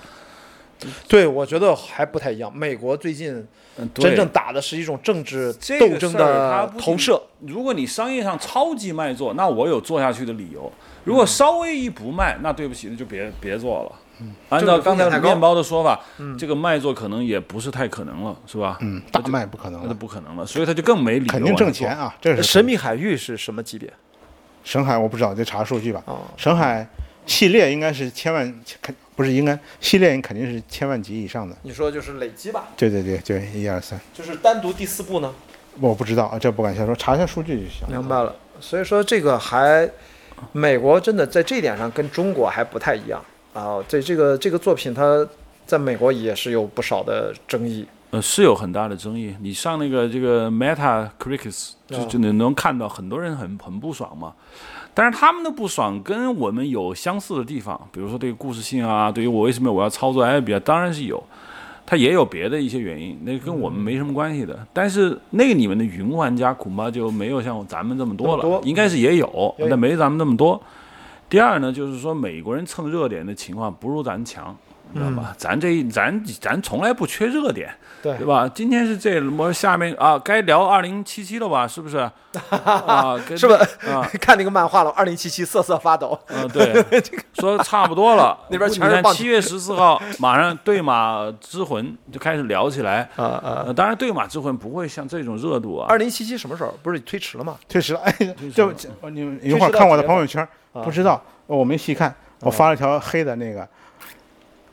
S3: 对，我觉得还不太一样。美国最近
S1: 嗯对
S3: 真正打的是一种政治
S1: 这
S3: 斗
S1: 个
S3: 争
S1: 事儿它
S3: 的
S1: 不仅
S3: 投射。。
S1: 如果你商业上超级卖座，那我有做下去的理由；如果稍微一不卖，那对不起，那就别别做了。
S2: 嗯
S1: 按照刚才
S3: 这个风险太高
S1: 面包的说法，这个卖座可能也不是太可能了，是吧？
S2: 嗯，大卖不可能
S1: 那就
S2: 了，
S1: 不可能了，所以他就更没理由
S2: 肯定挣
S1: 往下做
S2: 钱啊！这是
S3: 呃神秘海域是什么级别？
S2: 沈海，我不知道，得查数据吧。
S3: 哦
S2: 沈海系列应该是千万，肯不是应该系列肯定是千万级以上的。
S3: 你说就是累积吧，
S2: 对对对对，一二三，
S3: 就是单独第四部呢？
S2: 我不知道啊，这不敢瞎说，查一下数据就行。
S3: 明白了。所以说这个还，美国真的在这一点上跟中国还不太一样啊。这这个这个作品它在美国也是有不少的争议。
S1: 呃，是有很大的争议。你上那个这个 Meta Critics，就
S3: 啊
S1: 就能能看到很多人很很不爽嘛。但是他们的不爽跟我们有相似的地方，比如说对于故事性啊，对于我为什么我要操作艾比啊，当然是有，它也有别的一些原因，那跟我
S3: 嗯
S1: 们没什么关系的。但是那个里面的云玩家恐怕就没有像咱们这么多了，
S3: 这么多嗯
S1: 应该是也有，
S3: 也有
S1: 但没咱们那么多。第二呢，就是说美国人蹭热点的情况不如咱强。你知道
S3: 嗯
S1: 吧？咱这咱咱从来不缺热点，
S3: 对
S1: 对吧？今天是这么，下面啊该聊二零七七了吧？是不是？ 啊，跟
S3: 是吧？
S1: 啊，
S3: 看那个漫画了，二零七七瑟瑟发抖。
S1: 嗯、 对，说差不多了。
S3: 那边全
S1: 你
S3: 是
S1: 看
S3: 棒球
S1: 七月十四号，马上对马之魂就开始聊起来。
S3: 啊啊！
S1: 呃，当然对马之魂不会像这种热度啊
S3: 二。零七七什么时候？不是推迟了吗？
S2: 确实了，哎，这这你们一会
S3: 哦
S2: 儿
S3: 确实到
S2: 看我的
S3: 结啊
S2: 朋友圈，不知道，呃我没细看，我发了条黑的那个，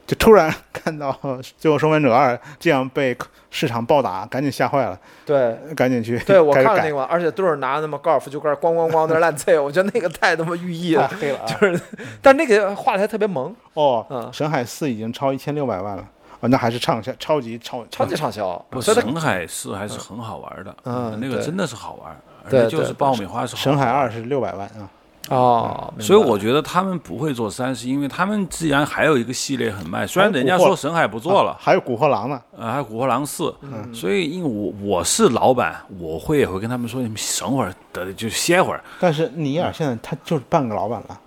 S2: 就突然 看到《最后生还者二》这样被市场暴打，赶紧吓坏了，
S3: 对，
S2: 赶紧去
S3: 对我
S2: 开
S3: 看
S2: 始
S3: 了那
S2: 改
S3: 个，而且队儿拿那么高尔夫球杆咣咣咣在那烂啐，我觉得那个太他妈寓意了
S2: 太。黑了啊！
S3: 就是， 但那个画的还特别萌，
S2: 哦
S3: 嗯，
S2: 神海四已经超一千六百万了，哦，那还是畅销，超级超
S3: 超级畅销。
S2: 嗯
S1: 不，
S3: 所以它
S1: 神海四还是很好玩的，
S3: 嗯
S1: 那个
S3: 对
S1: 真的是好玩，而
S3: 对
S1: 且就
S3: 对
S1: 是爆米花是好
S2: 神海
S1: 玩
S2: 二是六百万啊，
S3: 哦，
S2: 嗯
S3: 明白
S1: 所以我觉得他们不会做三，是因为他们既然还有一个系列很卖，虽然人家
S2: 还有
S1: 说
S2: 古惑
S1: 神海不做了，
S2: 还有古惑狼呢，
S1: 呃，还有古惑狼四，所以因为我我是老板，我会也会跟他们说，你们省会儿，得就歇会儿。
S2: 但是尼
S3: 嗯
S2: 尔现在他就是半个老板了，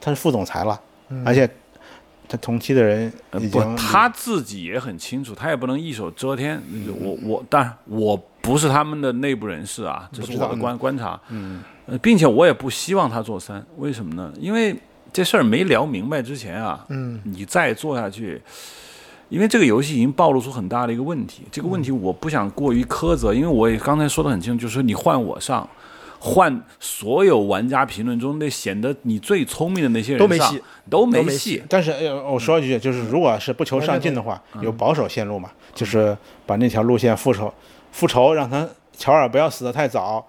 S2: 他是副总裁了，
S3: 嗯
S2: 而且他同期的人
S1: 呃
S2: 已
S1: 不
S2: 经，
S1: 他自己也很清楚，他也不能一手遮天。我我，当然我不是他们的内部人士啊，这是
S2: 知
S1: 我
S2: 道
S1: 的
S2: 嗯
S1: 观观察。嗯，并且我也不希望他做三，为什么呢？因为这事儿没聊明白之前啊，嗯，你再做下去，因为这个游戏已经暴露出很大的一个问题。这个问题我不想过于苛责，因为我也刚才说的很清楚，就是你换我上。换所有玩家评论中那显得你最聪明的那些人
S3: 都没
S1: 上
S3: 戏，
S1: 都没
S3: 没
S1: 戏，
S2: 但是呃我说一句，就是如果是不求上进的话，
S1: 嗯
S2: 有保守线路嘛，就是把那条路线复仇复仇，让他乔尔不要死得太早，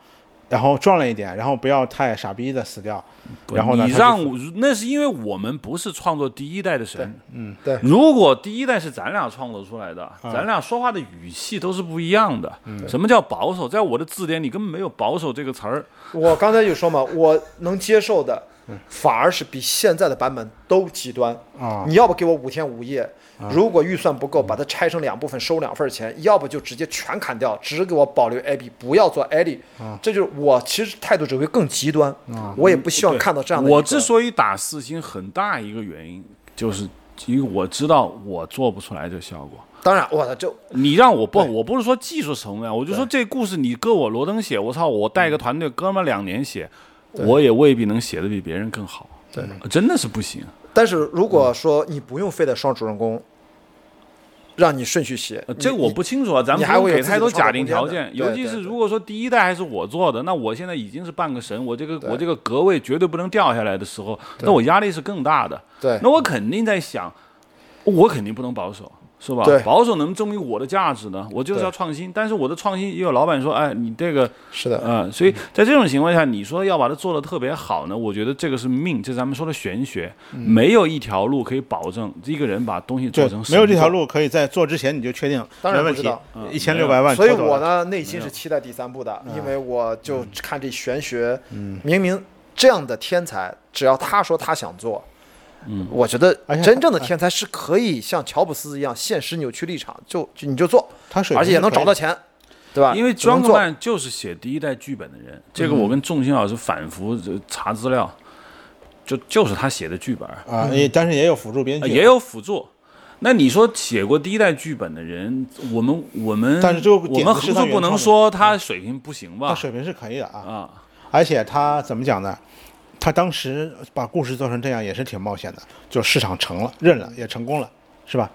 S2: 然后壮烈一点，然后不要太傻逼的死掉，
S1: 不
S2: 然后呢，
S1: 你
S2: 他就
S1: 让我，那是因为我们不是创作第一代的神。
S2: 嗯，
S3: 对
S1: 如果第一代是咱俩创作出来
S2: 啊
S1: 的，咱俩说话的语气都是不一样的。
S2: 嗯
S1: 什么叫保守？在我的字典里根本没有保守这个词儿。
S3: 我刚才就说嘛，我能接受的，
S2: 嗯
S3: 反而是比现在的版本都极端。
S2: 啊
S3: 你要不给我五天五夜，如果预算不够，把它拆成两部分收两份钱；要不就直接全砍掉，只给我保留 Abby，不要做 Ellie。这
S2: 啊
S3: 就是我其实态度只会更极端，
S2: 嗯
S3: 我也不希望看到这样的一个。
S1: 我之所以打四星，很大一个原因就是因为我知道我做不出来这效果。
S3: 当然，我操，就
S1: 你让我不，我不是说技术层面，我就说这故事你搁我罗登写，我操，我带个
S3: 嗯
S1: 团队，哥们儿两年写，我也未必能写的比别人更好。对，真的是不行。
S3: 但是如果说你不用非得双主人公，让你顺序写
S1: 呃，这
S3: 你
S1: 我不清楚啊，咱
S3: 你
S1: 们
S3: 还
S1: 不
S3: 会
S1: 用给
S3: 有自
S1: 太
S3: 己
S1: 多
S3: 的创
S1: 假
S3: 作
S1: 定
S3: 空间
S1: 条
S3: 的
S1: 件，
S3: 对
S1: 尤其
S3: 对
S1: 是
S3: 对
S1: 如果说第一代还是我做的，那我现在已经是半个神，我这个我这个格位绝对不能掉下来的时候，那我压力是更大的。
S3: 对
S1: 那我肯定在想，我肯定不能保守，是吧
S3: 对？
S1: 保守能证明我的价值呢？我就是要创新，但是我的创新也有老板说，哎，你这个
S3: 是的，
S1: 嗯，所以在这种情况下，你说要把它做得特别好呢，我觉得这个是命，这是咱们说的玄学，
S3: 嗯
S1: 没有一条路可以保证一个人把东西做
S2: 就
S1: 成神
S2: 没有这条
S1: 作。
S2: 路可以在做之前你就确定，
S3: 当然
S2: 没问
S3: 不知
S2: 题
S3: 道，嗯
S2: 一千六百万，
S3: 所以
S2: 妥妥
S3: 我
S2: 的，
S3: 呢内心是期待第三部的，
S1: 嗯
S3: 因为我就看这玄学，明明这样的天才，只要他说他想做。嗯，我觉得
S2: 而且
S3: 真正的天才是可以像乔布斯一样现实扭曲立场，就就你就做，
S2: 他水平
S3: 而且也能
S2: 是可
S3: 找
S2: 以
S3: 到钱，对吧？
S1: 因为
S3: 只能
S1: John
S3: 做
S1: Man 就是写第一代剧本的人，这个我
S2: 嗯
S1: 跟仲兴老师反复呃查资料，就就是他写的剧本，
S2: 啊，也但是也有辅助编
S1: 呃
S3: 啊
S2: 剧，
S1: 也有辅助。那你说写过第一代剧本的人，我们我们
S2: 但是这个
S1: 我
S2: 点
S1: 们
S2: 子是
S1: 横
S2: 他
S1: 竖
S2: 原
S1: 不能
S2: 创的嗯
S1: 说他水平不行
S2: 他
S1: 吧？
S2: 水平是可以的啊，
S1: 啊，
S2: 而且他怎么讲呢？他当时把故事做成这样也是挺冒险的，就市场成了，认了，也成功了，是吧？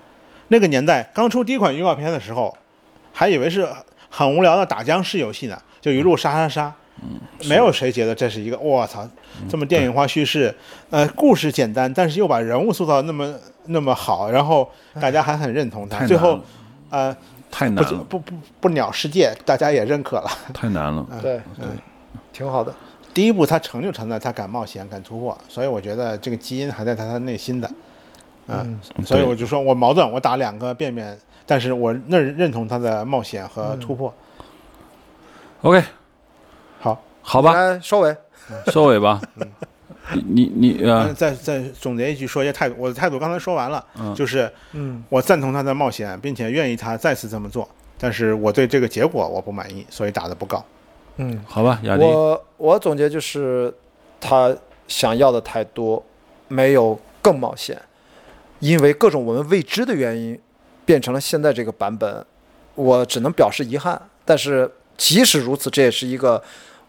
S2: 那个年代刚出第一款预告片的时候，还以为是很无聊的打僵尸游戏呢，就一路杀杀杀。
S1: 嗯
S2: 没有谁觉得这是一个我操这么电影化叙事，呃，故事简单，但是又把人物塑造得那么那么好，然后大家还很认同
S1: 太
S2: 他，
S1: 难
S2: 最后
S1: 了，
S2: 呃，
S1: 太
S2: 不
S1: 难了，
S2: 不不不鸟世界，大家也认可了。
S1: 太难
S2: 嗯
S1: 了。
S3: 对，挺好的。
S2: 第一步，他成就成在他敢冒险、敢突破，所以我觉得这个基因还在他他内心的，嗯，所以我就说我矛盾，我打两个便便，但是我认认同他的冒险和突破。
S1: OK，
S2: 好，
S1: 好吧，
S3: 来收尾，
S1: 收尾吧。你你你
S2: 嗯，
S1: 呃，
S2: 再再总结一句，说一下态度，我的态度刚才说完了，就是
S3: 嗯，
S2: 我赞同他的冒险，并且愿意他再次这么做，但是我对这个结果我不满意，所以打的不高。
S3: 嗯，
S1: 好吧，雅迪，
S3: 我我总结就是，他想要的太多，没有更冒险，因为各种我们未知的原因，变成了现在这个版本。我只能表示遗憾，但是即使如此，这也是一个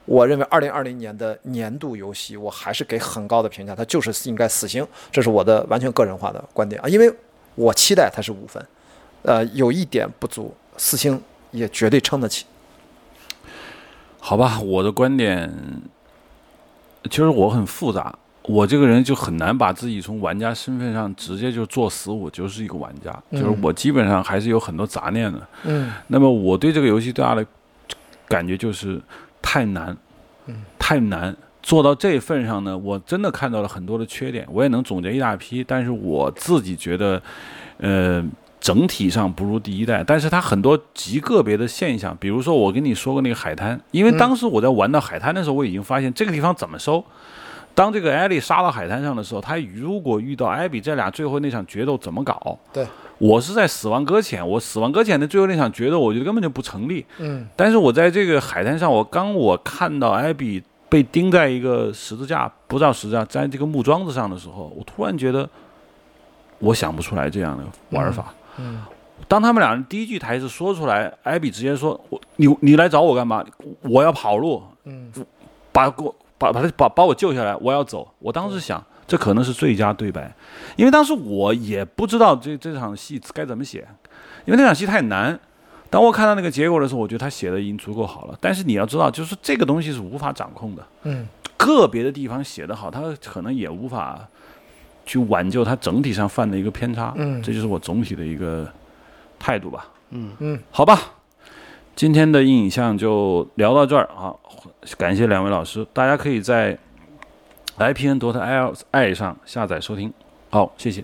S3: 我认为二零二零年的年度游戏，我还是给很高的评价，它就是应该死星，这是我的完全个人化的观点啊，因为我期待它是五分，呃，有一点不足，四星也绝对撑得起。
S1: 好吧，我的观点其实我很复杂，我这个人就很难把自己从玩家身份上直接就做死，我就是一个玩家，
S3: 嗯
S1: 就是我基本上还是有很多杂念的。
S3: 嗯
S1: 那么我对这个游戏最大的感觉就是太难，
S3: 嗯
S1: 太难。做到这份上呢，我真的看到了很多的缺点，我也能总结一大批，但是我自己觉得，呃，整体上不如第一代，但是它很多极个别的现象，比如说我跟你说过那个海滩，因为
S3: 嗯
S1: 当时我在玩到海滩的时候，我已经发现这个地方怎么收。当这个艾莉杀到海滩上的时候，他如果遇到艾比这俩最后那场决斗怎么搞？
S3: 对，
S1: 我是在死亡搁浅，我死亡搁浅的最后那场决斗，我觉得根本就不成立。
S3: 嗯
S1: 但是我在这个海滩上，我刚我看到艾比被钉在一个十字架，不知道十字架在这个木桩子上的时候，我突然觉得我想不出来这样的玩法。
S3: 嗯
S1: 当他们俩人第一句台词说出来，艾比直接说：“我你你来找我干嘛？我要跑路，
S3: 嗯
S1: 把给我把把他把把我救下来，我要走。”我当时想，这可能是最佳对白，因为当时我也不知道这这场戏该怎么写，因为那场戏太难。当我看到那个结果的时候，我觉得他写的已经足够好了。但是你要知道，就是这个东西是无法掌控的，
S3: 嗯
S1: 个别的地方写得好，他可能也无法去挽救他整体上犯的一个偏差。
S3: 嗯
S1: 这就是我总体的一个态度吧。
S2: 嗯
S3: 嗯，
S1: 好吧，今天的硬影像就聊到这儿啊，感谢两位老师，大家可以在 IPN 夺特 L 爱上下载收听。好，谢谢。